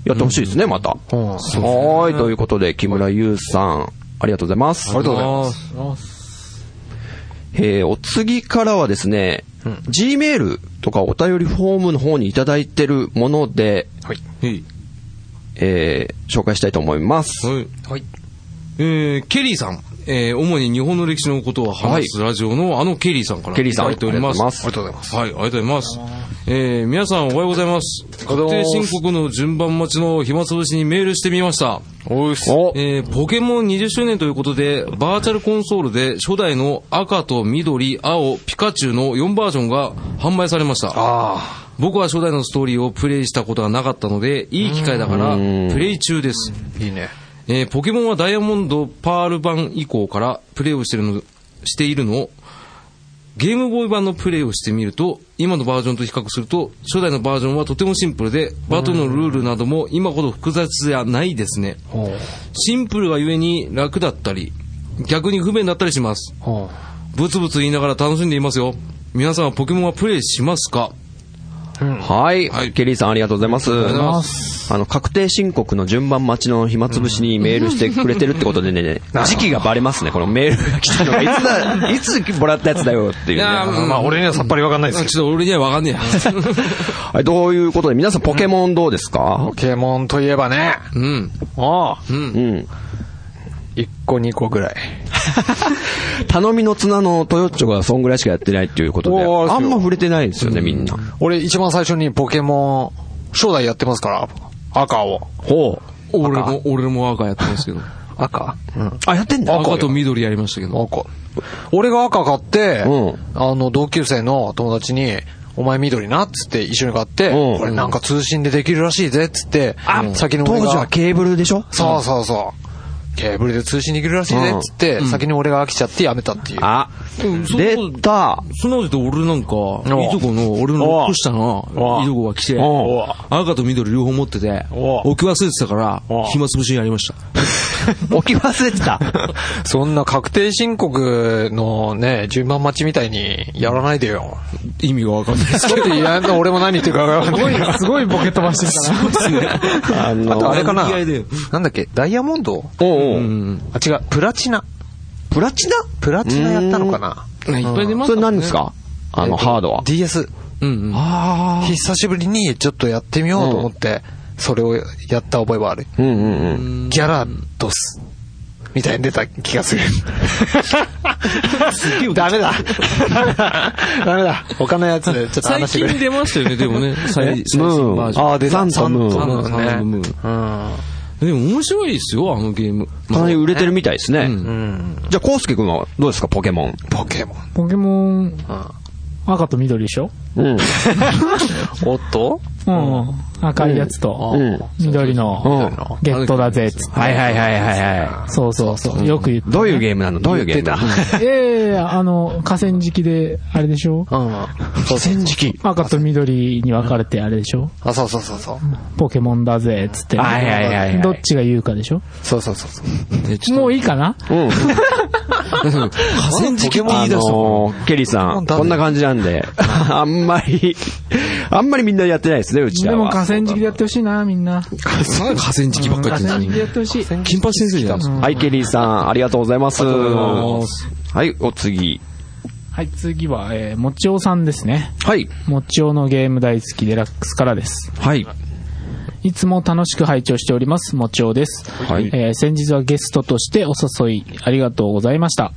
Speaker 3: やってほしいですね、また。はーい、ということで、木村優さん、ありがとうございます。ありがとうございます。えーお次からはですね、Gmail とかお便りフォームの方にいただいてるもので、
Speaker 1: はい。
Speaker 3: えー紹介したいと思います。
Speaker 1: はい。えー、ケリーさん。えー、主に日本の歴史のことを話すラジオのあのケリーさんから
Speaker 3: ケリーさん、
Speaker 1: いただいております。
Speaker 3: ありがとうございます。
Speaker 1: はい、ありがとうございます。えー、皆さんおはようございます。確定申告の順番待ちの暇つぶしにメールしてみました。
Speaker 2: おいし
Speaker 3: お
Speaker 1: えー、ポケモン20周年ということで、バーチャルコンソールで初代の赤と緑、青、ピカチュウの4バージョンが販売されました。
Speaker 2: あ
Speaker 1: 僕は初代のストーリーをプレイしたことがなかったので、いい機会だから、プレイ中です。
Speaker 2: あ、いいね。
Speaker 1: えーポケモンはダイヤモンド、パール版以降からプレイをしてるの、しているのを、ゲームボーイ版のプレイをしてみると、今のバージョンと比較すると、初代のバージョンはとてもシンプルで、バトルのルールなども今ほど複雑じゃないですね。
Speaker 2: ほう。
Speaker 1: シンプルがゆえに楽だったり、逆に不便だったりします。
Speaker 2: ほ
Speaker 1: ブツブツ言いながら楽しんでいますよ。皆さんはポケモンはプレイしますか
Speaker 3: はい、
Speaker 1: はい
Speaker 3: ケリーさんありがとうございます。
Speaker 1: ま
Speaker 3: あの、確定申告の順番待ちの暇つぶしにメールしてくれてるってことでね、時期がバレますね、このメールが来たのが。いつだ、いつもらったやつだよっていう、ね。
Speaker 1: やー
Speaker 2: う。まあ、俺にはさっぱりわかんないですけど。
Speaker 1: ちょっと俺にはわかんねえ [laughs] や。
Speaker 3: はい、ということで、皆さんポケモンどうですか
Speaker 2: ポケモンといえばね。
Speaker 1: うん。
Speaker 2: ああ。
Speaker 3: うん。
Speaker 2: 1個2個ぐらい。
Speaker 3: 頼みの綱のトヨッチョがそんぐらいしかやってないっていうことで、
Speaker 2: おー
Speaker 3: あんま触れてないんですよね、みんな。
Speaker 2: 俺一番最初にポケモン、初代やってますから、赤を。
Speaker 3: ほう。
Speaker 1: 俺も、俺も赤やってますけど。
Speaker 2: 赤うん。
Speaker 3: あ、やってんだ。
Speaker 1: 赤と緑やりましたけど。
Speaker 2: 赤。俺が赤買って、
Speaker 3: うん
Speaker 2: あの、同級生の友達に、お前緑なっつって一緒に買って、
Speaker 3: うん
Speaker 2: これなんか通信でできるらしいぜっつって、
Speaker 3: あ、
Speaker 2: 先
Speaker 3: 先
Speaker 2: の
Speaker 3: の
Speaker 2: 俺
Speaker 3: 当
Speaker 2: が
Speaker 3: 時はケーブルでしょ
Speaker 2: そうそうそう。ケーブルで通信できるらしいぜっつって、先に俺が飽きちゃってやめたっていう。
Speaker 3: あ、出た。
Speaker 1: そんなこと言って俺なんか、いとこの、俺の残したの、いとこが来て、
Speaker 3: おう
Speaker 1: 赤と緑両方持ってて、置き忘れてたから、暇つぶしにやりました。
Speaker 3: 置き忘れてた。
Speaker 2: [laughs] そんな確定申告のね、順番待ちみたいにやらないでよ。
Speaker 1: 意味がわかんないです。
Speaker 2: ちょっといや、俺も何言ってるか分からない。
Speaker 5: すごいボケ飛ばしてるか
Speaker 3: あ
Speaker 2: あと
Speaker 3: の、
Speaker 2: あれかな
Speaker 1: 意外だよ
Speaker 2: なんだっけダイヤモンド
Speaker 3: おうお
Speaker 1: う。
Speaker 3: うん
Speaker 2: あ、違う、プラチナ。
Speaker 3: プラチナ
Speaker 2: プラチナやったのかな
Speaker 1: まあいっぱい出ます
Speaker 3: それ何ですかあの、ハードは。
Speaker 2: ?DS。
Speaker 1: [laughs] うんうん。
Speaker 3: あ
Speaker 2: 久しぶりにちょっとやってみようと思って、それをやった覚えはある。
Speaker 3: あ。うんうんうん。
Speaker 2: ギャラドス。みたいに出た気がする。ダメだ。ダメだ。ダメだ。他のやつでちょっと
Speaker 1: 最
Speaker 2: 話してく
Speaker 1: 近
Speaker 2: れ。
Speaker 1: 出ましたよね、でもね。最最
Speaker 3: ム
Speaker 1: 新バージ
Speaker 3: ー
Speaker 1: ョ
Speaker 3: ン。
Speaker 1: ン。
Speaker 3: ああ、出た。サンム
Speaker 2: サン
Speaker 3: ー
Speaker 2: タ
Speaker 3: ン。
Speaker 2: ムーンね
Speaker 1: サンムーン
Speaker 2: うん。
Speaker 1: でも面白いですよ、あのゲーム。
Speaker 3: かなり売れてるみたいですね。
Speaker 2: うん。
Speaker 3: じゃあ、コウスケ君はどうですか、ポケモン。
Speaker 2: ポケモン。
Speaker 5: ら。ポケモン、赤と緑でしょ
Speaker 3: [laughs] うん。
Speaker 2: おっと
Speaker 5: うん。赤いやつ
Speaker 3: う
Speaker 5: と、
Speaker 3: ん。
Speaker 5: 緑
Speaker 3: うん。
Speaker 5: の、
Speaker 3: は
Speaker 5: ゲットだぜ、つって。
Speaker 3: いはいはいはいは
Speaker 5: そうそうそう。よく言っ
Speaker 3: い。
Speaker 5: て。
Speaker 3: どういうゲームなのどういうゲームなの
Speaker 5: いやいやあの、河川敷で、あれでしょ
Speaker 2: うん。
Speaker 3: 河川敷。
Speaker 5: 赤と緑に分かれて、あれでしょ
Speaker 2: あ、そうそうそうそう。
Speaker 5: ポケモンだぜ、つって。
Speaker 3: はいはいはいはい
Speaker 5: どっちが言うかでしょ
Speaker 2: そうそうそうそう。
Speaker 1: ねちょっ
Speaker 5: もういいかな
Speaker 3: うん。
Speaker 1: と河川敷って
Speaker 3: あ
Speaker 1: 言い出すの。
Speaker 3: のー、ケリーさん、こんな感じな
Speaker 1: [laughs]
Speaker 3: んで、あんまり、あんまりみんなやってないですね、うち
Speaker 5: で
Speaker 3: ら
Speaker 5: も
Speaker 3: は。
Speaker 5: 河川敷でやってほしいな、みんな。河
Speaker 1: 河川敷ばっかり
Speaker 5: 川敷で
Speaker 1: 言
Speaker 5: やっ
Speaker 1: って
Speaker 5: ほしい。
Speaker 1: 金八先生じゃん。
Speaker 3: はい、ケリーさん、ありがとうございます。
Speaker 1: りがとうございます
Speaker 3: はい、お次。
Speaker 5: はい、次は、えー、もちおさんですね。
Speaker 3: はい。
Speaker 5: もちおのゲーム大好きデラックスからです。
Speaker 3: はい。
Speaker 5: いつも楽しく拝聴しております、もちおです。
Speaker 3: はい
Speaker 5: えー先日はゲストとしてお誘いありがとうございました。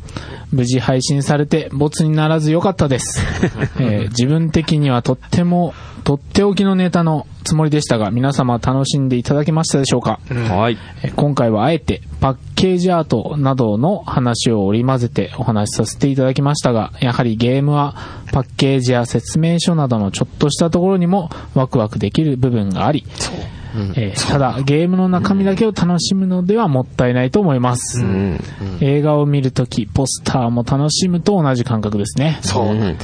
Speaker 5: 無事配信されて、ボツにならず良かっ
Speaker 3: [laughs]
Speaker 5: たです、えー自分的にはとっても、とっておきのネタのつもりでしたが、皆様は楽しんでいただけましたでしょうか、
Speaker 3: はい。
Speaker 5: えー今回はあえてパッケージアートなどの話を織り交ぜてお話しさせていただきましたが、やはりゲームはパッケージや説明書などのちょっとしたところにもワクワクできる部分があり、えーただゲームの中身だけを楽しむのではもったいないと思います。
Speaker 3: うん。
Speaker 5: 映画を見るとき、ポスターも楽しむと同じ感覚ですね。
Speaker 3: うん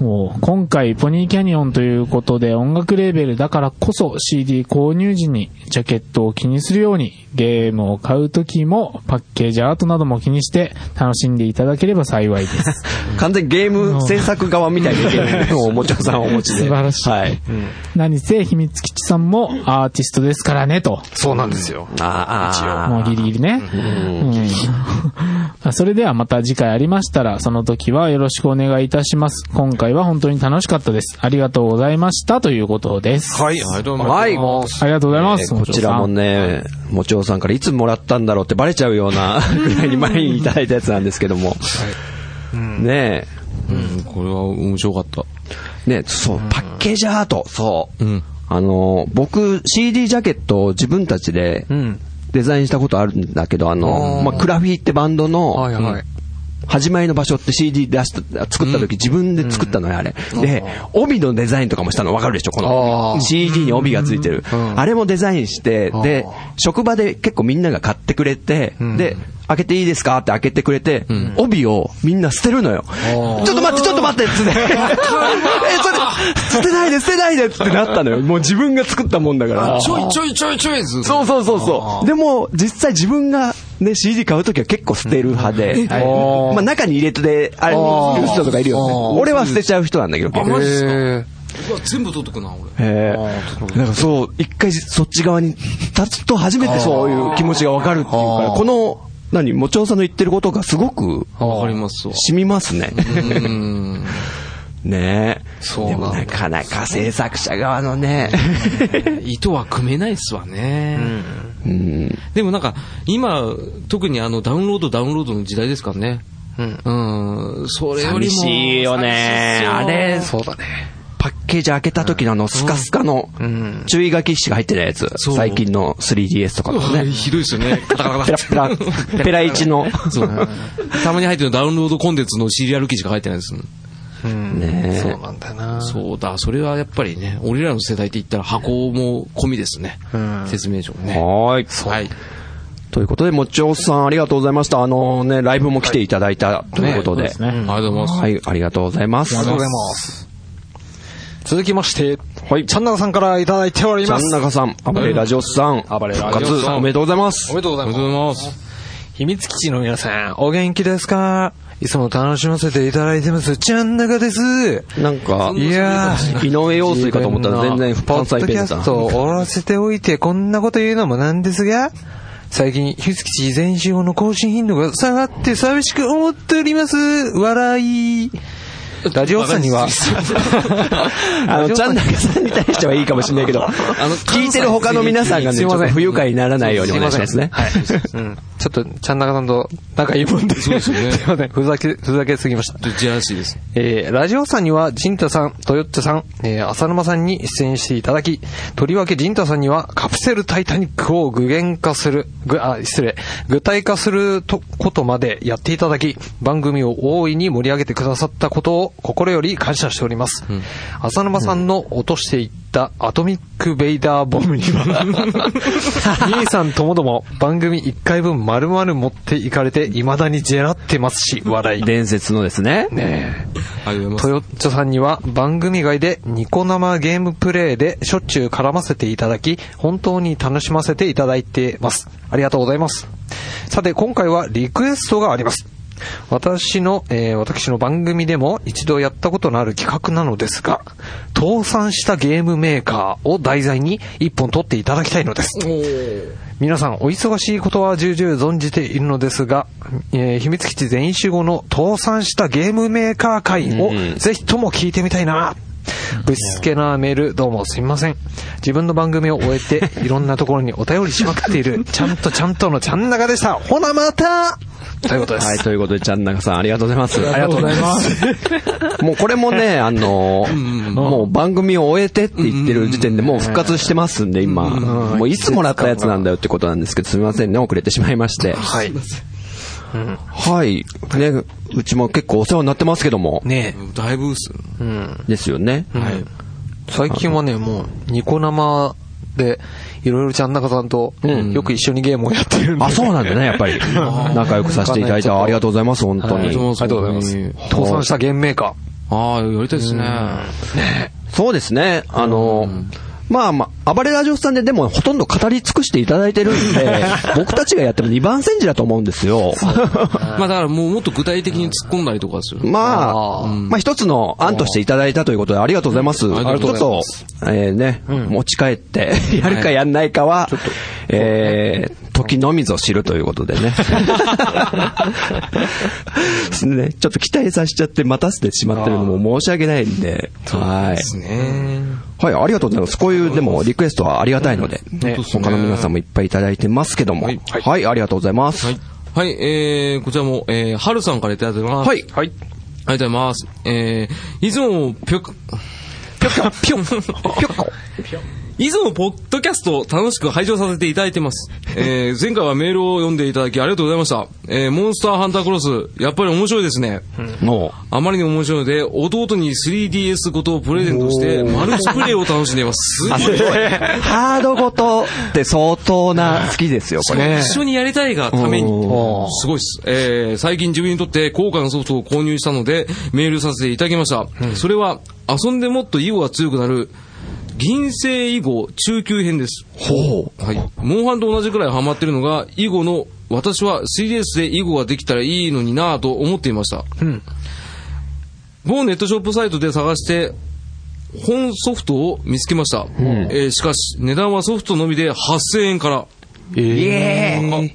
Speaker 5: もう今回ポニーキャニオンということで音楽レーベルだからこそ CD 購入時にジャケットを気にするようにゲームを買う時もパッケージアートなども気にして楽しんでいただければ幸い [laughs] です。
Speaker 3: 完全にゲーム制作側みたいな意
Speaker 1: [laughs]
Speaker 3: 見をおもちゃさんはお持ちで。
Speaker 5: 素晴らしい
Speaker 3: はい。
Speaker 5: 何せ秘密基地さんもアーティストですからねと。
Speaker 2: そうなんですよ。
Speaker 3: あ
Speaker 5: もう
Speaker 3: あ、
Speaker 5: ギリギリね。うんそれではまた次回ありましたら、その時はよろしくお願いいたします。今回は本当に楽しかったです。ありがとうございましたということです。
Speaker 2: はい。はい、どうも。
Speaker 3: はい
Speaker 5: ありがとうございます。
Speaker 3: こちらもね、もちおさんからいつもらったんだろうってバレちゃうようなぐらいに前にいただいたやつなんですけども。ねえ。
Speaker 1: うんこれは面白かった。
Speaker 3: ね、そう、パッケージアート、そう。
Speaker 1: うん
Speaker 3: あの、僕、CD ジャケットを自分たちで、デザインしたことあるんだけど、あの、まあ、クラフィーってバンドの、
Speaker 2: はいはい。
Speaker 3: 始まりの場所って CD 出した、作った時、自分で作ったのよ、あれ。で、帯のデザインとかもしたの分かるでしょこ
Speaker 2: あ
Speaker 3: の
Speaker 2: ー
Speaker 3: CD に帯がついてる。あれもデザインして、で、職場で結構みんなが買ってくれて、で、開けていいですかって開けてくれて、帯をみんな捨てるのよ。ちょっと待って、ちょっと待ってっ
Speaker 2: [laughs]
Speaker 3: つって。え、それ、捨てないで、捨てないでっつってなったのよ。もう自分が作ったもんだから。
Speaker 1: ちょいちょいちょいちょいず
Speaker 3: そうそうそうそう。でも、実際自分がね、CD 買うときは結構捨てる派で、はいまあ中に入れてで、あれ、ルーストとかいるよね。俺は捨てちゃう人なんだけど、結構
Speaker 1: マジっすか
Speaker 2: え
Speaker 1: うわ全部取っとくな、俺。
Speaker 3: へえ。なんかそう、一回そっち側に立つと初めてそういう気持ちがわかるっていうから、この、何、もちおさんの言ってることがすごく
Speaker 1: わかりますわ。
Speaker 3: 染みますね。
Speaker 1: うん。
Speaker 3: [laughs] ね
Speaker 1: そう
Speaker 3: え。で
Speaker 1: なんだ
Speaker 3: もなかなか制作者側のね、
Speaker 1: 糸は組めないっすわね。
Speaker 3: うん。
Speaker 1: でもなんか、今、特にあの、ダウンロード、ダウンロードの時代ですからね。うん。それより
Speaker 3: 寂
Speaker 1: も。
Speaker 3: しいよ
Speaker 1: 寂しい
Speaker 3: ね
Speaker 1: っす。よ
Speaker 3: あれ、
Speaker 2: そうだね。
Speaker 3: パッケージ開けた時のあの、スカスカの、注意書き紙が入ってないやつ。
Speaker 1: そう
Speaker 3: 最近の 3DS とかの
Speaker 1: あれ
Speaker 3: ね。
Speaker 1: ひどいですよ
Speaker 3: [laughs]
Speaker 1: ね。カタカタカ
Speaker 3: ペ
Speaker 1: タ
Speaker 3: ラペラ、ペラ1の。
Speaker 1: そうたまに入ってるダウンロードコンテンツのシリアル記事が入ってないですもん。
Speaker 2: うん。
Speaker 3: ねえ
Speaker 2: そうなんだよな。
Speaker 1: そうだ、それはやっぱりね、俺らの世代って言ったら箱も込みですね。
Speaker 2: ん
Speaker 1: 説明書もね。
Speaker 3: はーい。
Speaker 1: はい。
Speaker 3: ということで、もちおさんありがとうございました。あのね、ライブも来ていただいたということで。
Speaker 5: すね。
Speaker 1: ありがとうございます。
Speaker 3: はい、ありがとうございます。
Speaker 2: ありがとうございます。続きまして、はい。ちゃんなかさんからいただいており
Speaker 3: ちゃ
Speaker 2: ま
Speaker 3: ん
Speaker 2: す。
Speaker 3: 中さん、暴れラジオスさん、
Speaker 2: 暴れラジオ
Speaker 3: 復活
Speaker 1: さん
Speaker 3: おめでとうございます
Speaker 2: お。めでとうご
Speaker 1: あ
Speaker 2: ざい
Speaker 1: り
Speaker 2: ま
Speaker 1: がとう
Speaker 2: す。
Speaker 1: ございます。
Speaker 2: 秘密基地の皆さん、お元気ですかいつも楽しませていただいてます。ちゃんなかです。
Speaker 3: なんか、
Speaker 2: いやー。
Speaker 3: 井上陽水かと思ったら全然
Speaker 2: ポッ
Speaker 3: 関西
Speaker 2: ドキ
Speaker 3: 弁
Speaker 2: ャ
Speaker 3: だ
Speaker 2: ス
Speaker 3: な。
Speaker 2: トを終わらせておいてこんなこと言うのもなんですが、最近、ヒュス基地全集の更新頻度が下がって寂しく思っております。笑い。ラジオさんには、
Speaker 3: あの、ちゃん中さんに対してはいいかもしれないけど、あの、聞いてる他の皆さんがね、
Speaker 2: す
Speaker 3: ち
Speaker 2: い
Speaker 3: ょっ
Speaker 2: ません
Speaker 3: と不愉快にならないようにお願いしますね。
Speaker 2: はい。うん。 [laughs] ちょっと、ちゃんなかさんと仲いいもんで。
Speaker 1: そうですよね
Speaker 2: [laughs] すいません。ふざけ、ふざけすぎました。
Speaker 1: ちょっとジェラシーです。
Speaker 2: えーラジオさんには、ジンタさん、トヨッチャさん、えー浅沼さんに出演していただき、とりわけジンタさんには、カプセルタイタニックを具現化する、ぐ、あ、失礼、具体化すると、ことまでやっていただき、番組を大いに盛り上げてくださったことを心より感謝しております。浅沼さんの落としていったアトミックベイダーボムには、兄さんともども番組1回分丸々持っていかれて、未だにジェラってますし、笑い。
Speaker 3: 伝説のですね。
Speaker 2: ねえ
Speaker 1: ありがとうござ
Speaker 2: ト
Speaker 1: いま
Speaker 2: ヨッチョさんには番組外でニコ生ゲームプレイでしょっちゅう絡ませていただき、本当に楽しませていただいてます。ありがとうございます。さて、今回はリクエストがあります。私の、えー私の番組でも一度やったことのある企画なのですが、倒産したゲームメーカーを題材に一本撮っていただきたいのです。皆さん、お忙しいことは重々存じているのですが、えー秘密基地全員集合の倒産したゲームメーカー会をぜひとも聞いてみたいな。ぶしつけなメール、どうもすみません。自分の番組を終えて、いろんなところにお便りしまくっている、ちゃんとちゃんとのちゃん中でした。ほなまたということです。
Speaker 3: はい、ということで、ちゃん中さん、ありがとうございます。あり
Speaker 5: ありがとうございます。
Speaker 3: [laughs] もうこれもね、あの、もう番組を終えてって言ってる時点でもう復活してますんで、今。もういつもらったやつなんだよってことなんですけど、すみませんね、遅れてしまいまして。はい。はい。ね、うちも結構お世話になってますけども。
Speaker 2: ね
Speaker 1: す。だいぶっす。
Speaker 3: ですよね。
Speaker 1: はい。
Speaker 2: 最近はね、もう、ニコ生で、いろいろちゃん中さんと、よく一緒にゲームをやってるんで。
Speaker 3: あ、そうなんだね、やっぱり。仲良くさせていただいて、ありがとうございます、本当
Speaker 1: ありがとうご
Speaker 3: に。
Speaker 1: ざいます。
Speaker 2: 倒産したゲームメーカ
Speaker 1: ああ、やりたいですね。
Speaker 3: そうですね、あの、まあまあ、暴れラジオさんででもほとんど語り尽くしていただいてるんで、
Speaker 1: [laughs]
Speaker 3: 僕たちがやっても2番煎じだと思うんですよ。
Speaker 1: まあだからもうもっと具体的に突っ込んだりとかですよね。
Speaker 3: まあ、まあ一つの案としていただいたということでありがとうございます。
Speaker 1: ありがとうございます
Speaker 3: ちょっと、えーね、持ち帰って、やるかやんないかは、えー、時のみぞ知るということで
Speaker 1: [laughs]
Speaker 3: ね。ですね、ちょっと期待させちゃって待たせてしまってるのも申し訳ないんで、はい。
Speaker 1: ね
Speaker 3: はい、ありがとうございます。こういう、でも、リクエストはありがたいので、
Speaker 1: ね
Speaker 3: 他の皆さんもいっぱいいただいてますけども、はい、ありがとうございます。
Speaker 1: はい。はい、えー、こちらも、えー、はるさんからいただいてます。
Speaker 3: はい
Speaker 1: はい。ありがとうございます。えー、いつも、ぴょく、ぴょか、ぴょ、ぴ [laughs] ょか。いつもポッドキャストを楽しく拝聴させていただいてます。えー、前回はメールを読んでいただきありがとうございました。えー、モンスターハンタークロス、やっぱり面白いですね。
Speaker 3: も
Speaker 1: あまりに面白いので、弟に 3DS ごとをプレゼントして、マルチプレイを楽しんでい [laughs] ます。すごい。
Speaker 3: う、ハードごとって相当な好きですよ、これ。
Speaker 1: 一緒にやりたいがために
Speaker 2: おー。
Speaker 1: すごいっす。えー、最近自分にとって高価なソフトを購入したので、メールさせていただきました。それは、遊んでもっと囲碁が強くなる、銀星囲碁中級編です。
Speaker 3: ほう。
Speaker 1: はい。モンハンと同じくらいハマってるのが、囲碁の、私は 3DS で囲碁ができたらいいのになぁと思っていました。うん。某ネットショップサイトで探して、本ソフトを見つけました。えーしかし、値段はソフトのみで8000円から。えー、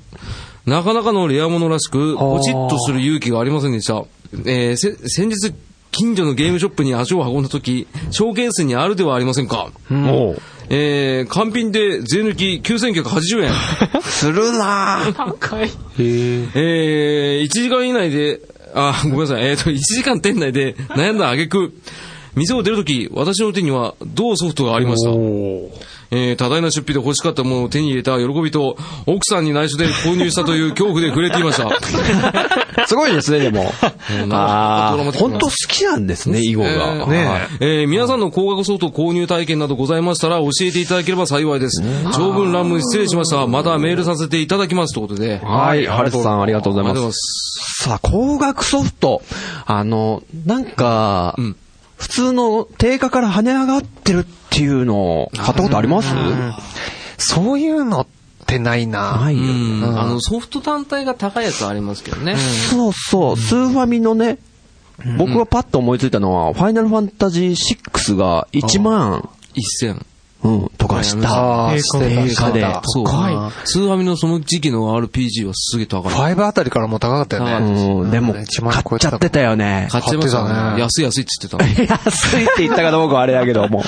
Speaker 1: なかなかのレアものらしく、ポチッとする勇気がありませんでした。えーせ先日、近所のゲームショップに足を運んだ時ショーケースにあるではありませんか。
Speaker 3: もう。
Speaker 1: えー、完品で税抜き9980円。
Speaker 3: するなぁ。
Speaker 5: 高い。
Speaker 1: えー、1時間以内で、あ、ごめんなさい、えっ、と、1時間店内で悩んだ挙句、店を出るとき、私の手には、同ソフトがありました。えー、多大な出費で欲しかったものを手に入れた喜びと、奥さんに内緒で購入したという恐怖で暮れていま [laughs] した。
Speaker 3: すごいですね、で [laughs] も。あ
Speaker 1: ドラマ
Speaker 3: ー
Speaker 1: 的な
Speaker 3: 本当好きなんですね、囲碁が。
Speaker 1: ねえー皆さんの高額ソフト購入体験などございましたら教えていただければ幸いです。長文乱文失礼しました。またメールさせていただきますということで。あ
Speaker 3: はい、ハルトさんありがとうござ
Speaker 1: り
Speaker 3: い
Speaker 1: がと
Speaker 3: ま
Speaker 1: うござい
Speaker 3: す
Speaker 1: ま。す。
Speaker 3: さあ、高額ソフト。あの、なんか、
Speaker 1: ん
Speaker 3: 普通の定価から跳ね上がってるっていうのを買ったことあります
Speaker 2: そういうのってないな。
Speaker 3: ないよ
Speaker 1: う
Speaker 3: ね
Speaker 1: ん。あの、ソフト単体が高いやつありますけどね。
Speaker 3: そうそう、スーファミのね、僕がパッと思いついたのは、ファイナルファンタジー6が1万、
Speaker 1: 1000。
Speaker 3: うん、とかし
Speaker 2: あ
Speaker 3: た
Speaker 2: ー。
Speaker 3: 定価で。
Speaker 1: そう。スーファミのその時期の RPG はすげえ高い。
Speaker 2: 5あたりからもう高かったよ
Speaker 1: 高い
Speaker 2: ね。
Speaker 3: うん、でも、買
Speaker 2: 1万超
Speaker 3: っ
Speaker 2: え
Speaker 3: ち
Speaker 2: て
Speaker 3: ゃ
Speaker 2: た
Speaker 3: ってたよね。
Speaker 1: 買っちゃいましたね。安い安いって言って
Speaker 3: [laughs] 安いって言ったかどうかはあれだけども。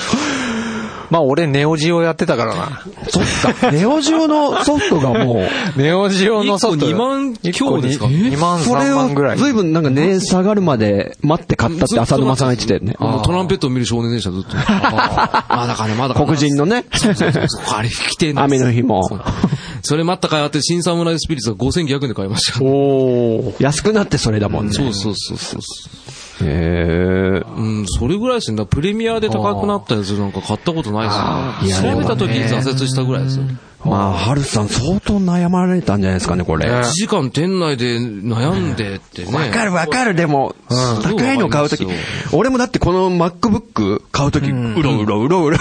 Speaker 2: まあ俺ネオジオやってたからな。
Speaker 3: [laughs] そっか、ネオジオのソフトがも [laughs]
Speaker 2: [laughs]
Speaker 3: う、
Speaker 2: ネオジオ
Speaker 1: た。
Speaker 2: の
Speaker 1: 1個
Speaker 2: ソフト。
Speaker 1: 2万強ですか
Speaker 2: 2万
Speaker 3: それ
Speaker 2: 3万ぐら
Speaker 3: を
Speaker 2: い。
Speaker 3: ずいぶんなんか値下がるまで待って買ったって浅沼さんが言ってたよね。
Speaker 1: もうトランペットを見る少年でした、ずっ
Speaker 3: [laughs]
Speaker 1: と。まだかな、まだかな。
Speaker 3: 黒人のね、
Speaker 1: そうあれ来てん
Speaker 3: 雨の日も。
Speaker 1: それ待ったかいあって、新サムライスピリッツは5900円で買いました。そう
Speaker 3: [laughs] 安くなって [laughs] それだもんね。
Speaker 1: そうそうそう。
Speaker 3: へー
Speaker 1: うん、それぐらいですね。だからプレミアで高くなったやつなんか買ったことないですね。調べた時に挫折したぐらいですよ。
Speaker 3: まあ、ハルさん相当悩まれたんじゃないですかね、これ。
Speaker 1: 1時間店内で悩んでってね。
Speaker 3: わかるわかる、でも、高いの買うとき
Speaker 1: わかり、
Speaker 3: 俺もだってこの MacBook 買うとき、うろうろ
Speaker 2: [laughs]
Speaker 3: うろうろ。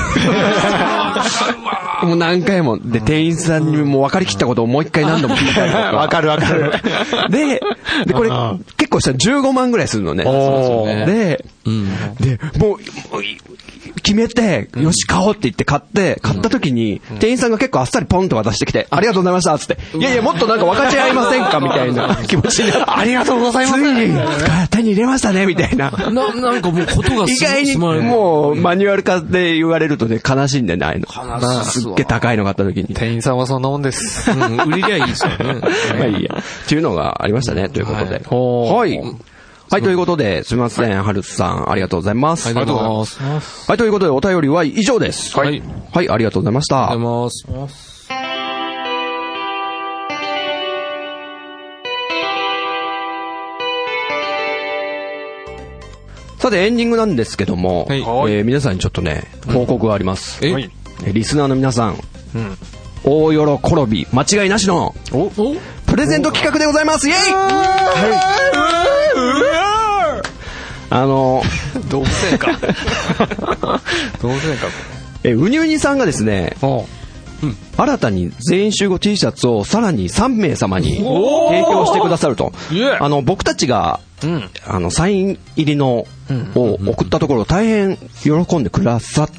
Speaker 3: もう何回も。で、店員さんにも分かりきったことをもう一回何度も聞いたりとか。
Speaker 2: [laughs] わかるわかる。
Speaker 3: で、で、これ、結構したら15万ぐらいするのね。
Speaker 2: おー
Speaker 3: で、
Speaker 1: うん。
Speaker 3: で、もう、もうい決めて、よし、買おうって言って買って、買った時に、店員さんが結構あっさりポンと渡してきて、ありがとうございました、つって。いやいや、もっとなんか分かち合いませんかみたいな気持ちになって。ありがとうございます。ついに、手に入れましたね、みたいな。
Speaker 1: な、なんかもうことが
Speaker 3: 意
Speaker 1: す
Speaker 3: 外に、
Speaker 1: まらない
Speaker 3: もう、マニュアル化で言われるとね、悲しいんだよね、ああいうの。
Speaker 1: 悲しい
Speaker 3: すっげえ高いの買った時に。
Speaker 2: 店員さんはそんなもんです。
Speaker 1: うん売りりゃいいですよね。
Speaker 3: まあいいや。っていうのがありましたね、ということで。
Speaker 2: は
Speaker 3: はい。はい、ということで、すみません、ハルスさん、ありがとうございます。
Speaker 1: ありがとうございます。あり
Speaker 3: す。はい、ということで、お便りは以上です。
Speaker 1: はい
Speaker 3: はい、ありがとうございました。
Speaker 1: がとうございます。
Speaker 3: さて、エンディングなんですけども、
Speaker 1: はい
Speaker 3: えー皆さんにちょっとね、報告があります。
Speaker 1: え
Speaker 3: えリスナーの皆さん、大喜び、間違いなしの、プレゼント企画でございますイェイうわーあの、
Speaker 2: 同性
Speaker 3: [laughs]
Speaker 2: か。同性か。
Speaker 3: えー、うにうにさんがですね、新たに全員集合 T シャツをさらに3名様に提供してくださると。あの、僕たちが、あの、サイン入りのを送ったところ大変喜んでくださって、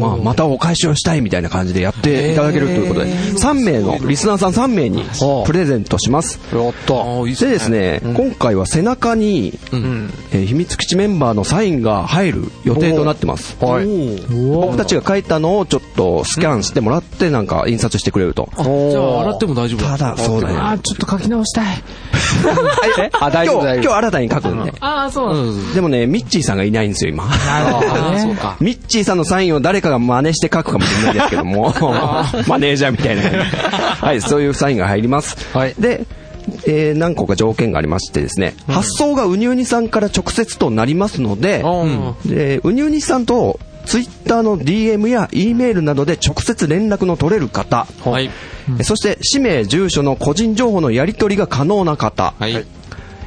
Speaker 3: まあ、またお返しをしたいみたいな感じでやっていただけるということで、3名の、リスナーさん3名にプレゼントします。
Speaker 2: お
Speaker 1: あ
Speaker 2: っと。
Speaker 1: ー、いいっす
Speaker 3: で
Speaker 1: ね
Speaker 3: ですね、今回は背中に、えー秘密基地メンバーのサインが入る予定となってます。
Speaker 2: はい。
Speaker 3: 僕たちが書いたのをちょっとスキャンしてもらってなんか印刷してくれると。
Speaker 1: じゃあ、洗っても大丈夫
Speaker 3: ただ、そうだね。
Speaker 5: あー、ちょっと書き直したい。
Speaker 2: あ、大丈夫
Speaker 3: 今
Speaker 2: 大
Speaker 3: 日、
Speaker 2: 丈
Speaker 3: 今日新たに書くんで。
Speaker 5: あー、そうなん
Speaker 1: う
Speaker 5: だ。
Speaker 1: ん。
Speaker 3: でもね、ミッチーさんがいないんですよ、今。
Speaker 1: あー、そうか。
Speaker 3: ミッチーさんのサインを誰かが真似して書くかもしれないですけども、マネージャーみたいな感じで。はい、そういうサインが入ります。
Speaker 2: はい
Speaker 3: で、えー何個か条件がありましてですね、発送がウニウニさんから直接となりますので、
Speaker 2: 夫。
Speaker 3: で、うにうにさんと、ツイッターの DM や E メールなどで直接連絡の取れる方、
Speaker 1: はい。
Speaker 3: えそして氏名、住所の個人情報のやり取りが可能な方、
Speaker 1: はい。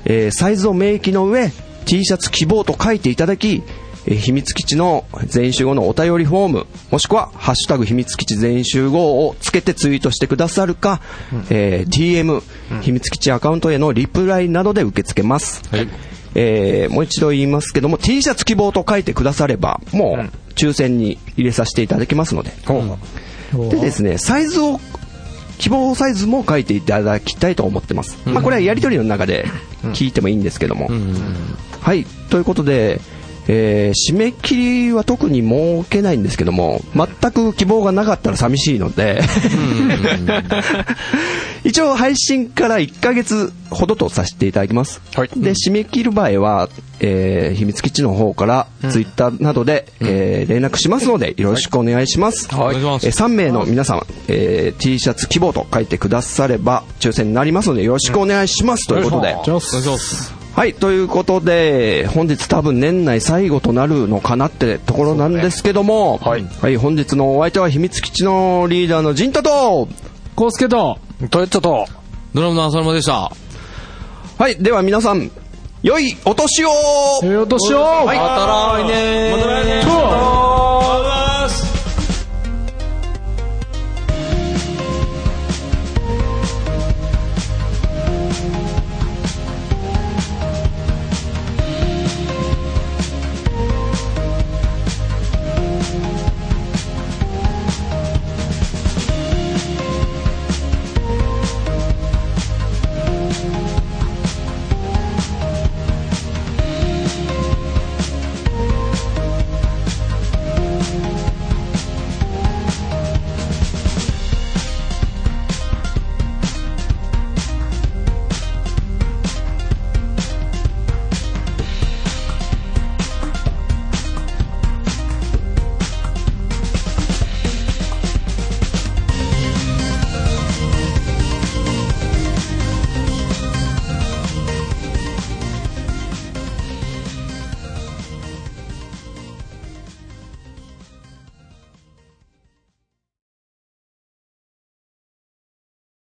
Speaker 3: えーサイズを明記の上、T シャツ希望と書いていただき、えー秘密基地の全員集合のお便りフォーム、もしくは、ハッシュタグ秘密基地全員集合をつけてツイートしてくださるか、えー TM、秘密基地アカウントへのリプライなどで受け付けます。
Speaker 1: はい
Speaker 3: えーもう一度言いますけども、T シャツ希望と書いてくだされば、もう抽選に入れさせていただきますので。でですね、サイズを、希望サイズも書いていただきたいと思ってます。まあこれはやりとりの中で聞いてもいいんですけども。はい、ということで、えー締め切りは特に設けないんですけども、全く希望がなかったら寂しいので、 [laughs] 一応配信から1ヶ月ほどとさせていただきます。で、締め切る場合は、えー秘密基地の方から、ツイッターなどで、えー連絡しますので、よろしくお願いします。
Speaker 1: はいお願いします
Speaker 3: えー3名の皆様、えー T シャツ希望と書いてくだされば、抽選になりますので、よろしくお願いします。ということで。
Speaker 5: じゃあす
Speaker 3: はい、ということで、本日多分年内最後となるのかなってところなんですけども、はい、本日のお相手は秘密基地のリーダーの陣太と、
Speaker 5: コウスケと、
Speaker 2: [laughs] とりあえずちょっと、
Speaker 1: ドラムの浅沼でした。
Speaker 3: はい、では皆さん、良いお年を
Speaker 5: よいお年を
Speaker 3: はい、また来年
Speaker 1: また来年
Speaker 3: と